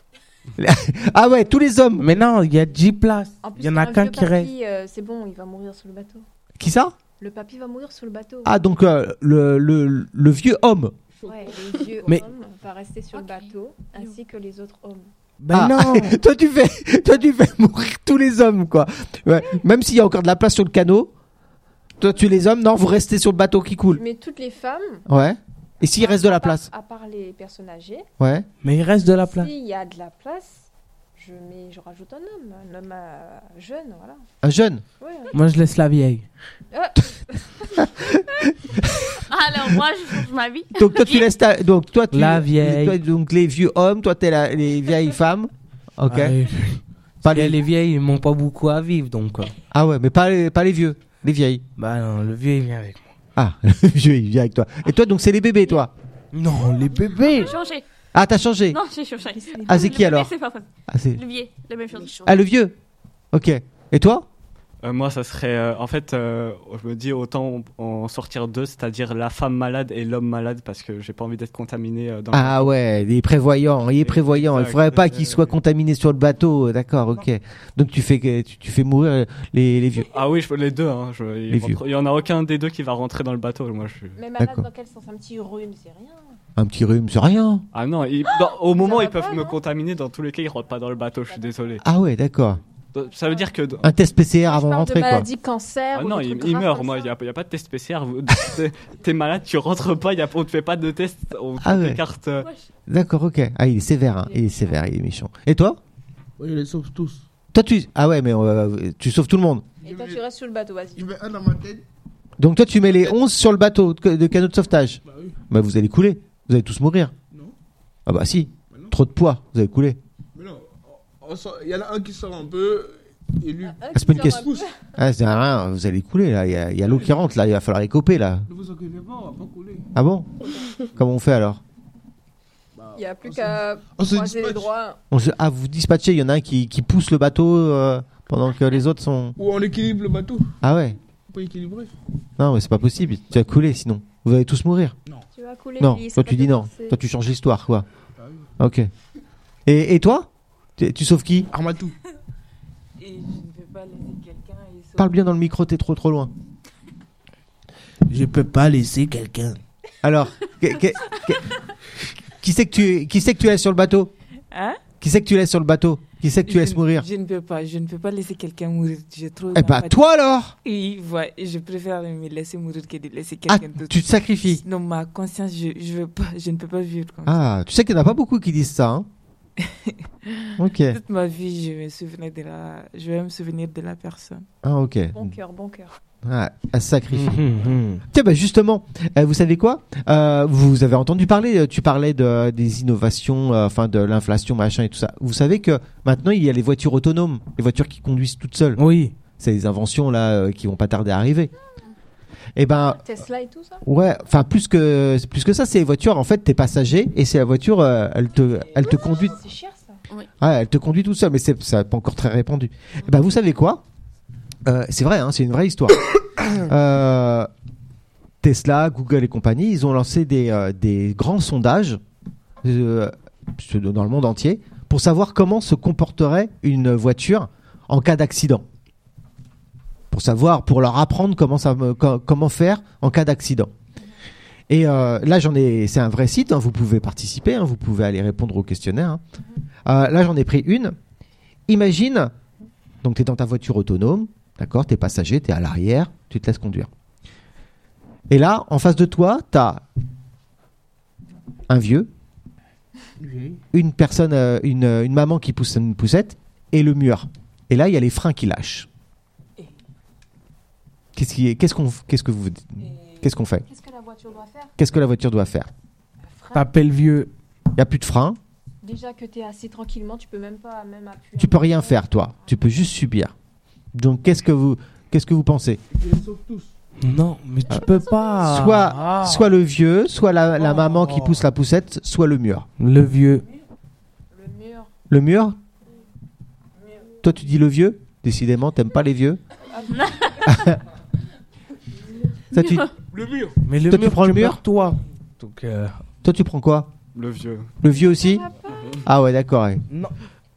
Speaker 4: Ah ouais, tous les hommes.
Speaker 2: Mais non, il y a 10 places.
Speaker 8: En plus,
Speaker 2: Il y en a
Speaker 8: un
Speaker 2: qu'un
Speaker 8: vieux
Speaker 2: qui
Speaker 8: papy,
Speaker 2: reste.
Speaker 8: euh, c'est bon, il va mourir sur le bateau.
Speaker 4: Qui ça
Speaker 10: Le papy va mourir sur le bateau.
Speaker 4: Ah, donc euh, le, le- le vieux homme.
Speaker 10: Ouais, le vieux
Speaker 4: Mais-
Speaker 10: homme va rester sur le bateau, ainsi que les autres hommes.
Speaker 2: Ben
Speaker 4: Ah, toi, tu fais, toi, tu fais mourir tous les hommes, quoi. Ouais. Même s'il y a encore de la place sur le canot, toi, tu les hommes, non, vous restez sur le bateau qui coule.
Speaker 10: Mais toutes les femmes,
Speaker 4: Ouais. Et s'il reste de la place
Speaker 10: à part les personnes âgées,
Speaker 4: Ouais.
Speaker 2: Mais il reste de la place.
Speaker 10: s'il y a de la place, je, mets, je rajoute un homme, un homme euh, jeune, voilà.
Speaker 4: Un jeune
Speaker 10: Ouais.
Speaker 2: Moi, je laisse la vieille.
Speaker 10: Ah.
Speaker 7: Alors moi, je change ma vie.
Speaker 4: Donc, toi, tu laisses ta- Donc, toi, tu...
Speaker 2: La vieille.
Speaker 4: toi, donc, les vieux hommes, toi, t'es la... les vieilles femmes. Ok.
Speaker 2: Ah, et-
Speaker 4: Pas
Speaker 2: Parce que
Speaker 4: les...
Speaker 2: les vieilles, ils m'ont pas beaucoup à vivre, donc. euh,
Speaker 4: ah ouais, mais pas les... pas les vieux, les vieilles.
Speaker 2: Bah non, le vieux, il vient avec moi.
Speaker 4: Ah, le vieux, il vient avec toi. Et toi, donc, c'est les bébés, toi
Speaker 2: Non, les bébés
Speaker 7: J'ai changé.
Speaker 4: Ah, t'as changé
Speaker 7: Eh. Non, j'ai changé.
Speaker 4: Ah, c'est
Speaker 7: Le
Speaker 4: qui,
Speaker 7: bébé,
Speaker 4: alors
Speaker 7: C'est pas possible.
Speaker 4: ah, c'est-
Speaker 7: Le vieil, la même chose.
Speaker 4: ah, le vieux Ok. Et toi
Speaker 1: Euh, moi, ça serait. euh, en fait, euh, je me dis autant en en sortir deux, c'est-à-dire la femme malade et l'homme malade, parce que j'ai pas envie d'être contaminé euh, dans le-
Speaker 4: Ah ouais, il est prévoyant, il est prévoyant. Il
Speaker 1: exact,
Speaker 4: faudrait pas
Speaker 1: euh,
Speaker 4: qu'il soit contaminé sur le bateau, d'accord, ok. Donc tu fais, que- tu, tu fais mourir les, les vieux.
Speaker 1: Ah oui, je, les deux. hein, je- il,
Speaker 4: Les
Speaker 1: rentre- il y en a aucun des deux qui va rentrer dans le bateau. Moi, je suis-
Speaker 10: Mais malade,
Speaker 4: D'accord.
Speaker 10: dans quel sens Un petit rhume, c'est rien.
Speaker 4: Un petit rhume, c'est rien.
Speaker 1: Ah non, ils- dans- au moment
Speaker 10: va
Speaker 1: ils peuvent
Speaker 10: pas,
Speaker 1: me
Speaker 10: non
Speaker 1: contaminer, dans tous les cas ils rentrent pas dans le bateau, je suis désolé.
Speaker 4: Ah ouais, d'accord.
Speaker 1: Donc, Ça veut dire que. dans-
Speaker 4: Un test PCR
Speaker 10: Je
Speaker 4: Ah, avant
Speaker 10: parle
Speaker 4: de
Speaker 10: de
Speaker 4: rentrer, quoi.
Speaker 10: maladie cancer.
Speaker 1: Ah
Speaker 10: ou
Speaker 1: non,
Speaker 10: des
Speaker 1: ils
Speaker 10: trucs
Speaker 1: ils
Speaker 10: graves
Speaker 1: meurent,
Speaker 10: comme
Speaker 1: moi,
Speaker 10: ça.
Speaker 1: il n'y a, y a pas de test PCR. vous- t'es- T'es malade, tu rentres pas, y a, on te fait pas de test, on
Speaker 4: Ah ouais.
Speaker 1: t'écarte. euh,
Speaker 4: D'accord, ok. Ah, il est sévère, hein. il est sévère, il est méchant. Et toi
Speaker 3: Oui, je les sauve tous.
Speaker 4: Toi, tu. Ah ouais, mais euh, tu sauves tout le monde.
Speaker 10: Et toi, tu restes sur le bateau, vas-y.
Speaker 3: Je mets un dans ma tête.
Speaker 4: Donc toi, tu mets les 11 sur le bateau de de canot de sauvetage.
Speaker 3: Bah oui.
Speaker 4: Bah, vous allez couler, vous allez tous mourir.
Speaker 3: Non.
Speaker 4: Ah bah si,
Speaker 3: Bah non.
Speaker 4: trop de poids, vous allez couler.
Speaker 3: Mais non. on sort- Il y en a un qui sort un peu et lui.
Speaker 10: Un
Speaker 4: Ah, c'est pas une
Speaker 10: qui
Speaker 4: question.
Speaker 10: sort un
Speaker 4: Ah, c'est rien, vous allez couler, là. Il y a, il y a l'eau qui rentre, là, il va falloir écoper, là.
Speaker 3: Ne vous inquiétez pas, on va pas couler.
Speaker 4: Ah bon Comment on fait alors
Speaker 3: Bah,
Speaker 8: Il n'y a plus
Speaker 1: Oh,
Speaker 3: on se-
Speaker 8: qu'à
Speaker 4: Ah,
Speaker 3: On se
Speaker 8: croiser les
Speaker 3: dispatche.
Speaker 8: droits.
Speaker 4: On se- Ah, vous dispatchez, il y en a un qui, qui pousse le bateau euh, pendant que les autres sont.
Speaker 3: Ou on équilibre le bateau.
Speaker 4: Ah ouais
Speaker 3: Pas équilibré.
Speaker 4: Non, mais c'est pas possible, tu vas couler sinon. Vous allez tous mourir.
Speaker 10: peu. Tu vas couler.
Speaker 4: Non,
Speaker 10: Lily, c'est
Speaker 4: toi
Speaker 10: pas
Speaker 4: tu dis non.
Speaker 10: dépenser.
Speaker 4: Toi tu changes l'histoire, quoi.
Speaker 3: Bah oui.
Speaker 4: Ok. Et, et toi tu, tu sauves qui
Speaker 3: Armatou.
Speaker 5: Et je ne peux pas laisser quelqu'un. et sauver-
Speaker 4: Parle bien dans le micro, t'es trop trop loin.
Speaker 3: Je peux pas laisser quelqu'un.
Speaker 4: Alors, que- que- que- qui c'est que tu qui c'est que tu laisses sur le bateau
Speaker 5: Hein
Speaker 4: Qui c'est que tu laisses sur le bateau Qui c'est que tu
Speaker 5: Je
Speaker 4: laisses
Speaker 5: ne-
Speaker 4: mourir
Speaker 5: Je ne peux pas, je ne peux pas laisser quelqu'un mourir. J'ai trop.
Speaker 4: Eh bah
Speaker 5: d'empathie.
Speaker 4: toi alors
Speaker 5: Oui, ouais, je préfère me laisser mourir que de laisser
Speaker 4: Ah,
Speaker 5: quelqu'un d'autre.
Speaker 4: tu te sacrifies.
Speaker 5: Non, ma conscience, je, je, veux pas, je ne peux pas vivre comme ça.
Speaker 4: Ah, tu sais qu'il n'y en a pas beaucoup qui disent ça. Hein ok.
Speaker 5: Toute ma vie, je me souvenais de la, je vais me souvenir de la personne.
Speaker 4: Ah, ok.
Speaker 10: Bon cœur, bon cœur.
Speaker 4: Ah, elle se sacrifie.
Speaker 2: Mhm, mhm.
Speaker 4: Tiens, bah justement, euh, vous savez quoi Euh, Vous avez entendu parler, euh, tu parlais de, des innovations, euh, enfin de l'inflation, machin et tout ça. Vous savez que maintenant, il y a les voitures autonomes, les voitures qui conduisent toutes seules.
Speaker 2: Oui.
Speaker 4: C'est des inventions là euh, qui vont pas tarder à arriver. Eh ben,
Speaker 10: Tesla et tout ça
Speaker 4: ouais, enfin plus que plus que ça, c'est les voitures. En fait, t'es passager et c'est la voiture, euh, elle te, elle te conduit.
Speaker 10: C'est cher ça.
Speaker 4: Ah, elle te conduit tout seul, mais c'est ça pas encore très répandu. Eh ben, vous savez quoi Euh, C'est vrai, hein, c'est une vraie histoire. Euh, Tesla, Google et compagnie, ils ont lancé des, euh, des grands sondages euh, dans le monde entier pour savoir comment se comporterait une voiture en cas d'accident. Pour savoir, pour leur apprendre comment, ça, me- co- comment faire en cas d'accident. Et euh, là, j'en ai. C'est un vrai site. hein, vous pouvez participer. hein, vous pouvez aller répondre au questionnaire. hein. Euh, là, j'en ai pris une. Imagine, donc tu es dans ta voiture autonome, d'accord, tu es passager, tu es à l'arrière, tu te laisses conduire. Et là, en face de toi, tu as un vieux, une personne, euh, une, euh, une maman qui pousse une poussette et le mur. Et là, il y a les freins qui lâchent. Qu'est-ce qui- qu'est-ce qu'on qu'est-ce que vous qu'est-ce qu'on fait
Speaker 10: Qu'est-ce que la voiture doit faire
Speaker 4: Qu'est-ce que la voiture doit faire
Speaker 2: T'appelles vieux.
Speaker 4: Il y a plus de frein,
Speaker 10: Déjà que t'es assis tranquillement, tu peux même pas même appuyer.
Speaker 4: tu peux rien faire toi, tu peux juste subir. Donc qu'est-ce que vous qu'est-ce que vous pensez
Speaker 3: Je les sauve tous.
Speaker 2: Non, mais tu peux pas.
Speaker 4: Euh, soit,
Speaker 2: Ah.
Speaker 4: soit le vieux, soit la, la
Speaker 2: Oh.
Speaker 4: maman qui pousse la poussette, soit le mur.
Speaker 2: Le vieux.
Speaker 10: Le mur.
Speaker 4: Le mur Toi, tu dis le vieux Décidément, t'aimes pas les vieux Ça, tu-
Speaker 3: Le mur.
Speaker 2: Mais le
Speaker 4: Toi, tu
Speaker 2: mur,
Speaker 4: prends le mur
Speaker 2: meurs, toi. Donc, euh,
Speaker 4: Toi, tu prends quoi
Speaker 1: Le vieux.
Speaker 4: Le vieux aussi Ah ouais, d'accord. ouais.
Speaker 2: Non.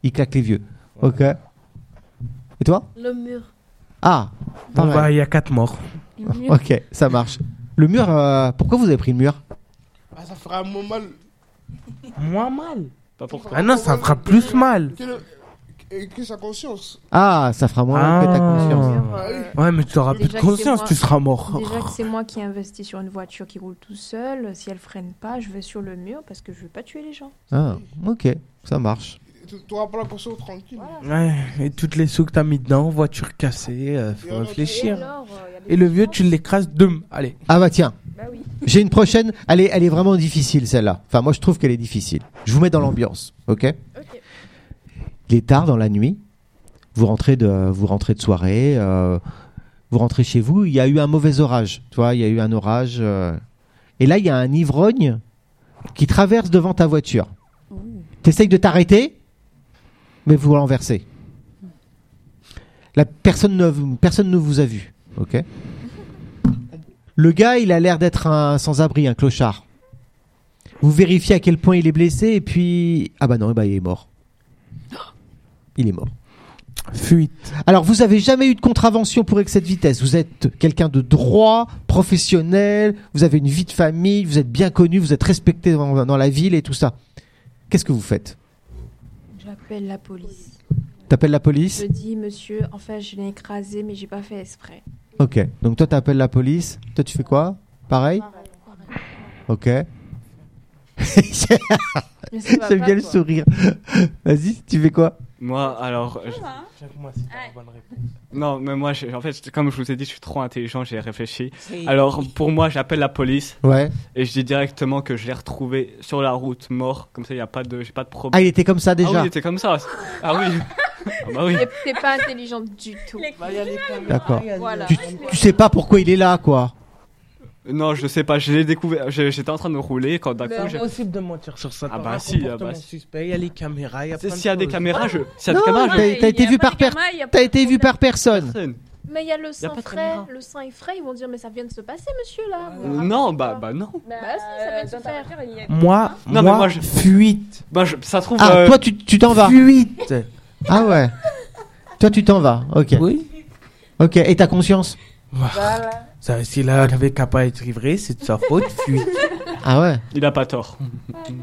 Speaker 4: Il claque les vieux. Ok. Et toi
Speaker 9: Le mur.
Speaker 4: Ah, pas
Speaker 2: Bon,
Speaker 4: mal.
Speaker 2: bah, il y a quatre morts.
Speaker 4: Ok, ça marche. Le mur, euh, pourquoi vous avez pris le mur
Speaker 3: Ah, ça fera moins mal.
Speaker 2: Moins mal
Speaker 1: Pas pour
Speaker 2: Ah non, ça fera plus mal.
Speaker 3: Que, le- que- que sa conscience.
Speaker 4: Ah, ça fera moins mal que ta
Speaker 2: Ah.
Speaker 4: conscience.
Speaker 2: Ouais, mais tu auras plus de
Speaker 8: Déjà que c'est
Speaker 2: conscience,
Speaker 8: moi-
Speaker 2: tu seras mort.
Speaker 8: Euh, Déjà que c'est moi qui ai investi sur une voiture qui roule tout seul. Si elle freine pas, je vais sur le mur parce que je veux pas tuer les gens.
Speaker 4: Ah, ok, ça marche.
Speaker 3: Tu n'auras pas la conscience tranquille.
Speaker 2: Ouais, et toutes les sous que t'as mis dedans, voiture cassée, euh, faut
Speaker 8: Et
Speaker 2: réfléchir.
Speaker 8: alors, euh, y a des-
Speaker 2: Et le vieux, tu l'écrases, deux. Allez.
Speaker 4: Ah bah tiens,
Speaker 8: Bah oui.
Speaker 4: j'ai une prochaine. Elle est, elle est vraiment difficile celle-là. Enfin, moi je trouve qu'elle est difficile. Je vous mets dans l'ambiance, ok
Speaker 8: Ok.
Speaker 4: Il est tard dans la nuit. Vous rentrez de, vous rentrez de soirée. euh, vous rentrez chez vous. Il y a eu un mauvais orage. Tu vois, il y a eu un orage. euh, et là, il y a un ivrogne qui traverse devant ta voiture. T'essayes de t'arrêter, mais vous l'enversez. La personne ne, personne ne vous a vu. Ok. Le gars, il a l'air d'être un sans-abri, un clochard. Vous vérifiez à quel point il est blessé et puis ah bah non, eh bah, il est mort. Il est mort.
Speaker 2: Fuite.
Speaker 4: Alors, vous avez jamais eu de contravention pour excès de vitesse. Vous êtes quelqu'un de droit, professionnel, vous avez une vie de famille, vous êtes bien connu, vous êtes respecté dans, dans la ville et tout ça. Qu'est-ce que vous faites
Speaker 8: J'appelle la police.
Speaker 4: T'appelles la police
Speaker 8: Je dis, monsieur, en fait, je l'ai écrasé, mais j'ai pas fait exprès.
Speaker 4: Ok. Donc toi, t'appelles la police. Toi, tu fais quoi Pareil Ok.
Speaker 8: Mais ça va
Speaker 4: J'aime
Speaker 8: pas,
Speaker 4: bien le
Speaker 8: quoi.
Speaker 4: sourire. Vas-y, tu fais quoi
Speaker 1: Moi, alors. je- Non, mais moi, j'ai- en fait, je- comme je vous ai dit, je suis trop intelligent, j'ai réfléchi. Alors, pour moi, j'appelle la police
Speaker 4: Ouais.
Speaker 1: et je dis directement que je l'ai retrouvé sur la route, mort. Comme ça, il n'y a pas de, j'ai pas de
Speaker 4: Ah,
Speaker 1: problème.
Speaker 4: il était comme ça
Speaker 1: Ah
Speaker 4: déjà.
Speaker 1: oui, il était comme ça. Ah oui. ah bah oui.
Speaker 8: T'es- T'es pas intelligente du tout.
Speaker 4: D'accord.
Speaker 8: Voilà.
Speaker 4: Tu,
Speaker 2: Ah,
Speaker 4: tu sais pas pourquoi il est là, quoi.
Speaker 1: Non, je sais pas, je l'ai découvert. j'ai- J'étais en train de rouler quand d'un coup, j'ai.
Speaker 2: impossible de mentir sur ça.
Speaker 1: Ah
Speaker 2: T'as
Speaker 1: bah
Speaker 2: un
Speaker 1: si,
Speaker 2: comportement
Speaker 1: ah bah si.
Speaker 2: suspect, Il y a les caméras, il y a plein de
Speaker 1: S'il y a des
Speaker 2: choses.
Speaker 1: caméras, je. S'il y a des
Speaker 4: Non,
Speaker 1: caméras, je.
Speaker 4: t'as ah, t'as été vu par per- t'as été vu par personne.
Speaker 1: Personne.
Speaker 10: Mais il y a le sang
Speaker 1: pas de
Speaker 10: frais,
Speaker 1: caméra.
Speaker 10: le sang est frais, ils vont dire mais ça vient de se passer monsieur là.
Speaker 8: Ah.
Speaker 1: Non, bah, bah non.
Speaker 10: Bah si, ça vient de se
Speaker 8: dans ta
Speaker 10: faire.
Speaker 2: Moi,
Speaker 1: Non, mais
Speaker 2: moi,
Speaker 1: moi, je-
Speaker 2: fuite.
Speaker 1: Bah, je- ça se trouve.
Speaker 4: Ah,
Speaker 1: euh,
Speaker 4: toi, tu tu t'en vas.
Speaker 2: Fuite.
Speaker 4: Ah ouais. Toi, tu t'en vas. Ok.
Speaker 2: Oui.
Speaker 4: Ok. Et ta conscience
Speaker 2: Ça, s'il avait qu'à pas être livré, c'est de sa faute. Fuite.
Speaker 4: Ah ouais.
Speaker 1: Il a pas tort.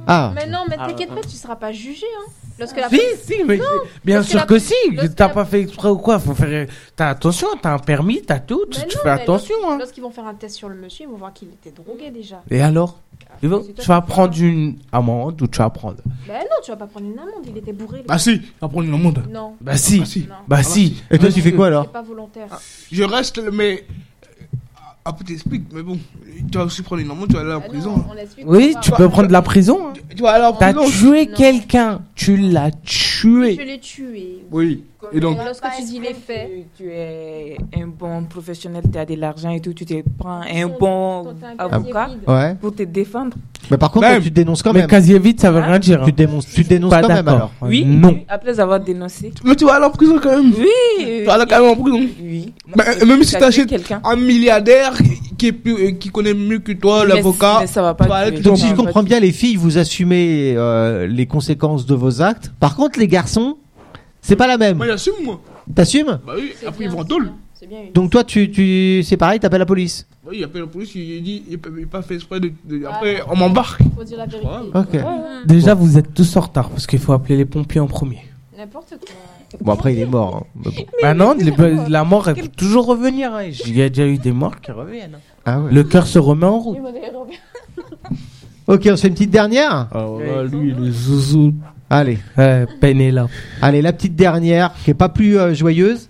Speaker 4: Ah.
Speaker 10: Mais non, mais
Speaker 1: Ah,
Speaker 10: t'inquiète
Speaker 1: ouais.
Speaker 10: pas, tu seras pas jugé hein. Lorsque la
Speaker 2: Si, si, mais bien
Speaker 10: parce que
Speaker 2: sûr
Speaker 10: la-
Speaker 2: que si.
Speaker 10: parce que
Speaker 2: T'as
Speaker 10: la-
Speaker 2: pas fait exprès ou quoi Faut faire. T'as attention, t'as un permis, t'as tout. Tu,
Speaker 10: Mais
Speaker 2: tu
Speaker 10: non,
Speaker 2: fais
Speaker 10: mais
Speaker 2: attention. hein.
Speaker 10: Lorsqu'ils vont faire un test sur le monsieur, ils vont voir qu'il était drogué déjà.
Speaker 2: Et alors Tu vas-
Speaker 10: c'est toi
Speaker 2: tu vas prendre une amende ou tu vas prendre
Speaker 10: Ben non, tu vas pas prendre une amende, il était bourré. le
Speaker 3: Bah si, on va prendre une amende.
Speaker 10: gars. Non,
Speaker 2: Bah si.
Speaker 3: Ah, si.
Speaker 2: Bah si.
Speaker 4: Et toi, tu fais quoi alors
Speaker 10: c'est pas volontaire.
Speaker 3: Je reste, mais. Ah, peut t'expliques, mais bon. Tu vas aussi prendre une amende, tu vas aller en
Speaker 10: Ah non,
Speaker 3: prison.
Speaker 10: on l'explique, on
Speaker 2: Oui,
Speaker 10: va
Speaker 2: tu
Speaker 10: voir.
Speaker 2: peux prendre de la prison. hein.
Speaker 3: Tu vas aller en
Speaker 2: T'as
Speaker 3: prison.
Speaker 2: tué
Speaker 10: Non.
Speaker 2: quelqu'un. Tu l'as
Speaker 10: Je
Speaker 2: tué.
Speaker 10: l'ai tué.
Speaker 3: Oui. Et donc,
Speaker 10: Et lorsque tu dis les faits,
Speaker 5: Tu, tu es un bon professionnel, tu as de l'argent et tout, tu te prends un
Speaker 10: Ton-
Speaker 5: bon
Speaker 10: quand t'as un
Speaker 5: avocat
Speaker 10: casier vide,
Speaker 4: Ouais.
Speaker 5: pour te défendre.
Speaker 4: Mais par contre,
Speaker 3: Même.
Speaker 4: toi, tu te dénonces quand
Speaker 2: Mais
Speaker 4: même.
Speaker 2: casier vide, ça veut
Speaker 5: Hein
Speaker 2: rien dire. hein.
Speaker 4: Tu te dénonces, tu te dénonces
Speaker 2: Pas
Speaker 4: quand même alors.
Speaker 2: d'accord. Non.
Speaker 5: Après avoir dénoncé.
Speaker 3: mais tu vas aller en prison quand même.
Speaker 5: Oui.
Speaker 3: Tu vas aller quand même en prison.
Speaker 5: Oui.
Speaker 3: Bah, même si
Speaker 5: T'as
Speaker 3: t'achètes-
Speaker 5: tué quelqu'un.
Speaker 3: Un milliardaire qui- qui, est plus, euh, qui connaît mieux que toi
Speaker 5: Mais-
Speaker 3: l'avocat.
Speaker 5: mais ça va pas
Speaker 3: tu vas aller
Speaker 5: tuer.
Speaker 3: tout
Speaker 4: Donc
Speaker 3: le
Speaker 4: si je
Speaker 3: temps.
Speaker 4: comprends bien, les filles, vous assumez euh, les conséquences de vos actes. Par contre, les garçons, c'est pas la même.
Speaker 3: Moi j'assume moi.
Speaker 4: T'assumes
Speaker 3: Bah oui,
Speaker 10: c'est
Speaker 3: après
Speaker 10: bien,
Speaker 3: ils vont en
Speaker 10: c'est
Speaker 3: tôle.
Speaker 10: bien, C'est bien.
Speaker 4: Donc toi, tu, tu c'est pareil, t'appelles la police.
Speaker 3: Bah Oui, il appelle la police, il dit, il n'a pas fait exprès de. de- Après on m'embarque.
Speaker 10: Il faut dire la vérité.
Speaker 3: Ouais.
Speaker 4: Ok.
Speaker 10: Mmh.
Speaker 2: Déjà, vous êtes tous en retard parce qu'il faut appeler les pompiers en premier.
Speaker 10: N'importe quoi.
Speaker 4: Bon après, il est mort. hein. Mais bon.
Speaker 2: Bah non, les- bah, la mort, elle peut toujours revenir. hein. Il y a déjà eu des morts qui reviennent. hein.
Speaker 4: Ah ouais.
Speaker 2: Le cœur se remet en route.
Speaker 4: Ok, on se fait une petite dernière.
Speaker 2: Oh là, lui, le zouzou.
Speaker 4: Allez,
Speaker 2: Ouais, Penelope.
Speaker 4: allez, la petite dernière qui est pas plus euh, joyeuse.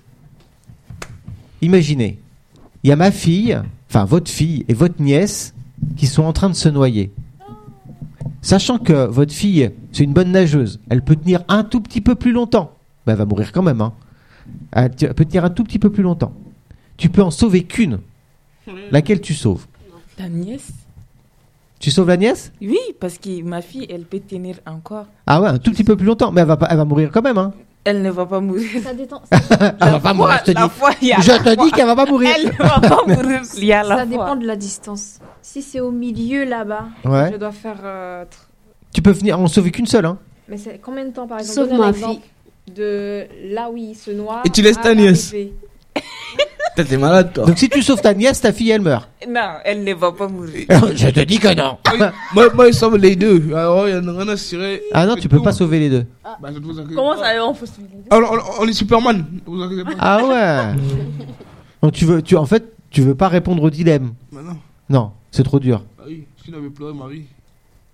Speaker 4: Imaginez, il y a ma fille, enfin votre fille et votre nièce qui sont en train de se noyer. Sachant que votre fille, c'est une bonne nageuse, elle peut tenir un tout petit peu plus longtemps. Bah, elle va mourir quand même. Hein. Elle ti- peut tenir un tout petit peu plus longtemps. Tu peux en sauver qu'une. Laquelle tu sauves
Speaker 5: Ta nièce
Speaker 4: Tu sauves la nièce
Speaker 5: Oui, parce que ma fille, elle peut tenir encore.
Speaker 4: Ah ouais, un tout petit peu plus longtemps. Mais elle va, pas- elle va mourir quand même. Hein.
Speaker 5: Elle ne va pas mourir.
Speaker 10: Ça détend. ça-
Speaker 4: Elle va pas mourir, je te
Speaker 5: La
Speaker 4: dis.
Speaker 5: foi, il y a
Speaker 4: Je
Speaker 5: la
Speaker 4: te
Speaker 5: foi.
Speaker 4: dis qu'elle va pas mourir.
Speaker 5: Elle ne va pas mourir. Il y a la
Speaker 8: Ça
Speaker 5: foi.
Speaker 8: dépend de la distance. Si c'est au milieu là-bas,
Speaker 4: Ouais.
Speaker 8: je dois faire. euh, tr-
Speaker 4: Tu peux venir en sauver qu'une seule. Hein.
Speaker 10: Mais c'est combien de temps par exemple
Speaker 9: Sauf
Speaker 10: Donne un
Speaker 9: ma
Speaker 10: exemple De là où il se noie.
Speaker 3: Et tu laisses
Speaker 10: à
Speaker 3: ta nièce.
Speaker 10: l'arrivée.
Speaker 3: Putain, t'es malade, toi.
Speaker 4: Donc si tu sauves ta nièce, ta fille elle meurt.
Speaker 5: Non, elle ne va pas mourir.
Speaker 4: Je te dis que non.
Speaker 3: moi, moi, ils sauvent les deux. Alors, il y en a rien à cirer.
Speaker 4: Ah non, tu peux pas sauver les deux.
Speaker 3: Bah, ne vous inquiétez
Speaker 7: Comment
Speaker 3: pas.
Speaker 7: ça on faut se-
Speaker 3: Ah, on, on- on est Superman. Ne vous inquiétez pas.
Speaker 4: Ah ouais. Donc tu veux, tu en fait, tu veux pas répondre au dilemme.
Speaker 3: Bah, non.
Speaker 4: Non, c'est trop dur.
Speaker 3: Ah oui, parce qu'il avait pleuré ma vie.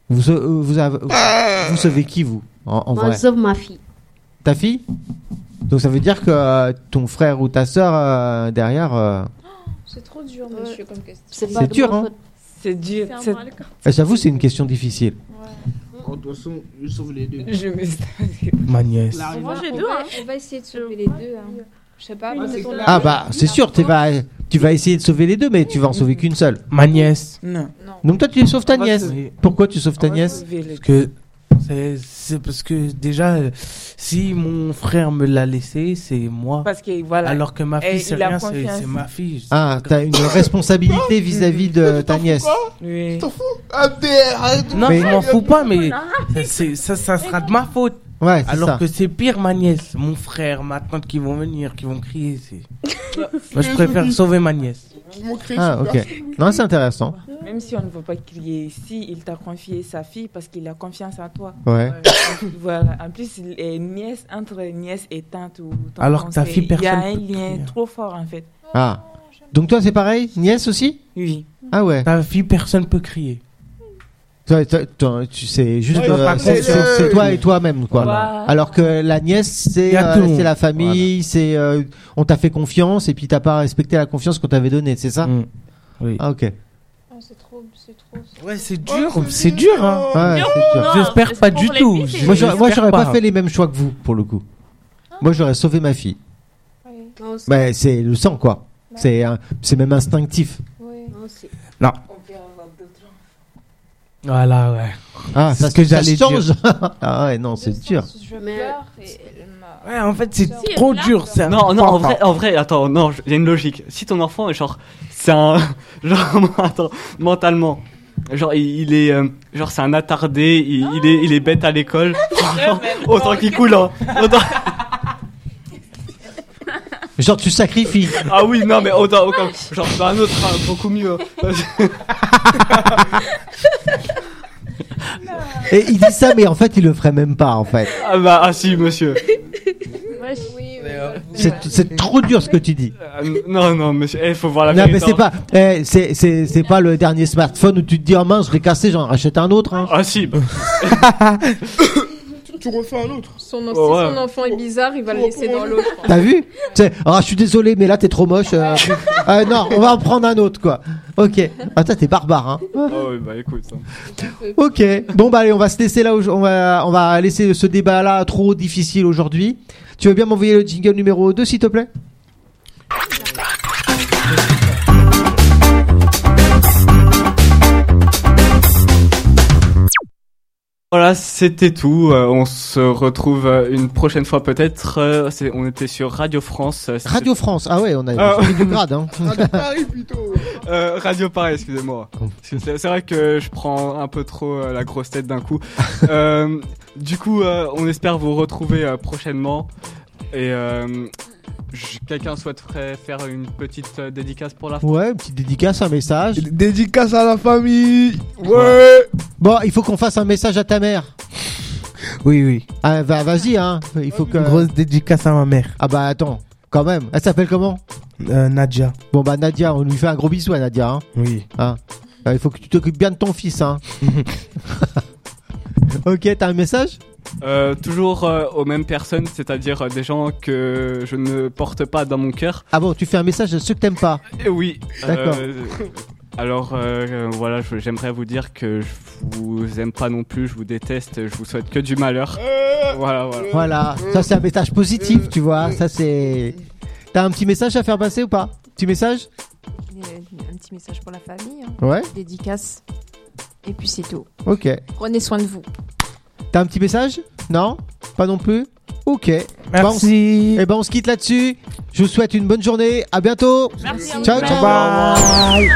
Speaker 4: Vous sau- euh, vous avez- vous sauvez qui vous en, en
Speaker 9: Moi,
Speaker 4: vrai
Speaker 9: je sauve ma fille.
Speaker 4: Ta fille. Donc ça veut dire que euh, ton frère ou ta sœur euh, derrière, euh,
Speaker 8: C'est trop dur,
Speaker 10: Euh,
Speaker 8: monsieur, comme question.
Speaker 9: C'est
Speaker 4: c'est dur. Hein
Speaker 5: C'est dur.
Speaker 7: C'est à
Speaker 5: c'est-
Speaker 7: moi, le corps.
Speaker 4: Et eh, J'avoue, c'est une question difficile.
Speaker 3: Oh, de toute façon, je sauve les deux.
Speaker 5: Je me
Speaker 2: Ma nièce.
Speaker 3: La
Speaker 7: Moi,
Speaker 3: Riva-
Speaker 7: j'ai
Speaker 10: On
Speaker 7: deux,
Speaker 10: va,
Speaker 7: hein.
Speaker 10: on va essayer de sauver les deux. hein. Je sais pas,
Speaker 3: Ah,
Speaker 10: peut-être
Speaker 3: c'est
Speaker 10: on
Speaker 3: clair.
Speaker 10: a-
Speaker 4: Ah bah, c'est sûr, tu vas, tu vas essayer de sauver les deux, mais tu vas en sauver qu'une seule.
Speaker 2: Ma nièce.
Speaker 5: Non.
Speaker 10: Non.
Speaker 4: Donc toi, tu sauves ta
Speaker 5: On va
Speaker 4: nièce.
Speaker 5: sauver.
Speaker 2: Oui,
Speaker 4: Pourquoi tu sauves ta
Speaker 5: On va
Speaker 4: nièce
Speaker 5: sauver les-
Speaker 2: parce que c'est- c'est parce que déjà, euh, si mon frère me l'a laissé, c'est moi.
Speaker 5: Parce que voilà.
Speaker 2: Alors que ma
Speaker 5: Et
Speaker 2: fille, c'est
Speaker 5: il a
Speaker 2: rien, c'est
Speaker 5: confiance.
Speaker 2: c'est ma fille.
Speaker 4: Ah, t'as une responsabilité vis-à-vis de ta nièce.
Speaker 5: Oui.
Speaker 3: Ah, merde, arrête.
Speaker 2: Non,
Speaker 4: Mais-
Speaker 2: je m'en fous pas, mais c'est- ça, ça sera de ma faute.
Speaker 4: Ouais, c'est
Speaker 2: Alors
Speaker 4: ça.
Speaker 2: que c'est pire, ma nièce, mon frère, ma tante qui vont venir, qui vont crier. c'est- Moi, je préfère sauver ma nièce.
Speaker 4: Ah, ok. Non, c'est intéressant.
Speaker 5: Même si on ne veut pas crier ici, il t'a confié sa fille parce qu'il a confiance en toi.
Speaker 4: Ouais.
Speaker 5: Euh, voilà. En plus, il est nièce entre nièce et tante ou tante,
Speaker 2: Alors que ta
Speaker 5: on
Speaker 2: fille,
Speaker 5: sait,
Speaker 2: personne peut
Speaker 5: Il y a un lien
Speaker 2: crier.
Speaker 5: trop fort en fait.
Speaker 4: Ah. Donc toi, c'est pareil Nièce aussi
Speaker 5: Oui.
Speaker 4: Ah ouais.
Speaker 2: Ta fille, personne peut crier.
Speaker 4: Toi, toi, toi, tu sais juste
Speaker 2: Ouais,
Speaker 4: euh,
Speaker 2: par
Speaker 4: c'est
Speaker 2: contre,
Speaker 4: c'est-
Speaker 2: euh,
Speaker 4: c'est toi et toi-même quoi.
Speaker 5: Voilà.
Speaker 4: Alors que la nièce
Speaker 2: Y
Speaker 4: c'est euh,
Speaker 2: a tout.
Speaker 4: c'est la famille, c'est euh, on t'a fait confiance et puis t'as pas respecté la confiance qu'on t'avait donnée, c'est ça
Speaker 2: Mm. Oui.
Speaker 4: Ah OK.
Speaker 10: Ah, c'est trop, c'est trop.
Speaker 2: Ouais, c'est dur, c'est dur. Hein.
Speaker 4: Ouais, c'est Oh, dur.
Speaker 7: Non,
Speaker 2: J'espère pas
Speaker 7: pour
Speaker 2: du
Speaker 7: les
Speaker 2: tout.
Speaker 7: filles, c'est-
Speaker 4: Moi j'aurais, moi,
Speaker 2: J'espère
Speaker 4: j'aurais pas
Speaker 2: pas.
Speaker 4: fait les mêmes choix que vous pour le coup. Moi j'aurais sauvé ma fille.
Speaker 10: Ouais,
Speaker 9: Moi aussi.
Speaker 4: Bah, c'est le sang quoi.
Speaker 10: Ouais.
Speaker 4: C'est un- c'est même instinctif.
Speaker 10: ouais.
Speaker 9: Moi aussi.
Speaker 2: Voilà, ouais.
Speaker 4: Ah,
Speaker 2: C'est
Speaker 4: ça,
Speaker 2: ce que
Speaker 4: ça
Speaker 2: j'allais
Speaker 4: change. ah ouais, non, c'est
Speaker 10: Deux
Speaker 4: dur.
Speaker 10: sens, Je
Speaker 9: Mais-
Speaker 10: pleure et elle m'a-
Speaker 2: Ouais, en fait, c'est
Speaker 10: Si,
Speaker 2: trop
Speaker 7: là,
Speaker 2: dur. c'est
Speaker 1: Non, non, en
Speaker 2: important.
Speaker 1: vrai, en vrai, attends, non, il y a une logique. Si ton enfant est genre, c'est un, genre, attends, mentalement, genre, il, il est, euh, genre, c'est un attardé, il, il est, il est bête à l'école, genre, autant qu'il coule, hein. Autant-
Speaker 4: Genre tu sacrifies.
Speaker 1: ah oui, non, mais autant, autant- genre, bah, un autre, hein, beaucoup mieux.
Speaker 4: et il dit ça mais en fait, il le ferait même pas en fait.
Speaker 1: ah bah, ah si, monsieur.
Speaker 10: Oui, oui,
Speaker 4: C'est, c'est trop dur ce que tu dis.
Speaker 1: Euh, non, non, monsieur, eh, faut voir la
Speaker 4: Non, mais
Speaker 1: vérité,
Speaker 4: c'est
Speaker 1: hein.
Speaker 4: pas, eh, c'est, c'est, c'est pas le dernier smartphone où tu te dis, oh mince, je l'ai cassé, j'en rachète un autre. hein.
Speaker 1: Ah si, bah,
Speaker 3: Tu refais un autre.
Speaker 8: Son,
Speaker 1: Ouais.
Speaker 8: si son enfant est bizarre, il va le
Speaker 3: Oh,
Speaker 8: laisser
Speaker 3: comment
Speaker 8: dans
Speaker 3: je-
Speaker 8: l'autre.
Speaker 4: T'as vu Tu sais, Ah, je suis désolé, mais là, t'es trop moche. euh, euh, non, on va en prendre un autre, quoi. Ok. Ah, toi, t'es barbare, hein.
Speaker 1: ah oui, bah écoute. hein.
Speaker 4: Ok. Bon, bah, allez, on va se laisser là. au- On va, on va laisser ce débat-là trop difficile aujourd'hui. Tu veux bien m'envoyer le jingle numéro 2, s'il te plaît
Speaker 1: Voilà, c'était tout. Euh, on se retrouve euh, une prochaine fois peut-être. Euh, c'est- on était sur Radio France. euh, c'était-
Speaker 4: Radio France. Ah ouais, on a
Speaker 1: Ah.
Speaker 4: on a pris du grade, hein.
Speaker 3: Ah, Paris, plutôt.
Speaker 1: Euh, Radio Paris, excusez-moi. Parce que C'est c'est vrai que je prends un peu trop euh, la grosse tête d'un coup. Euh, du coup, euh, on espère vous retrouver euh, prochainement. Et euh, je- quelqu'un souhaiterait faire une petite euh, dédicace pour la fin.
Speaker 4: Ouais, une petite dédicace, un message.
Speaker 3: Dédicace à la famille.
Speaker 1: Ouais.
Speaker 4: Bon, il faut qu'on fasse un message à ta mère.
Speaker 2: Oui, oui.
Speaker 4: Ah, bah, vas-y, hein. Il faut que.
Speaker 2: oh. Grosse dédicace à ma mère,
Speaker 4: Ah bah attends, quand même. Elle s'appelle comment
Speaker 2: euh, Nadia.
Speaker 4: Bon bah Nadia, on lui fait un gros bisou à Nadia. hein.
Speaker 2: Oui.
Speaker 4: Euh, il faut que tu t'occupes bien de ton fils. Hein. ok, t'as un message
Speaker 1: Euh, toujours euh, aux mêmes personnes, c'est-à-dire euh, des gens que je ne porte pas dans mon cœur.
Speaker 4: Ah bon, tu fais un message à ceux que t'aimes pas.
Speaker 1: Et oui.
Speaker 4: D'accord.
Speaker 1: Euh, alors euh, euh, voilà, je- j'aimerais vous dire que je vous aime pas non plus, je vous déteste, je vous souhaite que du malheur.
Speaker 3: Euh.
Speaker 1: Voilà, voilà.
Speaker 4: Voilà, ça c'est un message positif, tu vois. Ça c'est. T'as un petit message à faire passer ou pas Petit message
Speaker 10: Euh, Un petit message pour la famille, hein.
Speaker 4: Ouais.
Speaker 10: dédicace. Et puis c'est tout.
Speaker 4: Ok.
Speaker 10: Prenez soin de vous.
Speaker 4: T'as un petit message Non Pas non plus Ok. Et
Speaker 2: Merci.
Speaker 4: ben on se quitte là-dessus. Je vous souhaite une bonne journée. À bientôt.
Speaker 10: Merci.
Speaker 4: Ciao, ciao.
Speaker 2: Bye.